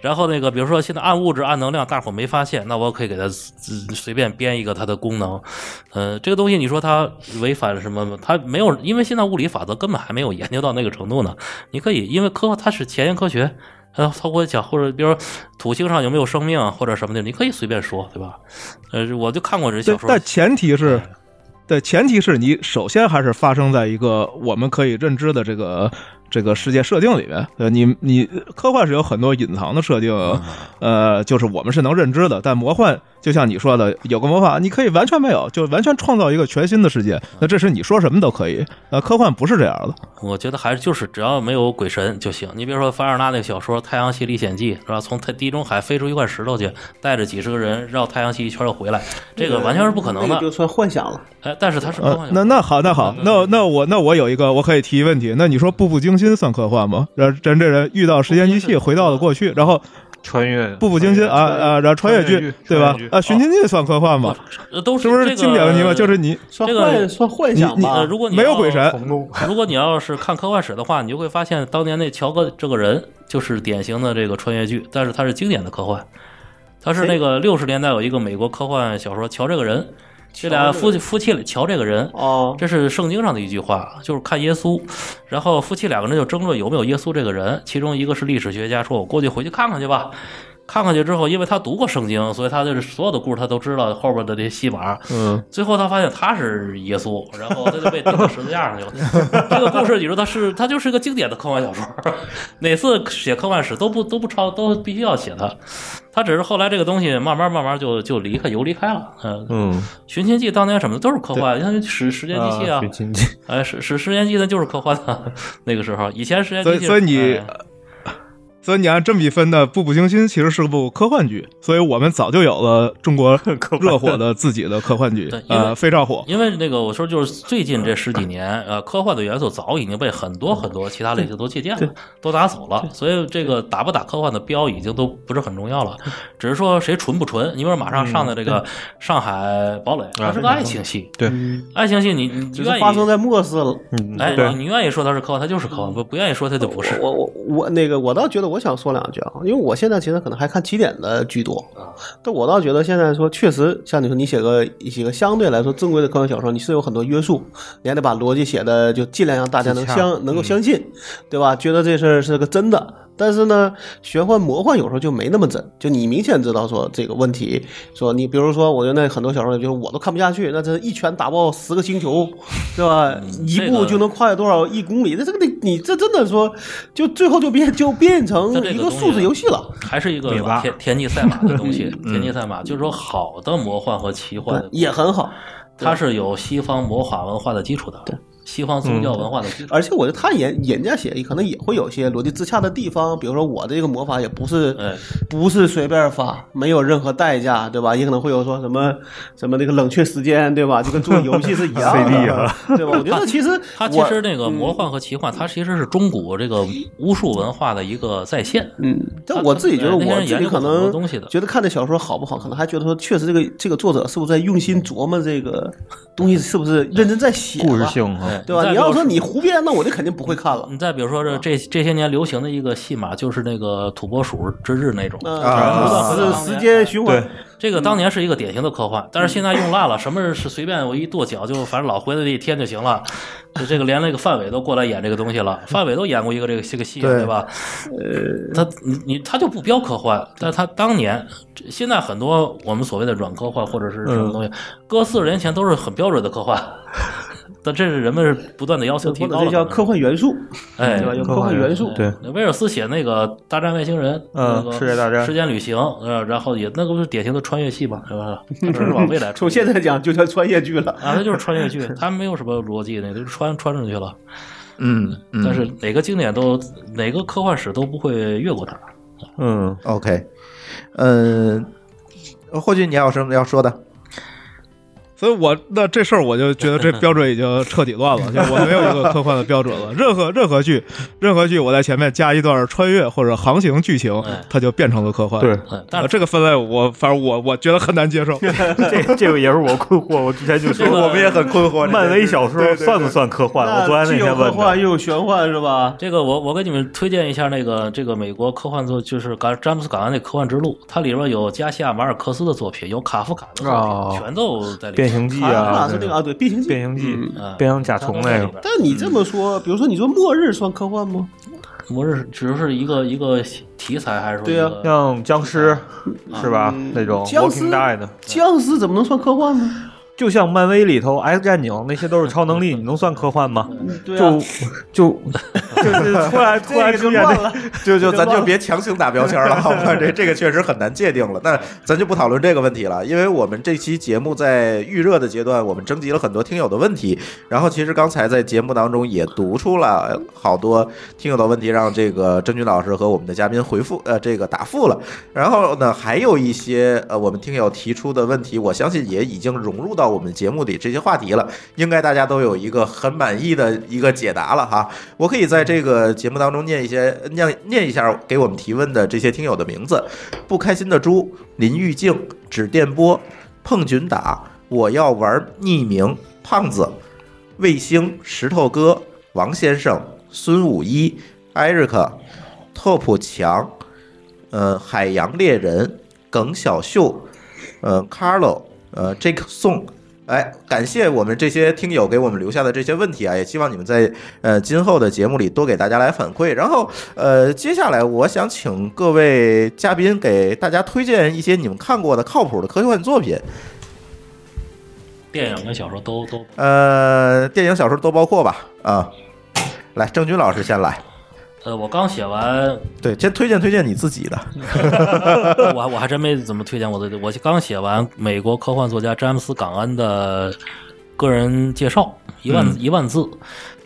然后那个比如说现在暗物质、暗能量，大伙儿没发现，那我可以给它呃随便编一个它的功能。呃，这个东西你说它违反了什么吗？它没有，因为现在物理法则根本还没有研究到那个程度呢。你可以，因为科它是前沿科学。呃，他会讲，或者比如说土星上有没有生命啊，或者什么的，你可以随便说，对吧？呃，我就看过这
对
小，说，哎
但前提是，对，前提是你首先还是发生在一个我们可以认知的这个这个世界设定里面。呃，你你科幻是有很多隐藏的设定，
嗯
呃，就是我们是能认知的，但魔幻就像你说的，有个魔法你可以完全没有，就完全创造一个全新的世界。那这时你说什么都可以。呃，科幻不是这样的。
我觉得还是就是只要没有鬼神就行。你比如说凡尔纳那个小说《太阳系历险记》，是吧？从太地中海飞出一块石头去，带着几十个人绕太阳系一圈又回来，这个完全是不可能
那个就
的。
算幻想了。
哎，但是它是科幻
呃
小，
那
说
那好，那好，
嗯
那那我那我有一个，我可以提一问题。那你说《步步惊心》算科幻吗？然后真这人遇到时间机器回到了过
嗯
去，然后
穿越，
步步惊心啊啊，然后穿越
穿
剧
越剧
对吧
穿越？剧
啊，寻秦记算科幻吗？
呃都
是不
这
是
个
经典问题吗？就是你
算
这个
幻算幻想
你
呃，
吧。
如果你
没有
要
鬼神，
红楼
[laughs] 如果你要是看科幻史的话，你就会发现当年那乔哥这个人就是典型的这个穿越剧，但是他是经典的科幻。他是那个六十年代有一个美国科幻小说《乔这个人》，这俩夫妻夫妻里瞧这个人，
哦，
这是圣经上的一句话，就是看耶稣。然后夫妻两个人就争论有没有耶稣这个人，其中一个是历史学家，说我过去回去看看去吧。看看去之后，因为他读过圣经，所以他就是所有的故事他都知道后边的这些戏码。
嗯，
最后他发现他是耶稣，然后他就被钉到十字架上去了。 [laughs] 这个故事你说他是他就是一个经典的科幻小说， [laughs] 哪次写科幻史都不都不超都必须要写他。他只是后来这个东西慢慢慢慢就就离开游离开了。嗯、
嗯，
寻秦记当年什么的都是科幻，像史时间机器啊，
亲戚
哎史史时间机呢就是科幻的。那个时候以前时间
所
机
以
器，
所以你
哎
所以你按这么一分呢，《步步惊心》其实是部科幻剧，所以我们早就有了中
[laughs]
国热火的自己的科幻剧
对，因为
呃，非常火。
因为那个我说就是最近这十几年，呃，科幻的元素早已经被很多很多其他类型都借鉴了，都拿走了，所以这个打不打科幻的标已经都不是很重要了，只是说谁纯不纯。你比如马上上的这个《上海堡垒》，它是个爱情戏，
对，
爱情戏你你
只
嗯愿
是
意
发生在末世了。
[laughs] 哎，
嗯对
你你愿意说它是科幻，它就是科幻；不不愿意说它就不是。
我我我那个，我倒觉得我想说两句啊，因为我现在其实可能还看起点的居多，
啊
但我倒觉得现在说确实像你说，你写个写个相对来说正规的科幻小说，你是有很多约束，你还得把逻辑写的就尽量让大家能相
嗯
能够相信，对吧？觉得这事儿是个真的。但是呢，玄幻魔幻有时候就没那么真，就你明显知道说这个问题，说你比如说，我觉得那很多小说里就是我都看不下去，那这一拳打爆十个星球，对吧？一
嗯这
步
个
就能跨越多少一公里？那这个你你这真的说，就最后就变就变成
它这
一
个
个
东西
数字游戏了。
还是一个
尾巴
田田忌赛马的东西，田忌赛马就是说好的魔幻和奇幻的
也很好。
它是有西方魔法文化的基础的，西方宗教文化的基础。
而且我觉得他也人家写可能也会有些逻辑自洽的地方，比如说我这个魔法也不是、
哎
不是随便发，没有任何代价，对吧？也可能会有说什么什么那个冷却时间，对吧？就跟做游戏是一样
[laughs] CD
的，
啊
对吧？我觉得其
[laughs]
实
它其
我
实那个魔幻和奇幻，它其实是中古这个巫术文化的一个再现。
嗯，但
他
我自己觉得
那些
我
人
自
研
己
究
可
过很多
能
东西的
觉得看这小说好不好，可能还觉得说确实这个这个作者是不是在用心琢磨这个东西是不是认真在写
故事
了
性啊，
哎
对吧？
再嗯
你
比
要
如
说你胡编，那我就肯定不会看了。
你再比如说这这这些年流行的一个戏码，就是那个土拨鼠之日那种，
啊，是时间循环，
这
嗯
个当年是一个典型的科幻，但是现在用烂了，什么是随便我一跺脚就反正老回来一天就行了。就这个连那个范伟都过来演这个东西了，范伟都演过一个这个这个戏，啊对吧？呃，他你你他就不标科幻，但他当年这现在很多我们所谓的软科幻或者是什么
嗯
东西，搁四十年前都是很标准的科幻，但这是人们是不断的要求提
或者
高
这
了。
叫科幻元素，
哎
对，吧？有
科
科
幻
幻
元
元
素
素，
对
那威尔斯写那个《大战外星人》，
嗯
那个
世界大战
时间旅行，呃，然后也那个不是典型的穿越戏嘛，是
[laughs]
吧？他就是往未来穿越
从现在讲就叫穿越剧
[laughs]
了。
啊，它就是穿越剧，它没有什么逻辑，那就是穿穿上去了。
嗯，嗯
但是哪个经典都哪个科幻史都不会越过它。
嗯，
OK，嗯，霍俊，你还有什么要说的？
所以我那这事儿我就觉得这标准已经彻底乱了，就我没有一个科幻的标准了。任何任何剧，任何剧我在前面加一段穿越或者航行剧情
哎，
它就变成了科幻。
对，
嗯，但
呃，
是
这个分类我反正我我觉得很难接受。
这这个也是我困惑，我之前就说
这个我们也
很困惑
漫威小说算不算科幻？我昨天
既
那
有
天
科
啊问
幻
的，
又有玄幻是吧？
这个我我给你们推荐一下那个这个美国科幻作，就是嘎詹姆斯·港安那《科幻之路》，它里边有加西亚·马尔克斯的作品，有卡夫卡的作
哦
品，全都在里
变
面。
形记
卡夫
啊
卡，是那个啊，对，变形记。
变形嗯记
嗯，
变形甲虫那个，
但你这么说，比如说你说末日算科幻吗？
嗯
不是只是一个一个题材，还是说
对
啊
呀
一个
像僵尸是吧？那种
僵尸
Walking Dead 的。
僵尸怎么能算科幻呢？
就像漫威里头《X 战警》那些都是超能力，你能算科幻吗？
对啊
就，就
[laughs]
就是突然突然
这个就
出现
乱
那
了。
就就咱就别强行打标签了，好吧？这这个确实很难界定了。那咱就不讨论这个问题了，因为我们这期节目在预热的阶段，我们征集了很多听友的问题，然后其实刚才在节目当中也读出了好多听友的问题，让这个郑钧老师和我们的嘉宾回复呃这个答复了。然后呢，还有一些呃我们听友提出的问题，我相信也已经融入到我们节目里这些话题了，应该大家都有一个很满意的一个解答了哈。我可以在这个节目当中念一些念念一下给我们提问的这些听友的名字：不开心的猪、林玉静、指电波、碰菌打、我要玩匿名、胖子、卫星、石头哥、王先生、孙五一、艾瑞克、拓普强、呃，海洋猎人、耿小秀、呃，Carlo、呃，Jake Song、哎，感谢我们这些听友给我们留下的这些问题啊，也希望你们在呃今后的节目里多给大家来反馈。然后呃，接下来我想请各位嘉宾给大家推荐一些你们看过的靠谱的科幻作品。
电影跟小说都都
呃，电影、小说都包括吧？啊，来，郑钧老师先来。
呃，我刚写完，
对，先推荐推荐你自己的。
[laughs] 我我还真没怎么推荐我的，我刚写完美国科幻作家詹姆斯·港恩的个人介绍，一万、一万字。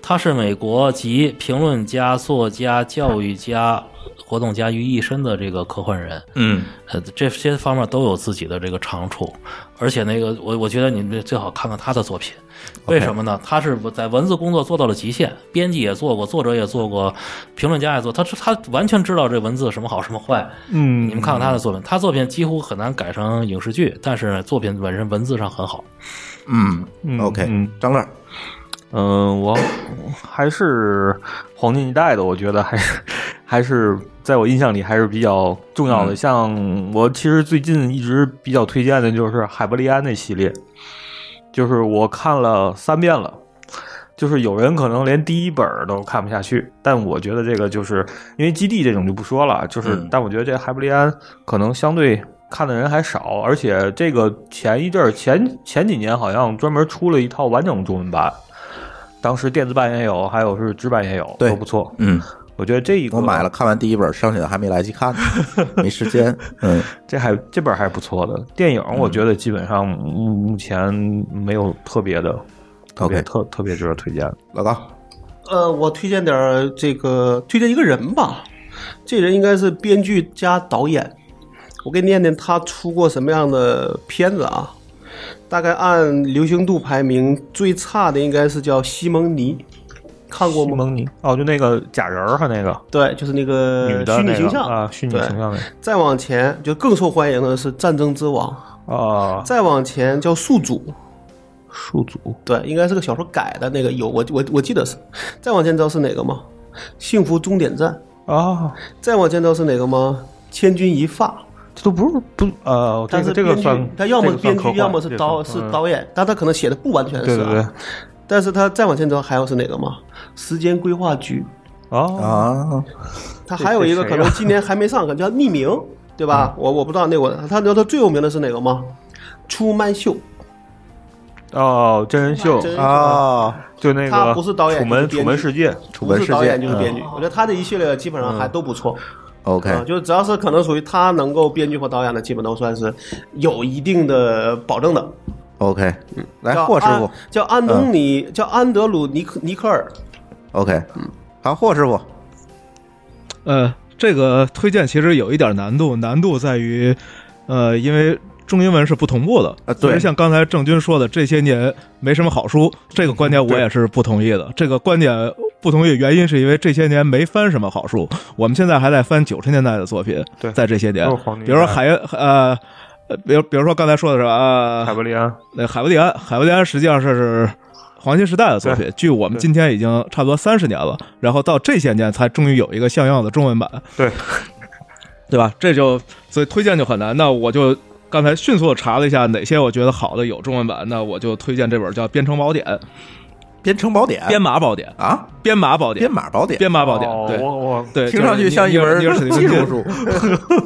他是美国籍评论家、作家、教育家、活动家于一身的这个科幻人。
嗯，
呃，这些方面都有自己的这个长处，而且那个我我觉得你们最好看看他的作品，为什么呢？他是在文字工作做到了极限，编辑也做过，作者也做过，评论家也做，他他完全知道这文字什么好什么坏。
嗯
你们看看他的作品，他作品几乎很难改成影视剧，但是作品本身文字上很好。
嗯
嗯
，OK，
嗯
张乐，
嗯，我还是黄金一代的，我觉得还是还是在我印象里还是比较重要的。像我其实最近一直比较推荐的就是海伯利安那系列，就是我看了三遍了。就是有人可能连第一本儿都看不下去，但我觉得这个就是因为基地这种就不说了，就是、
嗯
但我觉得这海布利安可能相对看的人还少，而且这个前一阵儿前前几年好像专门出了一套完整中文版，当时电子版也有，还有是纸版也有，
对
都不错。
嗯，
我觉得这一个
我买了，看完第一本，剩下的还没来及看呢，没时 [laughs] 间。嗯，
这还这本儿还不错的。电影我觉得基本上目目前没有特别的。特别
OK
特特别值得推荐的，
老高，
呃，我推荐点儿这个，推荐一个人吧。这人应该是编剧加导演。我给你念念他出过什么样的片子啊？大概按流行度排名，最差的应该是叫西蒙尼，看过
西
吗？
蒙尼哦，就那个假人儿哈，那个
对，就是那个
女的
虚拟
那
形
个
象
啊，虚拟
对
形象那个
[laughs] 再往前，就更受欢迎的是《战争之王》，
啊，
再往前叫《宿主》，
数组
对，应该是个小说改的那个有，我我我记得是。再往前知道是哪个吗？《幸福终点站》。
啊，
再往前知道是哪个吗？千钧一发，
这都不是不呃，这
但是
个这
编
个
剧
算
他要么编剧，要么是导
刀
是导演，但他可能写的不完全是、啊。
嗯对对对，
但是他再往前走还有是哪个吗？时间规划局，
啊
啊，
他还有一个
这
可
谁呀啊嗯
能今年还没上，可能叫匿名，
[laughs]
对吧？我我不知道那我他知道他最有名的是哪个吗？出卖秀
哦，真人秀
真人秀
啊，
就那
他
个
不是导演
楚门
就是编剧
楚门世界嗯
楚
不
门
是
世
导演
界
就是编剧，我觉得他这一系列基本上还都不错。啊，
，OK，
就是只要是可能属于他能够编剧或导演的，基本都算是有一定的保证的。
OK，来
叫
霍师
安
傅
叫安东尼，叫安德鲁尼克尼克尔，
，OK，好，霍师傅，
呃，这个推荐其实有一点难度，难度在于，呃，因为中英文是不同步的。
啊对
其实像刚才郑钧说的，这些年没什么好书，这个观点我
对
也是不同意的。这个观点不同意的原因是因为这些年没翻什么好书，我们现在还在翻九十年代的作品，
对哦
在这些年
都是黄，金
比如说
时代
海呃。呃比如，比如说刚才说的是啊，
海伯利安，
那海伯利安，海伯利安实际上是是黄金时代的作品，距我们
对
今天已经差不多三十年了，然后到这些年才终于有一个像样的中文版，
对，
对吧？这就所以推荐就很难。那我就刚才迅速地查了一下哪些我觉得好的有中文版，那我就推荐这本叫《编程宝典》《
编程宝典，
编码宝典》《
啊，
编码宝典
编》码宝
《
典，
编码宝典
哦》
对。
我我
对，
听上
就是
去像一
尼尔
门
尼尔史蒂芬
技术
金
书，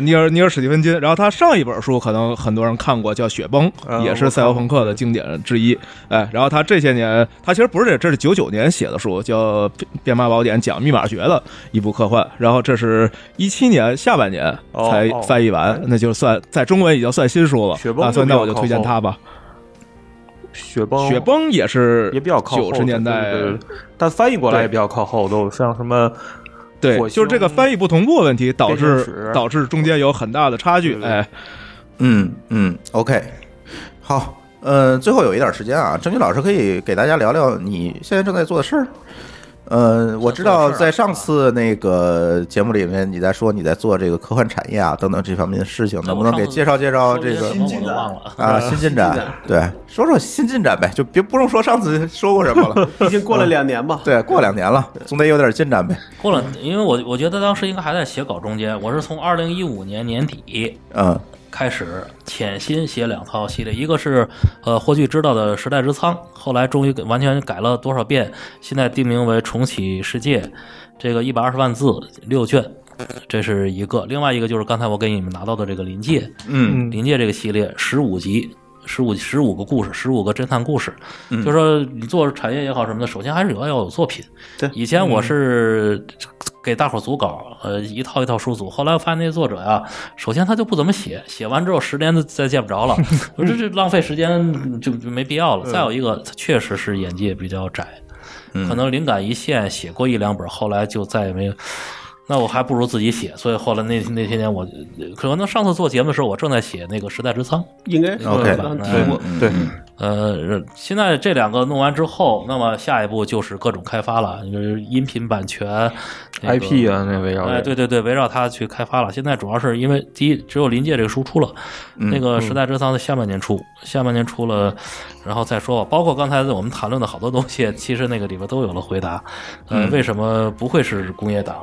尼尔尼尔史蒂芬金，然后他上一本书可能很多人看过，叫《雪崩
嗯》，
也是赛博朋克的经典之一。哎，然后他这些年，他其实不是这，这是九九年写的书，叫《编码宝典》，讲密码学的一部科幻。然后这是一七年下半年
哦
才
哦
翻译完，那就算在中文已经算新书了。
雪崩
啊，所以
就比较
那我就推荐
靠后
他吧。
雪崩
雪崩也是
也比较靠后
九十年代，
对对对但翻译过来
对
也比较靠后，都像什么
对，
火
就是这个
星
翻译不同步问题导
电影
致
史
导致中间有很大的差距。
对对对
哎，
嗯嗯，OK，好，呃，最后有一点时间啊，郑钧老师可以给大家聊聊你现在正在做的事儿。呃，我知道在上次那个节目里面，你在说你在做这个科幻产业啊等等这方面的事情，能不能给介绍介绍这个
说些什么我都忘了。
啊新进展？对，说说新进展呗，就别不用说上次说过什么了。
毕竟过了两年吧。
对，过两年了，总得有点进展呗。
过了，因为我我觉得当时应该还在写稿中间，我是从二零一五年年底
嗯
开始潜心写两套系列，一个是呃霍炬知道的《时代之仓》，后来终于给完全改了多少遍，现在定名为《重启世界》，这个一百二十万字六卷，这是一个；另外一个就是刚才我给你们拿到的这个《临界》，
嗯，
临界这个系列十五集。十五十五个故事，十五个侦探故事，就说你做产业也好什么的，首先还是有要有作品。
对
以前我是给大伙儿组稿，呃，一套一套书组。后来我发现那些作者呀、首先他就不怎么写，写完之后十年都再见不着了， [laughs] 我说这这浪费时间就就没必要了。再有一个，他确实是眼界比较窄，可能灵感一现写过一两本，后来就再也没有。那我还不如自己写，所以后来那那些年我，可能上次做节目的时候，我正在写那个《时代之仓》，
应该是
OK，
刚提
对
嗯
过，
对，
呃，现在这两个弄完之后，那么下一步就是各种开发了，就是音频版权、那个
IP 啊，那围绕着
哎，对对对，围绕它去开发了。现在主要是因为第一，只有《临界》这个书出了，
嗯
那
嗯
个《时代之仓》在下半年出，下半年出了，然后再说吧。包括刚才我们谈论的好多东西，其实那个里边都有了回答。呃，
嗯
为什么不会是工业党？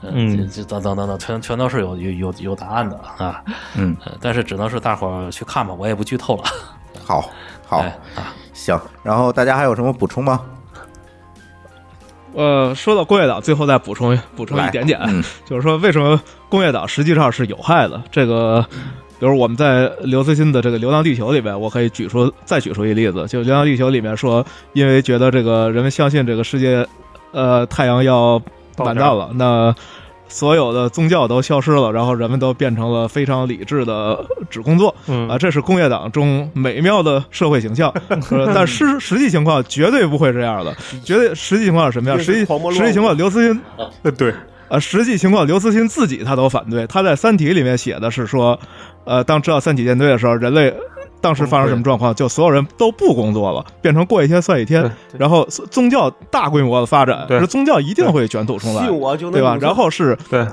呃
嗯
这这等等等等，全全都是有有有有答案的啊。
嗯
呃，但是只能是大伙儿去看吧，我也不剧透了。
好，好，
哎啊，
行。然后大家还有什么补充吗？
呃，说到工业党，最后再补充补充一点点，就是说为什么工业党实际上是有害的？这个，比如我们在刘慈欣的这个《流浪地球》里边，我可以举出再举出一例子，就《流浪地球》里面说，因为觉得这个人们相信这个世界，呃，太阳要完蛋了，那所有的宗教都消失了，然后人们都变成了非常理智的呃只工作。
嗯
啊，这是工业党中美妙的社会形
[laughs]
象，呃但实实际情况绝对不会这样的，绝对实际情况是什么样？
就是
实际
狂魔
实际情况，刘慈欣
对，
呃，实际情况刘慈欣自己他都反对，他在《三体》里面写的是说，呃，当知道三体舰队的时候，人类。当时发生什么状况？就所有人都不工作了，变成过一天算一天。然后宗教大规模的发展，
对
是宗教一定会卷土重来。
信我就能
对吧？
领受
然后是，
对，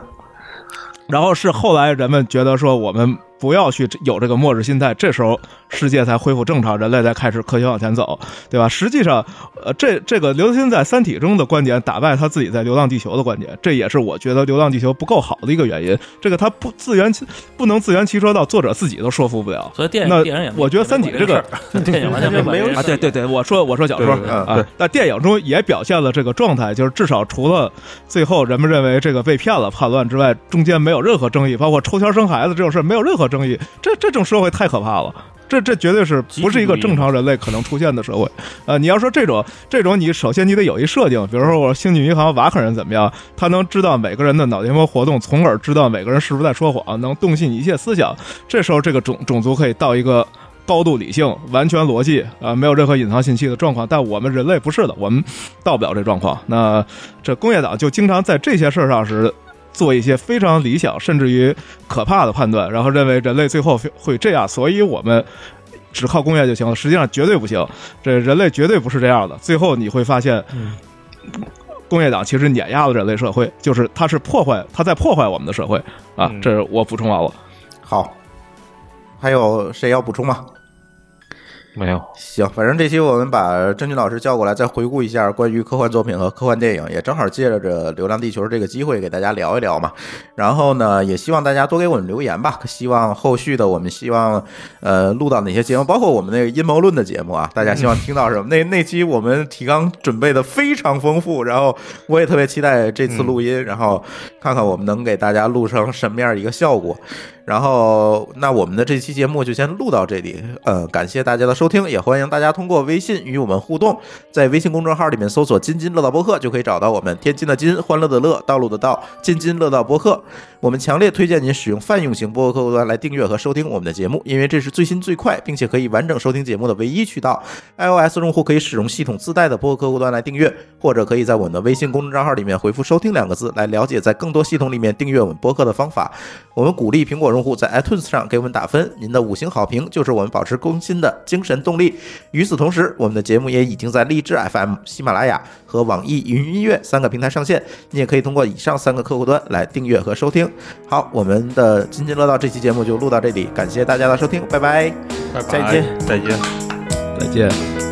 然后是后来人们觉得说我们不要去有这个末日心态，这时候世界才恢复正常，人类才开始科学往前走，对吧？实际上，呃，这这个刘慈欣在《三体》中的观点打败他自己在《流浪地球》的观点，这也是我觉得《流浪地球》不够好的一个原因。这个他不自圆其不能自圆其说到作者自己都说服不了。
所以电
那
影电影也没
我觉得三体
也没管这个事儿电影完
[laughs]
全没管这个事儿
啊，对对对，我说我说小说
对
啊，但电影中也表现了这个状态，就是至少除了最后人们认为这个被骗了叛乱之外，中间没有任何争议，包括抽签生孩子这种事儿没有任何争议，这这种社会太可怕了。这这绝对是不是一个正常人类可能出现的社会？呃，你要说这种这种，你首先你得有一设定，比如说我星际银行瓦肯人怎么样，他能知道每个人的脑电波活动，从而知道每个人是不是在说谎，能洞悉你一切思想。这时候这个种种族可以到一个高度理性、完全逻辑啊、没有任何隐藏信息的状况。但我们人类不是的，我们到不了这状况。那这工业党就经常在这些事儿上是。做一些非常理想甚至于可怕的判断，然后认为人类最后会这样，所以我们只靠工业就行了。实际上绝对不行，这人类绝对不是这样的。最后你会发现，工业党其实碾压了人类社会，就是它是破坏，它在破坏我们的社会啊。
嗯
这是我补充完了。
好，还有谁要补充吗？
没有，
行，反正这期我们把郑钧老师叫过来，再回顾一下关于科幻作品和科幻电影，也正好借着这《流浪地球》这个机会给大家聊一聊嘛。然后呢，也希望大家多给我们留言吧。希望后续的我们希望呃录到哪些节目，包括我们那个阴谋论的节目啊，大家希望听到什么？那那期我们提纲准备的非常丰富，然后我也特别期待这次录音，然后看看我们能给大家录成什么样一个效果。然后，那我们的这期节目就先录到这里。呃，感谢大家的收听，也欢迎大家通过微信与我们互动，在微信公众号里面搜索“津津乐道播客”就可以找到我们。天津的津，欢乐的乐，道路的道，津津乐道播客。我们强烈推荐您使用泛用型播客客户端来订阅和收听我们的节目，因为这是最新最快，并且可以完整收听节目的唯一渠道。iOS 用户可以使用系统自带的播客客户端来订阅，或者可以在我们的微信公众账号里面回复“收听”两个字来了解在更多系统里面订阅我们播客的方法。我们鼓励苹果用户在 iTunes 上给我们打分，您的五星好评就是我们保持更新的精神动力。与此同时，我们的节目也已经在荔枝 FM、喜马拉雅和网易云音乐三个平台上线，你也可以通过以上三个客户端来订阅和收听。好，我们的津津乐道这期节目就录到这里，感谢大家的收听，拜拜。
再见，再见。
再
拜
见。
拜。